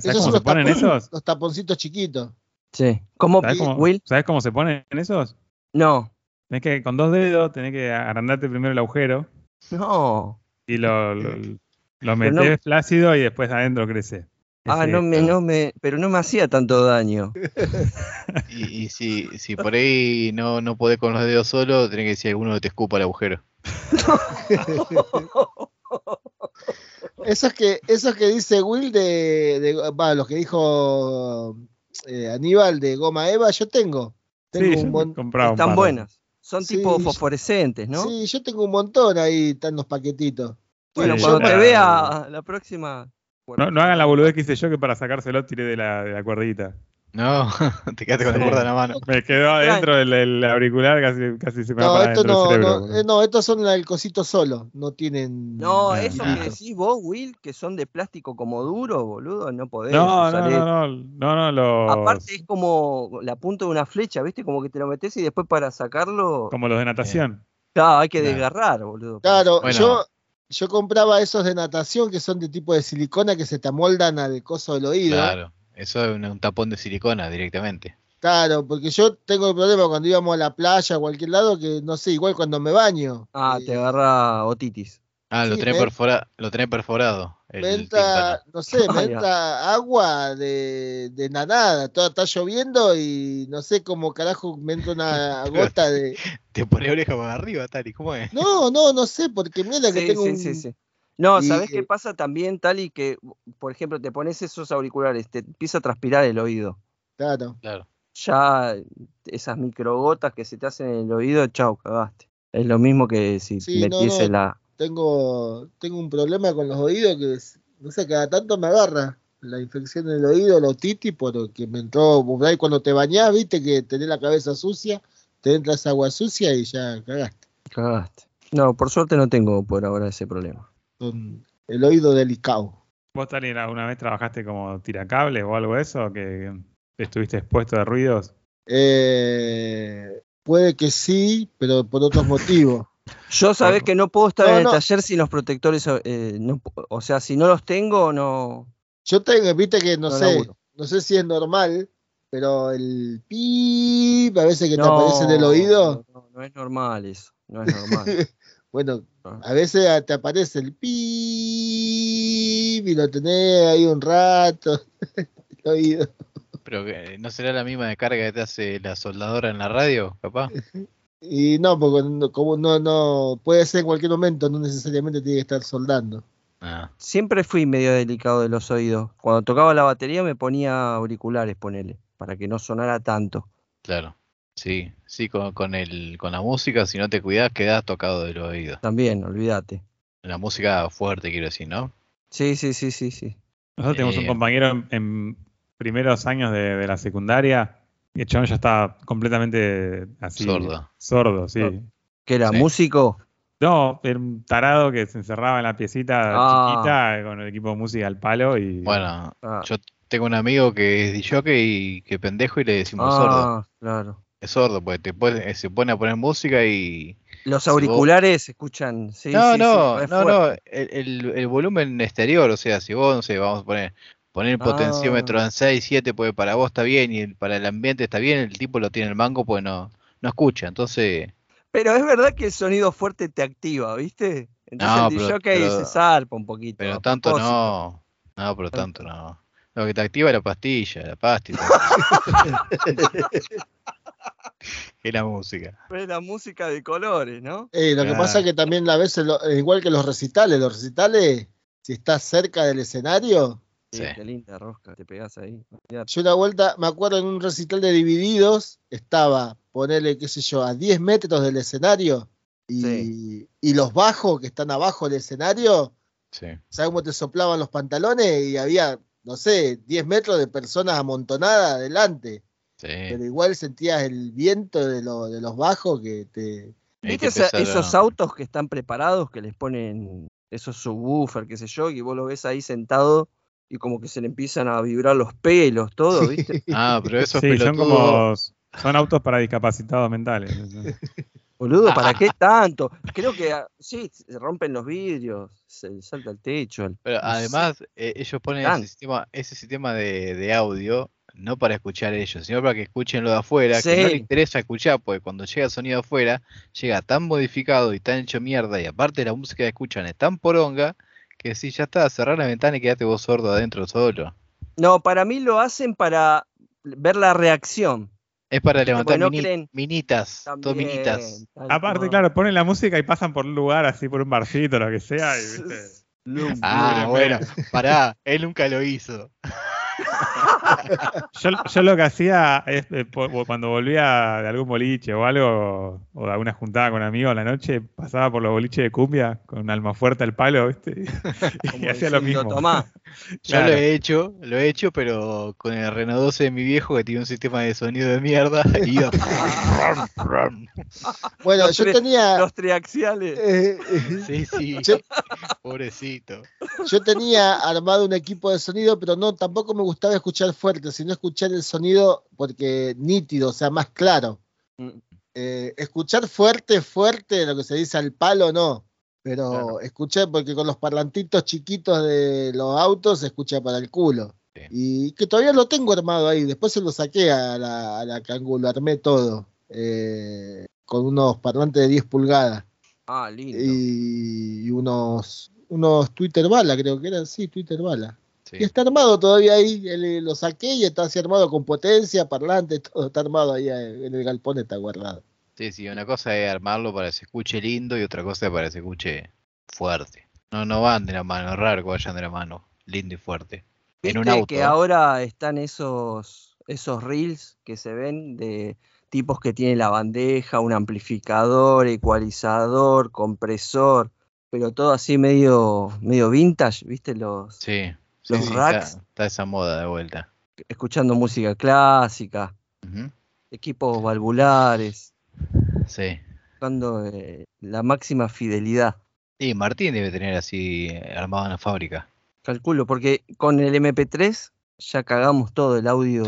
Speaker 1: ¿sabés
Speaker 3: esos
Speaker 1: cómo
Speaker 3: son
Speaker 1: se
Speaker 3: los
Speaker 1: ponen
Speaker 3: tapones.
Speaker 1: esos?
Speaker 3: Los taponcitos chiquitos.
Speaker 4: Sí. ¿Cómo,
Speaker 1: ¿Sabés cómo,
Speaker 4: Will?
Speaker 1: sabés cómo se ponen esos?
Speaker 4: No.
Speaker 1: Tenés que, con dos dedos, tenés que agrandarte primero el agujero
Speaker 4: No.
Speaker 1: y lo, lo, lo
Speaker 4: Pero no-
Speaker 1: metés flácido y después adentro crece.
Speaker 4: Ah,
Speaker 1: Ese-
Speaker 4: no me, no me, pero no me hacía tanto daño.
Speaker 2: Y, y si, si por ahí no, no podés con los dedos solo, tenés que decir alguno que te escupa el agujero.
Speaker 3: Esos que, esos que dice Will de, de- va, los que dijo eh, Aníbal de Goma Eva, yo tengo. Tengo
Speaker 1: Sí, yo
Speaker 3: un mon-
Speaker 1: compraba un
Speaker 4: Están
Speaker 1: par.
Speaker 4: buenas. Son
Speaker 3: Sí,
Speaker 4: tipo
Speaker 3: sí.
Speaker 4: fosforescentes, ¿no?
Speaker 3: Sí, yo tengo un montón ahí, están los paquetitos.
Speaker 4: bueno,
Speaker 1: Sí,
Speaker 4: cuando
Speaker 1: yo
Speaker 4: te
Speaker 1: para-
Speaker 4: vea la próxima.
Speaker 1: No, no hagan la boludez que hice yo que para sacárselo tiré de la, de la cuerdita.
Speaker 2: No, te quedaste con la
Speaker 1: Sí.
Speaker 2: cuerda en la mano.
Speaker 1: Me quedó adentro el, el auricular, casi, casi se me va
Speaker 3: No,
Speaker 1: para
Speaker 3: esto
Speaker 1: adentro
Speaker 3: no,
Speaker 1: el cerebro.
Speaker 3: no,
Speaker 1: boludo.
Speaker 3: eh, no, estos son el cosito solo, no tienen.
Speaker 4: No, eh,
Speaker 2: Ah,
Speaker 4: esos
Speaker 2: claro.
Speaker 4: que decís vos, Will, que son de plástico como duro, boludo, no podés.
Speaker 1: no,
Speaker 4: usar
Speaker 1: no,
Speaker 4: eso.
Speaker 1: no, no, no, no, los-
Speaker 4: Aparte es como la punta de una flecha, ¿viste? Como que te lo metes y después para sacarlo.
Speaker 1: como los de natación.
Speaker 4: Claro, hay que
Speaker 2: Claro.
Speaker 4: desgarrar, boludo.
Speaker 3: Claro,
Speaker 2: Bueno.
Speaker 3: yo, yo compraba esos de natación que son de tipo de silicona que se te amoldan al coso del
Speaker 1: ¿eh?
Speaker 3: oído.
Speaker 2: Claro, eso es un, un tapón de silicona directamente.
Speaker 3: Claro, porque yo tengo el problema cuando íbamos a la playa o a cualquier lado que no sé, igual cuando me baño.
Speaker 4: Ah,
Speaker 3: eh,
Speaker 4: te agarra otitis.
Speaker 2: Ah, lo,
Speaker 3: Sí,
Speaker 2: tenés
Speaker 1: ¿eh?
Speaker 3: me-
Speaker 2: perfora- lo tenés perforado. El,
Speaker 3: me
Speaker 2: tímpano.
Speaker 3: entra, no sé, me
Speaker 4: Ay,
Speaker 3: entra agua de, de la nada, toda, está lloviendo y no sé cómo carajo me entra una gota de...
Speaker 2: Te pone oreja para arriba, Tali, ¿cómo es?
Speaker 3: No, no, no sé, porque mira que
Speaker 4: Sí,
Speaker 3: tengo
Speaker 4: sí,
Speaker 3: un...
Speaker 4: sí, sí. No,
Speaker 3: y-
Speaker 4: ¿sabés qué pasa también, Tali? Que, por ejemplo, te pones esos auriculares, te empieza a transpirar el oído.
Speaker 3: Claro.
Speaker 2: Claro.
Speaker 4: Ya esas microgotas que se te hacen en el oído, chau, cagaste. Es lo mismo que si
Speaker 3: Sí, no,
Speaker 4: metiese
Speaker 3: no.
Speaker 4: la.
Speaker 3: Tengo, tengo un problema con los oídos que, es- no sé, cada tanto me agarra la infección en el oído, la otitis, porque me entró, por ahí cuando te bañás, viste que tenés la cabeza sucia, te entra esa agua sucia y ya cagaste.
Speaker 4: Cagaste. No, por suerte no tengo por ahora ese problema.
Speaker 3: Con el oído delicado.
Speaker 1: ¿Vos, Tali, alguna vez trabajaste como tiracables o algo de eso? ¿Que estuviste expuesto de ruidos?
Speaker 3: Eh, puede que sí, pero por otros motivos.
Speaker 4: Yo sabés que no puedo estar
Speaker 3: No,
Speaker 4: en el
Speaker 3: no.
Speaker 4: taller sin los protectores. eh, no pu- o sea, si no los tengo, no.
Speaker 3: Yo tengo, viste que no,
Speaker 4: No
Speaker 3: sé,
Speaker 4: laburo.
Speaker 3: no sé si es normal, pero el pi a veces que te
Speaker 4: no,
Speaker 3: aparece en el oído,
Speaker 4: No, no, no es normal eso. No es normal.
Speaker 3: bueno,
Speaker 4: Ah.
Speaker 3: a veces te aparece el pi y lo tenés ahí un rato. el oído.
Speaker 2: Pero que- ¿no será la misma descarga que te hace la soldadora en la radio, capaz?
Speaker 3: Y no, porque no- como no, no, puede ser en cualquier momento, no necesariamente tiene que estar soldando.
Speaker 2: Ah,
Speaker 4: Siempre fui medio delicado de los oídos. Cuando tocaba la batería me ponía auriculares, ponele, para que no sonara tanto.
Speaker 2: claro. Sí, sí, con, con, el, con la música, si no te cuidás, quedás tocado del oído.
Speaker 4: También, olvídate.
Speaker 2: La música fuerte, quiero decir, ¿no?
Speaker 4: Sí, sí, sí, sí, sí.
Speaker 1: Nosotros tenemos un
Speaker 2: Eh.
Speaker 1: compañero en, en primeros años de, de la secundaria y el chabón ya estaba completamente así.
Speaker 2: Sordo.
Speaker 1: Sordo, sí.
Speaker 4: Sordo. ¿Que era
Speaker 2: Sí.
Speaker 4: músico?
Speaker 1: No, era un tarado que se encerraba en la piecita
Speaker 4: Ah.
Speaker 1: chiquita con el equipo de música al palo y.
Speaker 2: Bueno,
Speaker 4: Ah,
Speaker 2: Yo tengo un amigo que es disjockey y que pendejo y le decimos sordo.
Speaker 4: ah, claro.
Speaker 2: Es sordo, porque te pone- se pone a poner música y.
Speaker 4: Los
Speaker 2: vos-
Speaker 4: auriculares se escuchan. Sí,
Speaker 2: no,
Speaker 4: sí,
Speaker 2: no,
Speaker 4: sí, re
Speaker 2: no,
Speaker 4: fuerte.
Speaker 2: no. El, el- el volumen exterior, o sea, si vos, no sé, vamos a poner, poner el
Speaker 4: Ah.
Speaker 2: potenciómetro en 6, 7, porque para vos está bien y el- para el ambiente está bien, el tipo lo tiene el mango, pues no, no escucha. Entonces,
Speaker 4: Pero es verdad que el sonido fuerte te activa, ¿viste? Entonces
Speaker 2: No,
Speaker 4: el
Speaker 2: pero-
Speaker 4: disjockey
Speaker 2: pero-
Speaker 4: se zarpa un poquito.
Speaker 2: pero
Speaker 4: a
Speaker 2: tanto
Speaker 4: propósito.
Speaker 2: no. No, por lo tanto, no. Lo que te activa es la pastilla, la pastilla. y la música.
Speaker 4: Pero es la música de colores, ¿no?
Speaker 3: Eh, lo
Speaker 2: Claro.
Speaker 3: que pasa es que también a veces, lo- eh, igual que los recitales, los recitales, si estás cerca del escenario,
Speaker 4: Sí,
Speaker 2: Sí.
Speaker 4: Qué linda rosca, te pegás ahí.
Speaker 3: yo una vuelta, me acuerdo en un recital de Divididos, estaba, ponerle, qué sé yo, a 10 metros del escenario y, y los bajos que están abajo del escenario,
Speaker 2: Sí.
Speaker 3: ¿sabes cómo te soplaban los pantalones? Y había, no sé, 10 metros de personas amontonadas adelante,
Speaker 2: Sí.
Speaker 3: pero igual sentías el viento de, lo- de los bajos que te...
Speaker 2: Hay
Speaker 4: ¿Viste
Speaker 2: que
Speaker 4: esa-
Speaker 2: empezar a-
Speaker 4: esos autos que están preparados, que les ponen esos subwoofer, qué sé yo, y vos lo ves ahí sentado y como que se le empiezan a vibrar los pelos, todo, ¿viste?
Speaker 2: Ah, pero esos
Speaker 1: Sí, son
Speaker 2: pelotudos-
Speaker 1: como. Son autos para discapacitados mentales.
Speaker 4: Boludo, ¿para qué tanto? Creo que ah, sí, se rompen los vidrios, se salta el techo. el-
Speaker 2: Pero
Speaker 4: no sé.
Speaker 2: además, eh, ellos ponen
Speaker 4: Tan.
Speaker 2: ese sistema, ese sistema de, de audio no para escuchar ellos, sino para que escuchen lo de afuera, que no
Speaker 4: Sí.
Speaker 2: les interesa escuchar, porque cuando llega el sonido de afuera, llega tan modificado y tan hecho mierda, y aparte la música que escuchan es tan poronga, que si ya está, cerrar la ventana y quedate vos sordo adentro solo.
Speaker 4: No, para mí lo hacen para ver la reacción.
Speaker 2: Es para
Speaker 4: Viste,
Speaker 2: levantar
Speaker 4: porque no
Speaker 2: mini-
Speaker 4: creen.
Speaker 2: minitas, dos
Speaker 4: También,
Speaker 2: minitas.
Speaker 4: tal
Speaker 1: Aparte,
Speaker 4: cual.
Speaker 1: claro, ponen la música y pasan por un lugar así, por un barcito, lo que sea. Y, ¿viste?
Speaker 4: Lum,
Speaker 2: Ah,
Speaker 1: Mírame.
Speaker 2: bueno, pará, él nunca lo hizo.
Speaker 1: Yo, yo lo que hacía es, eh, po- po- cuando volvía de algún boliche o algo, o de alguna juntada con amigos en la noche, pasaba por los boliches de cumbia con un alma fuerte al palo, ¿viste? Y,
Speaker 4: como
Speaker 1: hacía lo
Speaker 4: diciendo,
Speaker 1: mismo.
Speaker 4: "Tomá".
Speaker 2: Yo
Speaker 1: Claro.
Speaker 2: lo he hecho, lo he hecho, pero con el Renault 12 de mi viejo que tiene un sistema de sonido de mierda y iba rum, rum.
Speaker 3: Bueno,
Speaker 4: Los
Speaker 3: yo
Speaker 4: tres-
Speaker 3: tenía...
Speaker 4: Los triaxiales.
Speaker 3: eh, eh,
Speaker 2: Sí, sí.
Speaker 3: Che.
Speaker 2: Pobrecito.
Speaker 3: Yo tenía armado un equipo de sonido, pero no, tampoco me gustaba escuchar fuerte, sino escuchar el sonido porque nítido, o sea, más claro.
Speaker 4: Mm.
Speaker 3: Eh, escuchar fuerte, fuerte, lo que se dice al palo, no. Pero
Speaker 1: Claro.
Speaker 3: escuchar, porque con los parlantitos chiquitos de los autos se escucha para el culo.
Speaker 2: Sí.
Speaker 3: Y que todavía lo tengo armado ahí, después se lo saqué a la, a la Kangoo, lo armé todo. eh, con unos parlantes de 10 pulgadas
Speaker 4: Ah, lindo.
Speaker 3: y unos unos Twitter bala, creo que eran, sí, Twitter bala.
Speaker 2: Sí.
Speaker 3: Y está armado todavía ahí, el- eh, lo saqué y está así armado con potencia, parlante, todo está armado ahí eh, en el galpón, está guardado.
Speaker 2: sí, sí, una cosa es armarlo para que se escuche lindo y otra cosa es para que se escuche fuerte. No, no van de la mano, es raro que vayan de la mano, lindo y fuerte. En
Speaker 4: ¿Viste
Speaker 2: un auto.
Speaker 4: que ahora están esos, esos reels que se ven de tipos que tienen la bandeja, un amplificador, ecualizador, compresor, pero todo así medio, medio vintage, ¿viste? Los
Speaker 2: Sí. sí,
Speaker 4: Los
Speaker 2: sí,
Speaker 4: racks.
Speaker 2: Está, está esa moda de vuelta.
Speaker 4: escuchando música clásica,
Speaker 2: Ujú,
Speaker 4: equipos valvulares,
Speaker 2: Sí.
Speaker 4: buscando eh, la máxima fidelidad.
Speaker 2: Y Martín debe tener así eh, armado una fábrica.
Speaker 4: Calculo, porque con el MP3 ya cagamos todo el audio.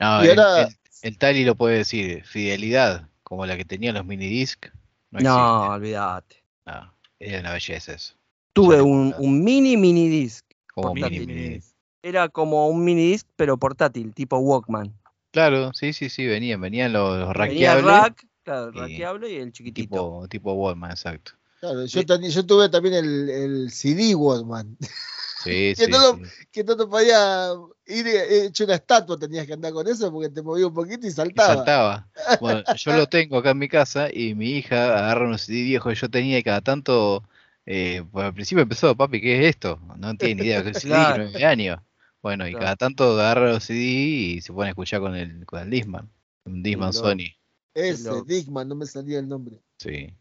Speaker 2: No,
Speaker 3: Y
Speaker 2: el,
Speaker 3: ahora-
Speaker 2: el- el Tali lo puede decir, fidelidad, como la que tenían los minidisc. No,
Speaker 4: No,
Speaker 2: existe.
Speaker 4: olvídate.
Speaker 2: No, era una belleza eso.
Speaker 4: Tuve
Speaker 2: Ya
Speaker 4: un,
Speaker 2: está.
Speaker 4: un mini mini disc.
Speaker 2: Como mini,
Speaker 4: Portátil.
Speaker 2: minidisc.
Speaker 4: Era como un mini disc, pero portátil, tipo Walkman.
Speaker 2: Claro, sí, sí, sí, venían, venían los, los
Speaker 4: Tenía el
Speaker 2: raqueables.
Speaker 4: rack, claro, el
Speaker 2: y-
Speaker 4: raqueable y el chiquitito.
Speaker 2: tipo, tipo Walkman, exacto.
Speaker 3: Claro, yo,
Speaker 4: Sí.
Speaker 3: teni- yo tuve también el, el CD Walkman,
Speaker 2: Sí,
Speaker 3: Que
Speaker 2: sí,
Speaker 3: no lo-
Speaker 2: sí.
Speaker 3: que no te podía ir eh, hecho una estatua, tenías que andar con eso porque te movía un poquito y
Speaker 2: Y
Speaker 3: saltaba.
Speaker 2: saltaba. Bueno, yo lo tengo acá en mi casa y mi hija agarra unos CD viejos que yo tenía y cada tanto, eh, pues, al principio empezó, papi, ¿qué es esto? No tiene ni idea, ¿qué es CD?
Speaker 4: Claro.
Speaker 2: Nueve años. Bueno, y
Speaker 4: Claro.
Speaker 2: cada tanto agarra los CD y se pone a escuchar con el, con el Disman. Un Disman
Speaker 4: loco.
Speaker 2: Sony.
Speaker 3: Ese,
Speaker 4: loco.
Speaker 3: Dickman, no me salía el nombre. Eh,
Speaker 2: Sí.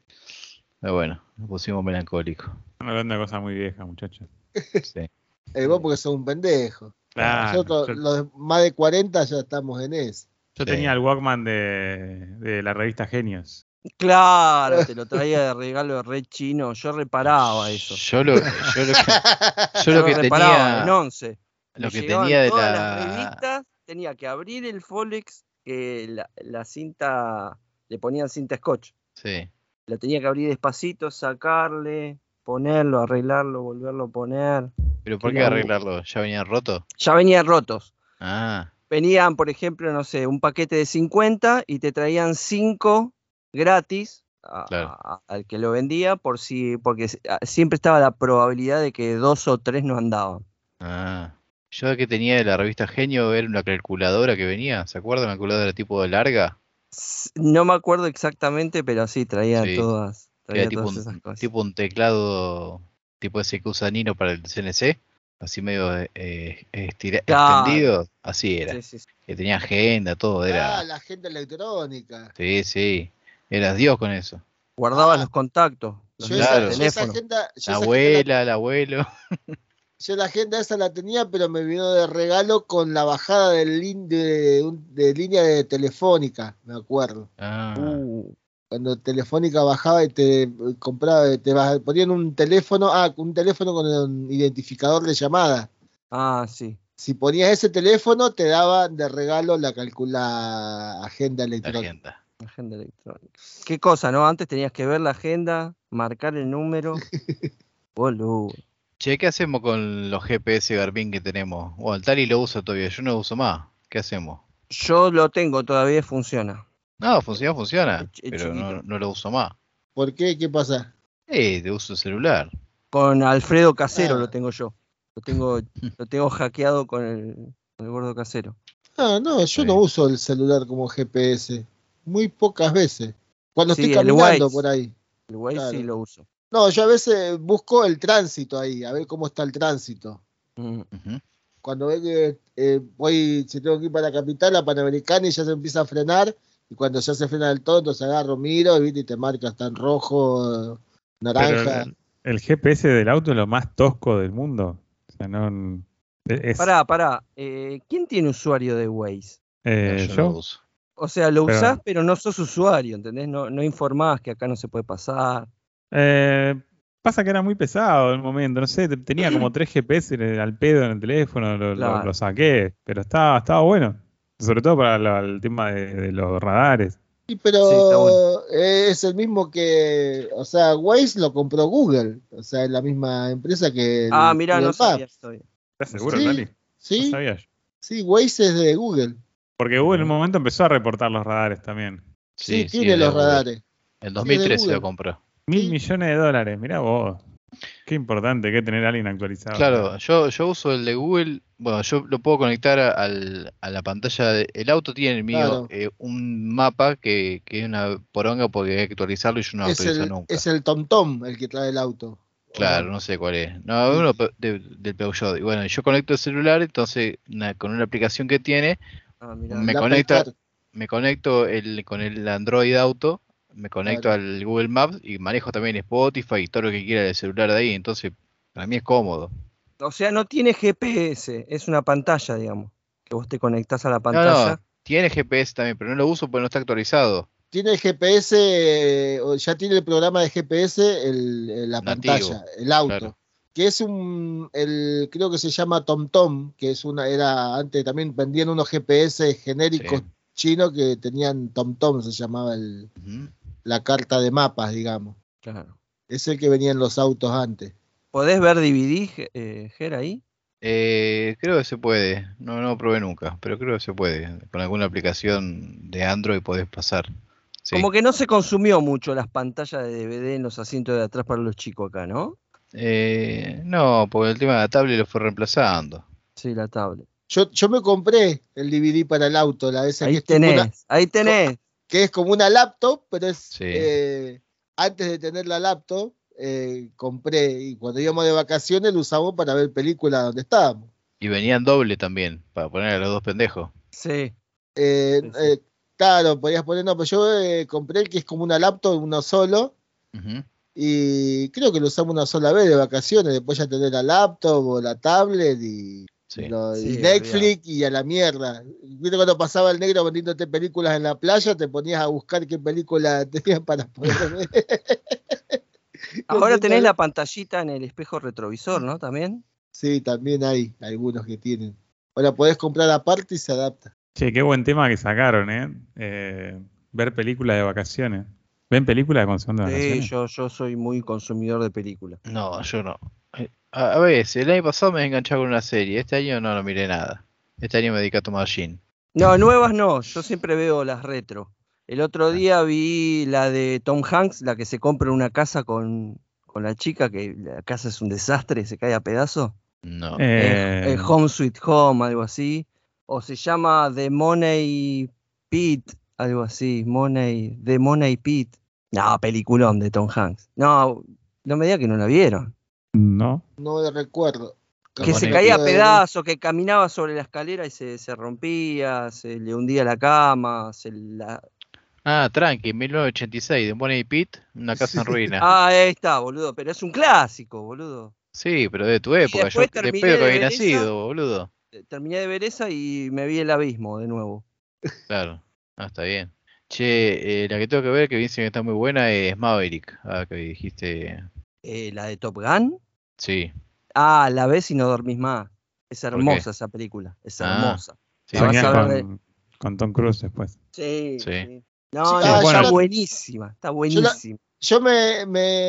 Speaker 2: Pero bueno, nos pusimos melancólicos.
Speaker 1: Están hablando de cosas muy viejas, muchachos.
Speaker 2: Sí.
Speaker 3: Eh, vos porque sos un pendejo.
Speaker 1: Claro,
Speaker 3: Nosotros,
Speaker 1: Ah, yo,
Speaker 3: los de- más de 40 ya estamos en eso.
Speaker 1: yo tenía el Walkman de, de la revista Genios.
Speaker 4: Claro, te lo traía de regalo re chino. Yo reparaba eso.
Speaker 2: Yo lo, yo lo que, yo lo que
Speaker 4: reparaba
Speaker 2: tenía.
Speaker 4: en 11.
Speaker 2: Lo
Speaker 4: Me
Speaker 2: que
Speaker 4: llegaban
Speaker 2: tenía de
Speaker 4: todas
Speaker 2: la.
Speaker 4: las revistas, tenía que abrir el Folex, que la, la cinta, le ponían cinta scotch.
Speaker 2: Sí,
Speaker 4: La tenía que abrir despacito, sacarle, ponerlo, arreglarlo, volverlo a poner.
Speaker 2: pero ¿por
Speaker 4: Que
Speaker 2: qué
Speaker 4: la-
Speaker 2: arreglarlo? ¿Ya venía roto?
Speaker 4: Ya venían rotos.
Speaker 2: Ah,
Speaker 4: Venían, por ejemplo, no sé, un paquete de 50 y te traían 5 gratis a-
Speaker 2: Claro.
Speaker 4: a- al que lo vendía, por si, porque s- a- siempre estaba la probabilidad de que dos o tres no andaban.
Speaker 2: Ah. Yo que tenía de la revista Genio era una calculadora que venía, ¿se acuerdan? Una calculadora tipo larga.
Speaker 4: S- No me acuerdo exactamente, pero sí, traía
Speaker 2: Sí.
Speaker 4: todas,
Speaker 2: que
Speaker 4: traía
Speaker 2: Era tipo
Speaker 4: todas
Speaker 2: un,
Speaker 4: esas cosas.
Speaker 2: tipo un teclado tipo ese que usa Nino para el CNC, así medio eh, eh, estira-
Speaker 4: Claro.
Speaker 2: extendido, así era.
Speaker 4: Sí, sí, sí.
Speaker 2: Que tenía agenda, todo era.
Speaker 3: Ah, la gente electrónica.
Speaker 2: Sí, sí. Eras Dios con eso.
Speaker 4: Guardaba
Speaker 3: Ah.
Speaker 4: los contactos, los
Speaker 3: Yo,
Speaker 4: números
Speaker 2: Claro.
Speaker 4: de
Speaker 3: esa, yo esa
Speaker 4: teléfono.
Speaker 3: agenda, yo
Speaker 2: La
Speaker 3: esa agenda
Speaker 2: abuela, el abuelo.
Speaker 3: Yo la agenda esa la tenía, pero me vino de regalo con la bajada de, lin- de un- de línea de telefónica, me acuerdo.
Speaker 2: Ah,
Speaker 4: Uh,
Speaker 3: Cuando Telefónica bajaba y te eh, compraba, te baj- ponían un teléfono, ah, un teléfono con un identificador de llamada.
Speaker 4: ah, sí.
Speaker 3: Si ponías ese teléfono, te daban de regalo la calcula agenda
Speaker 2: la
Speaker 3: electrónica.
Speaker 2: agenda.
Speaker 4: Agenda electrónica. Qué cosa, ¿no? Antes tenías que ver la agenda, marcar el número. Boludo.
Speaker 2: Che, ¿qué hacemos con los GPS Garmin que tenemos? Bueno, el Tali lo usa todavía, yo no lo uso más. ¿Qué hacemos?
Speaker 4: Yo lo tengo, todavía funciona.
Speaker 2: No, funciona, funciona,
Speaker 4: Es ch- es
Speaker 2: pero no,
Speaker 4: chiquito.
Speaker 2: no lo uso más.
Speaker 3: ¿Por qué? ¿Qué pasa?
Speaker 2: Eh, te uso el celular.
Speaker 4: Con Alfredo Casero
Speaker 3: Ah.
Speaker 4: lo tengo yo. Lo tengo, lo tengo hackeado con el, con el gordo casero.
Speaker 3: Ah, no, yo no
Speaker 2: Sí.
Speaker 3: uso el celular como GPS. Muy pocas veces. Cuando
Speaker 4: Sí,
Speaker 3: estoy
Speaker 4: el
Speaker 3: caminando
Speaker 4: Waze.
Speaker 3: por ahí.
Speaker 4: El Waze
Speaker 3: Claro.
Speaker 4: sí lo uso.
Speaker 3: No, yo a veces busco el tránsito ahí, a ver cómo está el tránsito.
Speaker 4: Mm.
Speaker 2: Ujú.
Speaker 3: Cuando veo que eh, voy, si tengo que ir para la capital, la Panamericana, y ya se empieza a frenar, y cuando ya se frena del todo, entonces agarro, miro, ¿viste? y te marca, está en rojo,
Speaker 1: Pero
Speaker 3: naranja.
Speaker 1: el, el GPS del auto es lo más tosco del mundo. O sea, no. Es,
Speaker 4: Pará, pará. eh, ¿Quién tiene usuario de Waze?
Speaker 2: No,
Speaker 1: eh,
Speaker 2: yo no
Speaker 1: yo,
Speaker 2: lo uso.
Speaker 4: O sea, lo
Speaker 1: Pero-
Speaker 4: usás, pero no sos usuario, ¿entendés? No, no informás que acá no se puede pasar.
Speaker 1: Eh, pasa que era muy pesado en el momento, no sé, te- tenía como tres GPS en el- al pedo en el teléfono, lo, lo-
Speaker 4: Claro.
Speaker 1: lo saqué, pero estaba, estaba bueno. Sobre todo para la- el tema de, de los radares.
Speaker 3: Y
Speaker 4: Sí, está
Speaker 3: pero eh, es el mismo que, o sea, Waze lo compró Google, o sea, es la misma empresa que el
Speaker 4: ah, mirá,
Speaker 3: Google
Speaker 4: no
Speaker 3: Maps.
Speaker 4: sabía esto.
Speaker 1: ¿Estás seguro,
Speaker 3: Sí,
Speaker 1: Tali? No
Speaker 3: Sí,
Speaker 1: sabía yo.
Speaker 3: sí, Waze es de Google.
Speaker 1: Porque Google en un momento empezó a reportar los radares también.
Speaker 3: Sí,
Speaker 2: Sí, sí,
Speaker 3: tiene
Speaker 2: es de
Speaker 3: los
Speaker 2: Google.
Speaker 3: radares.
Speaker 2: En
Speaker 3: Sí, es de
Speaker 2: 2013
Speaker 3: Google.
Speaker 2: lo compró.
Speaker 1: Mil
Speaker 3: Sí.
Speaker 1: millones de dólares, mirá vos. Qué importante que es tener a alguien actualizado.
Speaker 2: Claro, yo, yo uso el de Google. Bueno, yo lo puedo conectar a, al- a la pantalla. de- el auto tiene el mío
Speaker 3: Claro.
Speaker 2: eh, un mapa que, que es una poronga porque hay que actualizarlo y yo no lo
Speaker 3: es,
Speaker 2: actualizo
Speaker 3: el,
Speaker 2: nunca.
Speaker 3: es el TomTom el que trae el auto.
Speaker 2: Claro, no sé cuál es. No, uno pe- de- del Peugeot. Y bueno, yo conecto el celular, entonces na- con una aplicación que tiene,
Speaker 4: Ah, mirá.
Speaker 2: Me
Speaker 3: El Apple
Speaker 2: conecta-
Speaker 3: Car.
Speaker 2: me conecto el, con el Android Auto, me conecto
Speaker 3: Claro.
Speaker 2: al Google Maps y manejo también Spotify y todo lo que quiera del celular de ahí. Entonces, para mí es cómodo.
Speaker 4: O sea, no tiene GPS, es una pantalla, digamos. Que vos te conectás a la
Speaker 2: No, no,
Speaker 4: pantalla.
Speaker 2: tiene GPS también, pero no lo uso porque no está actualizado.
Speaker 3: Tiene el GPS, eh, o ya tiene el programa de GPS, el, el- la
Speaker 2: Nativo,
Speaker 3: pantalla, el auto.
Speaker 2: claro.
Speaker 3: Que es un, el, creo que se llama TomTom, que es una, era antes también vendían unos GPS genéricos
Speaker 2: Sí.
Speaker 3: chinos que tenían TomTom, se llamaba el-
Speaker 2: Ujú.
Speaker 3: la carta de mapas, digamos.
Speaker 4: Claro.
Speaker 3: Es el que venían los autos antes.
Speaker 4: ¿Podés ver DVD, Ge- eh, Ger, ahí?
Speaker 2: Eh, creo que se puede. No, no probé nunca, pero creo que se puede. Con alguna aplicación de Android podés pasar. Sí.
Speaker 4: Como que no se consumió mucho las pantallas de DVD en los asientos de atrás para los chicos acá, ¿no?
Speaker 2: Eh, no, porque el tema de la tablet lo fue reemplazando.
Speaker 4: Sí, la tablet.
Speaker 3: Yo, yo me compré el DVD para el auto, la esa que
Speaker 4: Ahí
Speaker 3: es tipo una-
Speaker 4: tenés, ahí tenés.
Speaker 3: que es como una laptop, pero es
Speaker 2: Sí.
Speaker 3: eh, antes de tener la laptop, eh, compré y cuando íbamos de vacaciones lo usamos para ver películas donde estábamos.
Speaker 2: Y venían doble también, para poner a los dos pendejos.
Speaker 4: Sí.
Speaker 3: Eh,
Speaker 4: Sí, sí.
Speaker 3: eh, claro, podías poner, no, pero yo eh, compré el que es como una laptop, uno solo,
Speaker 2: Ujú.
Speaker 3: y creo que lo usamos una sola vez de vacaciones, después ya tener la laptop o la tablet y,
Speaker 2: Sí.
Speaker 3: lo-
Speaker 4: Sí,
Speaker 3: y Netflix y a la mierda. Viste cuando pasaba el negro vendiéndote películas en la playa, te ponías a buscar qué película tenías para poder ver.
Speaker 4: Ahora
Speaker 3: Yo
Speaker 4: tenés
Speaker 3: tengo-
Speaker 4: la pantallita en el espejo retrovisor, ¿no? También.
Speaker 3: Sí, también hay algunos que tienen. Ahora podés comprar aparte y se adapta.
Speaker 1: Che, qué buen tema que sacaron, ¿eh? Eh, ver películas de vacaciones. ¿Ven películas cuando son de
Speaker 4: Sí,
Speaker 1: vacaciones?
Speaker 4: yo, yo soy muy consumidor de películas.
Speaker 2: No, yo no. Eh, A, a veces, el año pasado me enganchaba con una serie, este año no, no miré nada. Este año me dediqué a tomar gin.
Speaker 4: No, nuevas no, yo siempre veo las retro. El otro día vi la de Tom Hanks, la que se compra una casa con, con la chica, que la casa es un desastre, se cae a pedazos.
Speaker 2: No.
Speaker 1: Eh,
Speaker 4: eh, Home Sweet Home, algo así. O se llama The Money Pit, algo así. Money, The Money Pit. No, peliculón de Tom Hanks. No, no me diga que no la vieron.
Speaker 1: no.
Speaker 3: No recuerdo.
Speaker 2: The
Speaker 4: Que se
Speaker 2: Money
Speaker 4: caía a
Speaker 3: Pit.
Speaker 4: pedazos, que caminaba sobre la escalera y se, se rompía, se le hundía la cama. Se la...
Speaker 2: Ah, tranqui, 1986, de Bonnie Pitt, una casa en ruina.
Speaker 4: Ah, ahí está, boludo. Pero es un clásico, boludo.
Speaker 2: Sí, pero de tu época, yo
Speaker 4: después
Speaker 2: te
Speaker 4: terminé
Speaker 2: espero que
Speaker 4: de
Speaker 2: había
Speaker 4: ver esa.
Speaker 2: nacido, boludo.
Speaker 4: Eh, Terminé de ver esa y me vi el abismo de nuevo.
Speaker 2: Claro, ah, está bien. Che, eh, la que tengo que ver, que dicen que está muy buena, es Maverick. Ah, que dijiste.
Speaker 4: Eh, ¿La de Top Gun?
Speaker 2: Sí,
Speaker 4: Ah, la ves y no dormís más. Es
Speaker 2: qué?
Speaker 4: hermosa esa película. Es
Speaker 2: Ah,
Speaker 4: hermosa.
Speaker 2: sí,
Speaker 4: La vas
Speaker 1: Soñás
Speaker 4: a ver
Speaker 1: con, con Tom Cruise después.
Speaker 4: Sí,
Speaker 2: Sí. sí.
Speaker 4: No,
Speaker 3: Sí,
Speaker 4: no,
Speaker 1: ah,
Speaker 4: está
Speaker 1: bueno.
Speaker 4: buenísima, está buenísima.
Speaker 3: Yo me,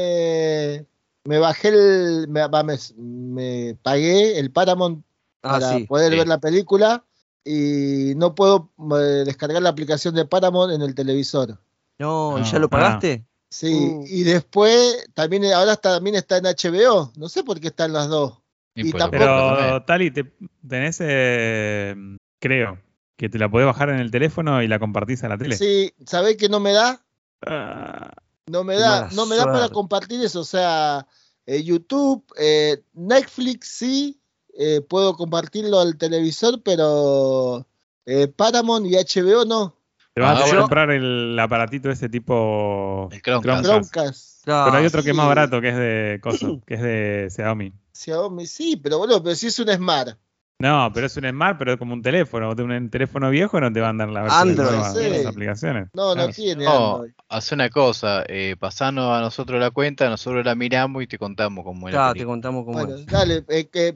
Speaker 3: me, me bajé el. Me, va, me, me pagué el Paramount
Speaker 4: Ah,
Speaker 3: para
Speaker 4: sí.
Speaker 3: poder
Speaker 2: sí.
Speaker 3: ver la película y no puedo eh, descargar la aplicación de Paramount en el televisor.
Speaker 4: No, ¿y
Speaker 1: Ah,
Speaker 4: ¿ya lo
Speaker 1: ah.
Speaker 4: pagaste?
Speaker 3: Sí,
Speaker 4: Mm.
Speaker 3: y después también ahora está- también está en HBO. No sé por qué están las dos.
Speaker 2: y
Speaker 3: Y
Speaker 2: pues lo
Speaker 3: tampoco-
Speaker 2: compro también.
Speaker 1: Pero, Tali, te, tenés, eh, creo, que te la podés bajar en el teléfono y la compartís a la tele.
Speaker 3: Sí, ¿sabés que no me da?
Speaker 1: Ah,
Speaker 3: No me
Speaker 4: Qué
Speaker 3: da,
Speaker 4: mala
Speaker 3: no me da para
Speaker 4: suerte.
Speaker 3: compartir eso. O sea, eh, YouTube, eh, Netflix sí, eh, puedo compartirlo al televisor, pero eh, Paramount y HBO no.
Speaker 1: te vas
Speaker 2: Ah,
Speaker 1: a tener que
Speaker 2: bueno.
Speaker 1: comprar el aparatito ese tipo.
Speaker 2: El Chromecast.
Speaker 1: Chromecast.
Speaker 3: Broncas.
Speaker 4: Claro.
Speaker 1: Pero hay otro que es más
Speaker 3: sí.
Speaker 1: barato, que es de coso, que es de Xiaomi.
Speaker 3: Xiaomi, sí, pero bueno, pero si es un Smart.
Speaker 1: No, pero es un smart, pero es como un teléfono. Vos tenés un teléfono viejo no te van a dar la versión
Speaker 4: Android,
Speaker 1: nueva de
Speaker 3: sí.
Speaker 1: las aplicaciones.
Speaker 3: No,
Speaker 1: Claro.
Speaker 3: no
Speaker 4: Oh,
Speaker 3: tiene.
Speaker 2: No,
Speaker 3: Android.
Speaker 2: hace una cosa, eh, pasanos a nosotros la cuenta, nosotros la miramos y te contamos cómo era. la
Speaker 4: Claro, te
Speaker 2: película.
Speaker 4: contamos cómo
Speaker 3: Bueno,
Speaker 4: es.
Speaker 3: dale, eh, que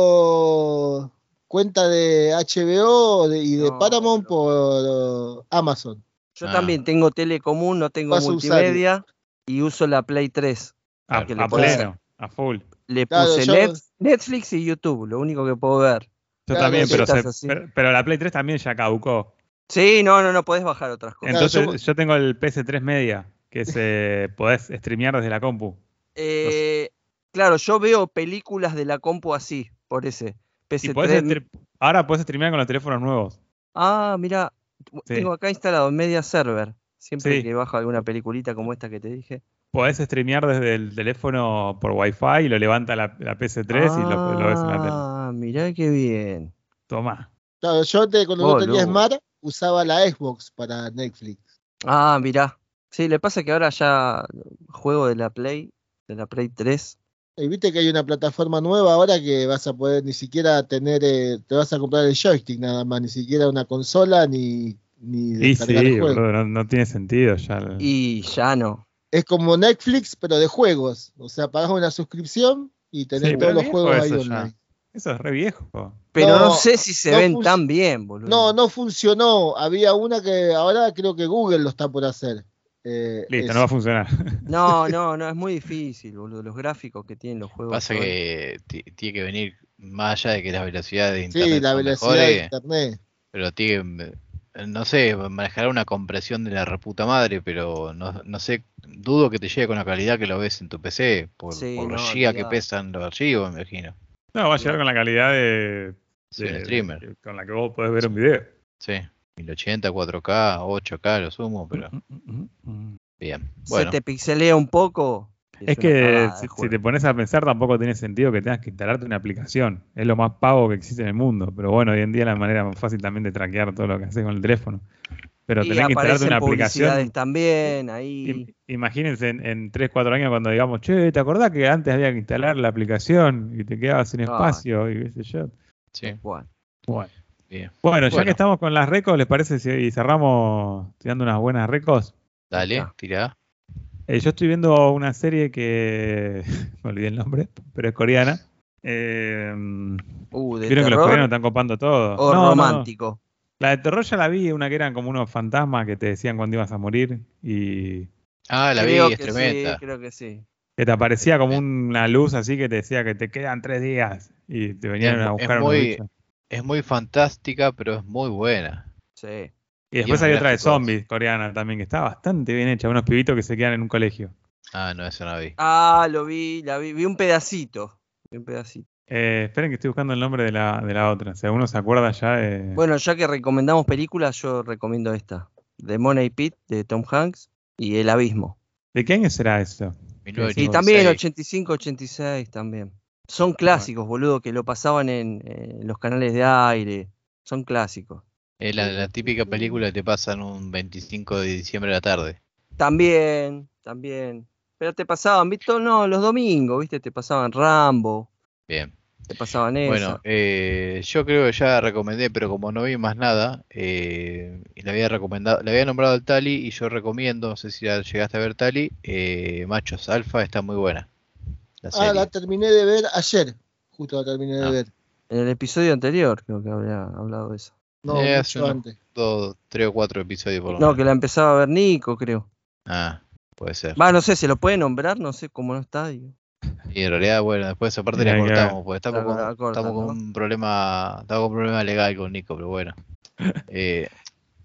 Speaker 3: permuto cuenta de HBO de- y de
Speaker 4: No,
Speaker 3: Paramount
Speaker 4: no.
Speaker 3: por eh, Amazon.
Speaker 4: Yo
Speaker 2: Ah.
Speaker 4: también tengo tele común, no tengo
Speaker 3: Vas a usar-
Speaker 4: multimedia y uso la Play 3.
Speaker 1: A,
Speaker 2: Claro, que
Speaker 1: a
Speaker 4: le podés-
Speaker 1: pleno, a full. Yo
Speaker 4: Le
Speaker 3: Claro,
Speaker 4: puse
Speaker 3: yo-
Speaker 4: Net- Netflix y YouTube, lo único que puedo ver.
Speaker 3: Claro,
Speaker 1: también,
Speaker 3: sí,
Speaker 1: pero,
Speaker 4: estás
Speaker 1: se-
Speaker 4: así.
Speaker 1: pero- pero la Play 3 también ya caducó.
Speaker 4: Sí, no, no, no podés bajar otras cosas.
Speaker 1: Entonces
Speaker 3: yo-
Speaker 1: yo tengo el PS3 Media, que se podés streamear desde la compu.
Speaker 4: Eh, claro, yo veo películas de la compu así, por ese.
Speaker 1: Y
Speaker 4: PC3.
Speaker 1: podés estre- ahora podés streamear con los teléfonos nuevos.
Speaker 4: Ah, mira,
Speaker 1: Sí.
Speaker 4: tengo acá instalado Media Server. Siempre
Speaker 1: Sí.
Speaker 4: que bajo alguna peliculita como esta que te dije.
Speaker 1: Podés streamear desde el teléfono por Wi-Fi y lo levanta la, la PS3 y lo, lo ves en la tele.
Speaker 4: Ah, mirá qué bien.
Speaker 1: Tomá.
Speaker 3: Claro, yo te- cuando no tenía
Speaker 4: Boludo.
Speaker 3: Smart usaba la Xbox para Netflix.
Speaker 4: Ah, mirá. Sí, le pasa que ahora ya juego de la Play, de la Play 3.
Speaker 3: Y viste que hay una plataforma nueva ahora que vas a poder ni siquiera tener, eh, te vas a comprar el joystick nada más, ni siquiera una consola ni, ni
Speaker 1: Y
Speaker 3: descargar
Speaker 1: sí,
Speaker 3: juegos.
Speaker 1: boludo, no, no tiene sentido ya. el-
Speaker 4: Y ya no.
Speaker 3: Es como Netflix, pero de juegos. O sea, pagás una suscripción y tenés
Speaker 1: Sí, pero
Speaker 3: todos los
Speaker 1: viejo
Speaker 3: juegos ahí
Speaker 1: eso ya.
Speaker 3: online.
Speaker 1: Eso es re viejo.
Speaker 4: Pero no,
Speaker 3: No,
Speaker 4: sé si se
Speaker 3: no
Speaker 4: ven
Speaker 3: fun-
Speaker 4: tan bien, boludo.
Speaker 3: No, no funcionó. Había una que ahora creo que Google lo está por hacer. Eh,
Speaker 1: Listo,
Speaker 3: eso.
Speaker 1: no va a funcionar.
Speaker 4: no, no, no, es muy difícil, boludo. Los gráficos que tienen los juegos.
Speaker 2: Pasa
Speaker 4: hoy.
Speaker 2: que ti- tiene que venir más allá de que las velocidades de internet.
Speaker 3: sí, la
Speaker 2: son
Speaker 3: velocidad
Speaker 2: mejores,
Speaker 3: de internet.
Speaker 2: pero tiene que, no sé, manejar una compresión de la reputa madre, pero no, no sé, dudo que te llegue con la calidad que lo ves en tu PC, por,
Speaker 4: Sí,
Speaker 2: por los
Speaker 4: no,
Speaker 2: gigas que
Speaker 4: olvidá.
Speaker 2: pesan los archivos, me imagino.
Speaker 1: No, va a llegar con la calidad de,
Speaker 2: Sí,
Speaker 1: de-
Speaker 2: el streamer,
Speaker 1: de- con la que vos podés ver un video.
Speaker 2: sí. 1080, 4K, 8K, lo sumo,
Speaker 4: Mm.
Speaker 2: pero bien. Bueno,
Speaker 4: Se te pixelea un poco. y
Speaker 1: Es
Speaker 4: una
Speaker 1: que
Speaker 4: cagada el
Speaker 1: si, si
Speaker 4: juego.
Speaker 1: te pones a pensar tampoco tiene sentido que tengas que instalarte una aplicación. Es lo más pavo que existe en el mundo. Pero bueno, hoy en día es la manera más fácil también de traquear todo lo que haces con el teléfono. Pero
Speaker 4: Y
Speaker 1: tenés que instalarte
Speaker 4: aparecen
Speaker 1: una aplicación.
Speaker 4: publicidades también, ahí.
Speaker 1: Im- Imagínense en, 3, 4 años cuando digamos, che, ¿te acordás que antes había que instalar la aplicación y te quedabas sin
Speaker 4: Ah.
Speaker 1: espacio y qué sé yo?
Speaker 2: sí,
Speaker 4: Bueno,
Speaker 1: Bueno,
Speaker 2: bien.
Speaker 1: bueno ya
Speaker 2: Bueno.
Speaker 1: que estamos con las récords, ¿les parece si y cerramos tirando unas buenas récords?
Speaker 2: Dale,
Speaker 4: está.
Speaker 2: tirá.
Speaker 1: Eh, yo estoy viendo una serie que. Me olvidé el nombre, pero es coreana. Eh,
Speaker 4: uh, de
Speaker 1: Vieron que los
Speaker 4: terror
Speaker 1: coreanos están copando todo.
Speaker 4: o
Speaker 1: No, no, no.
Speaker 4: romántico.
Speaker 1: La de terror ya la vi, una que eran como unos fantasmas que te decían cuando ibas a morir y
Speaker 2: Ah, la vi,
Speaker 4: Creo
Speaker 2: es
Speaker 4: que
Speaker 2: tremenda.
Speaker 4: Sí, creo que sí.
Speaker 1: que te aparecía como una luz así que te decía que te quedan tres días y te venían
Speaker 2: Es-
Speaker 1: a
Speaker 2: es
Speaker 1: buscar unos
Speaker 2: muy-
Speaker 1: bichos.
Speaker 2: Es muy fantástica, pero es muy buena.
Speaker 4: Sí.
Speaker 1: Y después
Speaker 2: unos
Speaker 1: hay otra de
Speaker 2: gráficos.
Speaker 1: zombies coreana también que está bastante bien hecha, unos pibitos que se quedan en un colegio.
Speaker 2: Ah, no, esa no la vi.
Speaker 4: Ah, lo vi, la vi, vi un pedacito. Vi un pedacito.
Speaker 1: Eh, esperen que estoy buscando el nombre de la, de la otra. Si alguno se acuerda ya. eh,
Speaker 4: Bueno, ya que recomendamos películas, yo recomiendo esta. The Money Pit de Tom Hanks y El Abismo.
Speaker 1: ¿De qué año será eso?
Speaker 4: Y
Speaker 2: 1986.
Speaker 4: también 85, 86 también. Son clásicos, boludo, que lo pasaban en, eh, los canales de aire. Son clásicos.
Speaker 2: Es la, la típica película que te pasan un 25 de diciembre a la tarde.
Speaker 4: También, también. Pero te pasaban, ¿viste? No, los domingos, ¿viste? Te pasaban Rambo,
Speaker 2: Bien.
Speaker 4: te pasaban eso.
Speaker 2: Bueno, eh, yo creo que ya recomendé, pero como no vi más nada, eh, y le había recomendado, le había nombrado al Tali y yo recomiendo, no sé si la llegaste a ver Tali, eh, Machos Alfa está muy buena. La
Speaker 3: Ah,
Speaker 2: serie.
Speaker 3: la terminé de ver ayer. Justo la terminé de
Speaker 2: Ah.
Speaker 3: ver.
Speaker 4: En el episodio anterior creo que había hablado de eso.
Speaker 3: No,
Speaker 2: Eh, hace
Speaker 3: mucho
Speaker 2: unos
Speaker 3: antes.
Speaker 2: dos, tres o cuatro episodios por lo
Speaker 4: No,
Speaker 2: menos.
Speaker 4: que la empezaba a ver Nico, creo.
Speaker 2: Ah, puede ser.
Speaker 4: Va, no sé, se lo puede nombrar, no sé cómo no está. digo.
Speaker 2: Y en realidad, bueno, después esa parte
Speaker 1: Hay
Speaker 2: la
Speaker 1: que ver.
Speaker 2: cortamos, pues, porque estamos
Speaker 4: La-
Speaker 2: con,
Speaker 4: la cortan,
Speaker 2: estamos con
Speaker 4: ¿no?
Speaker 2: un problema, estamos con un problema legal con Nico, pero bueno. Eh, eh,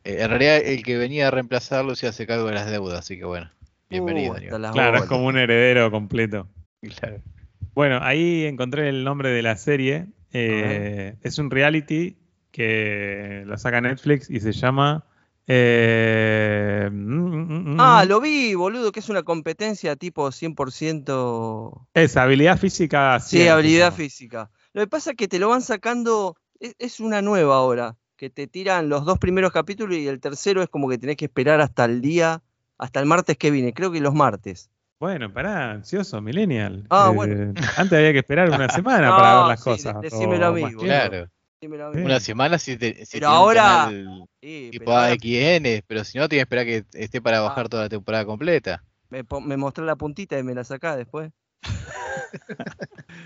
Speaker 2: en realidad el que venía a reemplazarlo se hace cargo de las deudas, así que bueno. Bienvenido,
Speaker 4: Uh, hasta
Speaker 2: Nico.
Speaker 4: las
Speaker 1: Claro, es
Speaker 4: bolas.
Speaker 1: como un heredero completo.
Speaker 2: Claro.
Speaker 1: Bueno, ahí encontré el nombre de la serie. Eh, es un reality que lo saca Netflix y se llama. eh, mm, mm, mm,
Speaker 4: Ah,
Speaker 1: mm.
Speaker 4: lo vi, boludo, que es una competencia tipo 100%.
Speaker 1: Es habilidad física.
Speaker 4: Sí,
Speaker 1: 100 se
Speaker 4: habilidad
Speaker 1: llama.
Speaker 4: física. Lo que pasa es que te lo van sacando, es, es una nueva ahora, que te tiran los dos primeros capítulos y el tercero es como que tenés que esperar hasta el día, hasta el martes que viene, creo que los martes.
Speaker 1: Bueno, pará, ansioso, millennial.
Speaker 4: Ah,
Speaker 1: Eh,
Speaker 4: bueno.
Speaker 1: Antes había que esperar una semana
Speaker 4: No,
Speaker 1: para ver las
Speaker 4: sí,
Speaker 1: cosas.
Speaker 4: de- decímelo a
Speaker 1: o
Speaker 4: mí,
Speaker 1: más
Speaker 4: boludo.
Speaker 1: tiempo.
Speaker 2: Claro.
Speaker 4: Dímelo a
Speaker 1: Sí.
Speaker 4: mí.
Speaker 2: Una semana si te si tiene
Speaker 4: Pero
Speaker 2: un
Speaker 4: ahora-
Speaker 2: canal
Speaker 4: Sí,
Speaker 2: tipo
Speaker 4: pero ahora Ah.
Speaker 2: AXN, pero si no, tienes que esperar que esté para bajar toda la temporada completa.
Speaker 4: me, po- me mostrás la puntita y me la sacás después.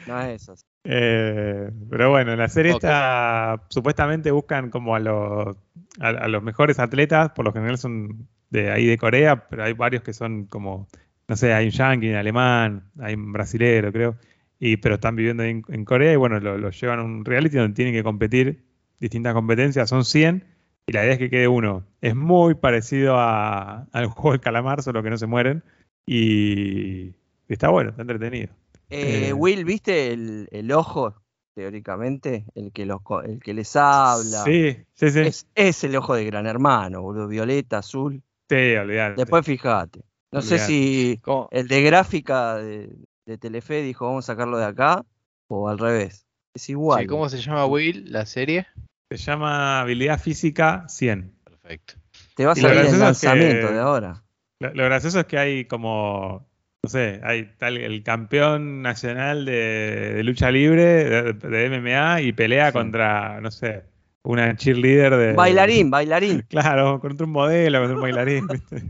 Speaker 4: no es eso.
Speaker 1: Eh, pero bueno, en la serie
Speaker 2: Ok.
Speaker 1: esta supuestamente buscan como a los, a, a los mejores atletas, por lo general son de ahí de Corea, pero hay varios que son como, no sé, hay un yankee, un alemán, hay un brasilero, creo, y, pero están viviendo ahí en, en Corea y bueno, los llevan a un reality donde tienen que competir distintas competencias, son 100 y la idea es que quede uno. Es muy parecido a, al juego del calamar, solo que no se mueren y está bueno, está entretenido.
Speaker 4: Eh,
Speaker 1: Eh,
Speaker 4: Will, ¿viste el, el ojo? Teóricamente, el que, los, co- el que les habla.
Speaker 1: Sí, sí, sí.
Speaker 4: Es, es el ojo de Gran Hermano, boludo. Violeta, azul.
Speaker 1: Sí, olvidate.
Speaker 4: Después fíjate. No sé
Speaker 1: Olvidate.
Speaker 4: si
Speaker 2: ¿Cómo?
Speaker 4: el de gráfica de, de Telefe dijo vamos a sacarlo de acá o al revés. Es igual.
Speaker 2: Sí, ¿Cómo se llama Will la serie?
Speaker 1: Se llama habilidad física 100.
Speaker 2: Perfecto.
Speaker 4: Te va a
Speaker 1: y lo
Speaker 4: salir el
Speaker 1: gracioso es que-
Speaker 4: lanzamiento de ahora.
Speaker 1: Lo, lo gracioso es que hay como, no sé, hay tal el campeón nacional de, de lucha libre, de, de MMA, y pelea
Speaker 4: Sí.
Speaker 1: contra, no sé, una cheerleader de...
Speaker 4: Bailarín, bailarín.
Speaker 1: Claro, contra un modelo, contra un bailarín. ¿viste?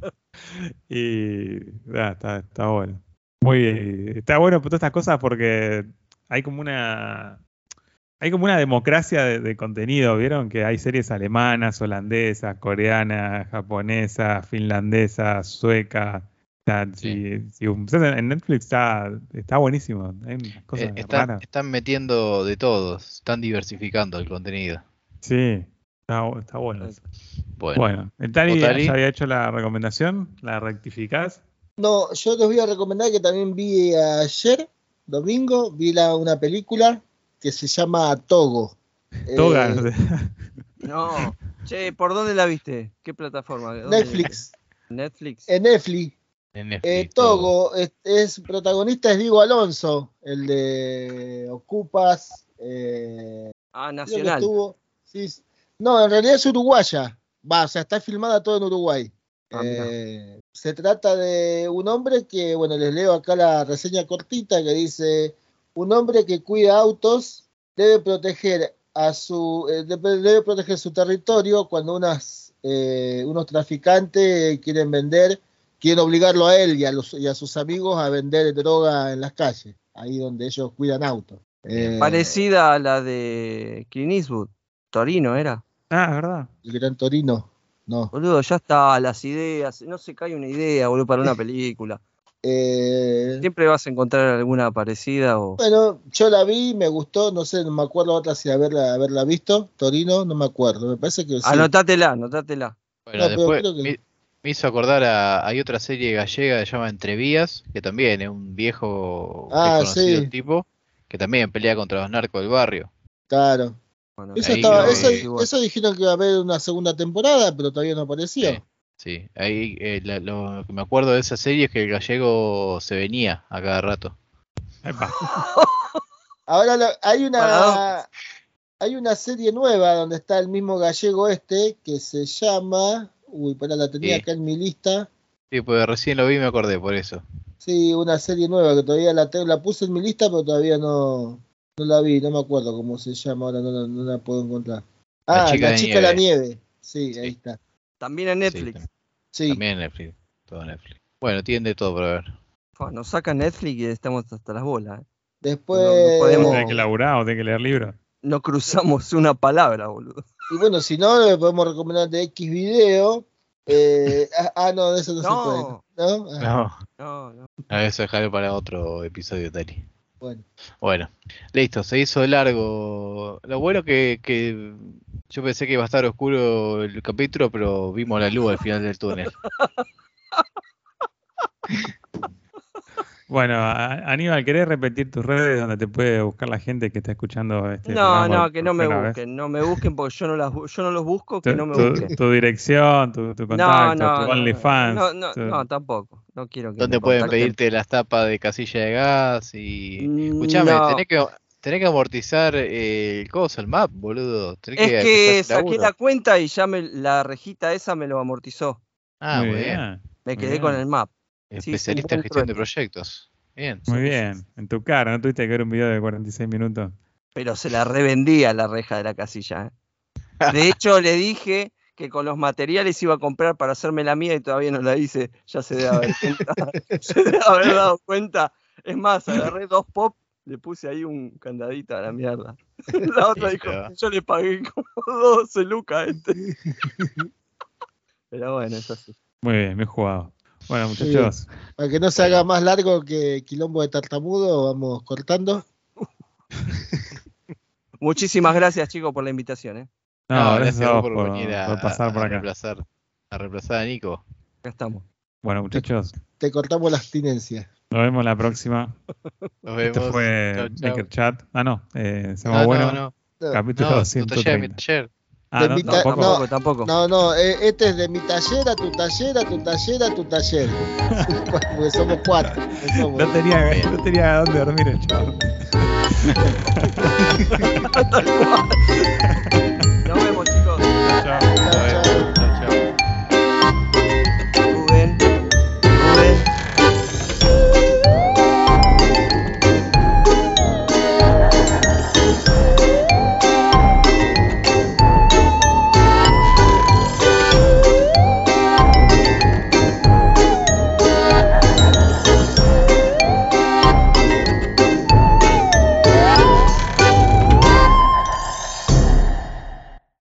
Speaker 1: Y ah, está, está bueno. Muy bien. Está bueno todas estas cosas porque hay como una. Hay como una democracia de, de contenido, ¿vieron? Que hay series alemanas, holandesas, coreanas, japonesas, finlandesas, suecas. O sea, si- si usted en Netflix está, está buenísimo. Hay cosas
Speaker 2: Eh, están,
Speaker 1: raras.
Speaker 2: están metiendo de todos, están diversificando el contenido.
Speaker 1: Sí, está, bu- está bueno. eso.
Speaker 2: Bueno,
Speaker 1: Bueno, el Tali,
Speaker 2: ¿Vos, Tali?
Speaker 1: ya había hecho la recomendación, la rectificás.
Speaker 3: No, yo les voy a recomendar que también vi ayer, domingo, vi la, una película que se llama Togo. Eh,
Speaker 1: Toga, no sé.
Speaker 4: No. Che, ¿por dónde la viste? ¿Qué plataforma? ¿Dónde?
Speaker 3: Netflix. Eh,
Speaker 4: Netflix.
Speaker 3: En Netflix.
Speaker 2: en
Speaker 3: Eh,
Speaker 2: Netflix, todo.
Speaker 3: Togo es, es- protagonista es Diego Alonso, el de Ocupas. eh,
Speaker 4: Ah,
Speaker 3: creo que
Speaker 4: Nacional.
Speaker 3: estuvo- sí, s- no, en realidad es uruguaya. Va, o sea, está filmada todo en Uruguay.
Speaker 4: Ah, mirá.
Speaker 3: Eh, se trata de un hombre que, bueno, les leo acá la reseña cortita que dice, un hombre que cuida autos debe proteger a su eh, debe, debe proteger su territorio cuando unas, eh, unos traficantes quieren vender, quieren obligarlo a él y a, los, y a sus amigos a vender droga en las calles, ahí donde ellos cuidan autos. Eh,
Speaker 4: Parecida a la de Clint Eastwood. Torino era.
Speaker 1: Ah, es verdad.
Speaker 3: El Gran Torino, no.
Speaker 4: Boludo, ya está, las ideas. No se cae una idea, boludo, para una película.
Speaker 3: Eh,
Speaker 4: Siempre vas a encontrar alguna parecida o.
Speaker 3: bueno, yo la vi, me gustó, no sé, no me acuerdo otra si haberla, haberla visto, Torino, no me acuerdo, me parece que sí.
Speaker 4: Anotátela, anotátela.
Speaker 2: Bueno,
Speaker 3: No, pero
Speaker 2: después
Speaker 3: creo que-
Speaker 2: me, me hizo acordar a. Hay otra serie gallega que se llama Entrevías, que también es un viejo
Speaker 3: Ah,
Speaker 2: desconocido
Speaker 3: sí.
Speaker 2: tipo, que también pelea contra los narcos del barrio.
Speaker 3: Claro.
Speaker 4: Bueno,
Speaker 3: Eso,
Speaker 2: Ahí
Speaker 3: estaba-
Speaker 2: lo-
Speaker 3: eso-
Speaker 2: eh,
Speaker 4: igual.
Speaker 3: eso dijeron que iba a haber una segunda temporada, pero todavía no apareció.
Speaker 2: Sí. Sí, ahí eh, la- lo que me acuerdo de esa serie es que el gallego se venía a cada rato.
Speaker 1: Epa,
Speaker 3: Ahora lo- hay una
Speaker 4: Paradox.
Speaker 3: hay una serie nueva donde está el mismo gallego este que se llama, uy, para la tenía
Speaker 2: Sí.
Speaker 3: acá en mi lista.
Speaker 2: Sí, pues recién lo vi y me acordé por eso.
Speaker 3: Sí, una serie nueva que todavía la, te- la puse en mi lista, pero todavía no, no la vi, no me acuerdo cómo se llama, ahora no, la- no la puedo encontrar.
Speaker 2: La
Speaker 3: Ah, la
Speaker 2: chica
Speaker 3: chica,
Speaker 2: de
Speaker 3: de la nieve. Sí, ahí
Speaker 2: Sí.
Speaker 3: está.
Speaker 4: También en
Speaker 2: Sí,
Speaker 4: Netflix.
Speaker 3: Sí,
Speaker 2: También en Netflix, todo en Netflix. Bueno, tienen de todo para ver.
Speaker 4: Fua, nos saca Netflix y estamos hasta las bolas. eh.
Speaker 3: después
Speaker 4: No- no podemos-
Speaker 1: tenés que laburar o tenés que leer libros.
Speaker 4: No cruzamos una palabra, boludo.
Speaker 3: y bueno, si no le podemos recomendar de X video. eh, ah, ah, no, de eso no,
Speaker 4: No.
Speaker 3: se puede. ¿no? Ah,
Speaker 1: No.
Speaker 4: No, no.
Speaker 2: A eso dejaré para otro episodio, Tali.
Speaker 3: Bueno.
Speaker 2: Bueno, listo, se hizo largo. Lo bueno que, que yo pensé que iba a estar oscuro el capítulo, pero vimos la luz al final del túnel.
Speaker 1: Bueno, a- Aníbal, ¿querés repetir tus redes donde te puede buscar la gente que está escuchando este
Speaker 4: No,
Speaker 1: programa
Speaker 4: no,
Speaker 1: por
Speaker 4: que no me
Speaker 1: primera vez?
Speaker 4: busquen, no me busquen porque yo no, las, bu- yo no los busco, que
Speaker 1: Tu,
Speaker 4: no me
Speaker 1: tu-
Speaker 4: busquen.
Speaker 1: tu dirección, tu, tu
Speaker 4: No,
Speaker 1: contacto,
Speaker 4: no,
Speaker 1: tu
Speaker 4: no,
Speaker 1: OnlyFans.
Speaker 4: no, no,
Speaker 1: tu-
Speaker 4: no, tampoco. No quiero que
Speaker 2: Donde
Speaker 4: me
Speaker 2: pueden
Speaker 4: contacten.
Speaker 2: pedirte las tapas de casilla de gas y. Escuchame,
Speaker 4: Escuchame,
Speaker 2: tenés, que, tenés que amortizar eh, el coso, el map, boludo. Tenés
Speaker 4: es que
Speaker 2: ajustar el
Speaker 4: saqué
Speaker 2: laburo.
Speaker 4: la cuenta y ya me, la rejita esa me lo amortizó.
Speaker 2: Ah,
Speaker 1: muy
Speaker 2: muy bien.
Speaker 1: bien,
Speaker 4: Me
Speaker 1: Muy
Speaker 4: quedé
Speaker 1: bien.
Speaker 4: con el map. sí,
Speaker 2: Especialista en
Speaker 4: encuentro
Speaker 2: gestión de
Speaker 4: esto.
Speaker 2: proyectos. Bien.
Speaker 1: muy bien. En tu cara, no tuviste que ver un video de 46 minutos.
Speaker 4: Pero se la revendía la reja de la casilla. ¿eh? De hecho, le dije que con los materiales iba a comprar para hacerme la mía y todavía no la hice. Ya se debe haber, cuenta- se debe haber dado cuenta. Es más, agarré dos pop, le puse ahí un candadito a la mierda. La otra
Speaker 2: Sí,
Speaker 4: dijo,
Speaker 2: pero-
Speaker 4: yo le pagué como 12 lucas a este. Pero bueno, es así.
Speaker 1: Muy bien, bien jugado. Bueno, muchachos,
Speaker 3: Para que no se haga más largo que Quilombo de Tartamudo, vamos cortando.
Speaker 4: Muchísimas gracias, chicos, por la invitación. ¿eh?
Speaker 1: no,
Speaker 2: No,
Speaker 1: gracias a
Speaker 2: vos
Speaker 1: vos por, por pasar por
Speaker 2: a
Speaker 1: acá.
Speaker 2: Reemplazar, a reemplazar a Nico.
Speaker 4: Acá estamos.
Speaker 1: Bueno, muchachos,
Speaker 3: Te cortamos la abstinencia.
Speaker 1: nos vemos la próxima.
Speaker 2: Nos
Speaker 1: Esto
Speaker 2: vemos.
Speaker 1: fue
Speaker 2: Chau, chau.
Speaker 1: Maker Chat. Ah, no, eh, se llama
Speaker 2: No,
Speaker 1: bueno.
Speaker 2: no, no.
Speaker 3: No,
Speaker 1: Capítulo
Speaker 2: No, tu taller, mi
Speaker 1: 130.
Speaker 2: taller.
Speaker 1: Ah, no,
Speaker 3: Te invita-
Speaker 1: tampoco.
Speaker 4: Tampoco, tampoco.
Speaker 3: No, no, eh, este es de mi taller a tu taller, a tu taller, a tu taller. Porque somos cuatro. no somos-
Speaker 1: No tenía, no tenía dónde dormir el chaval.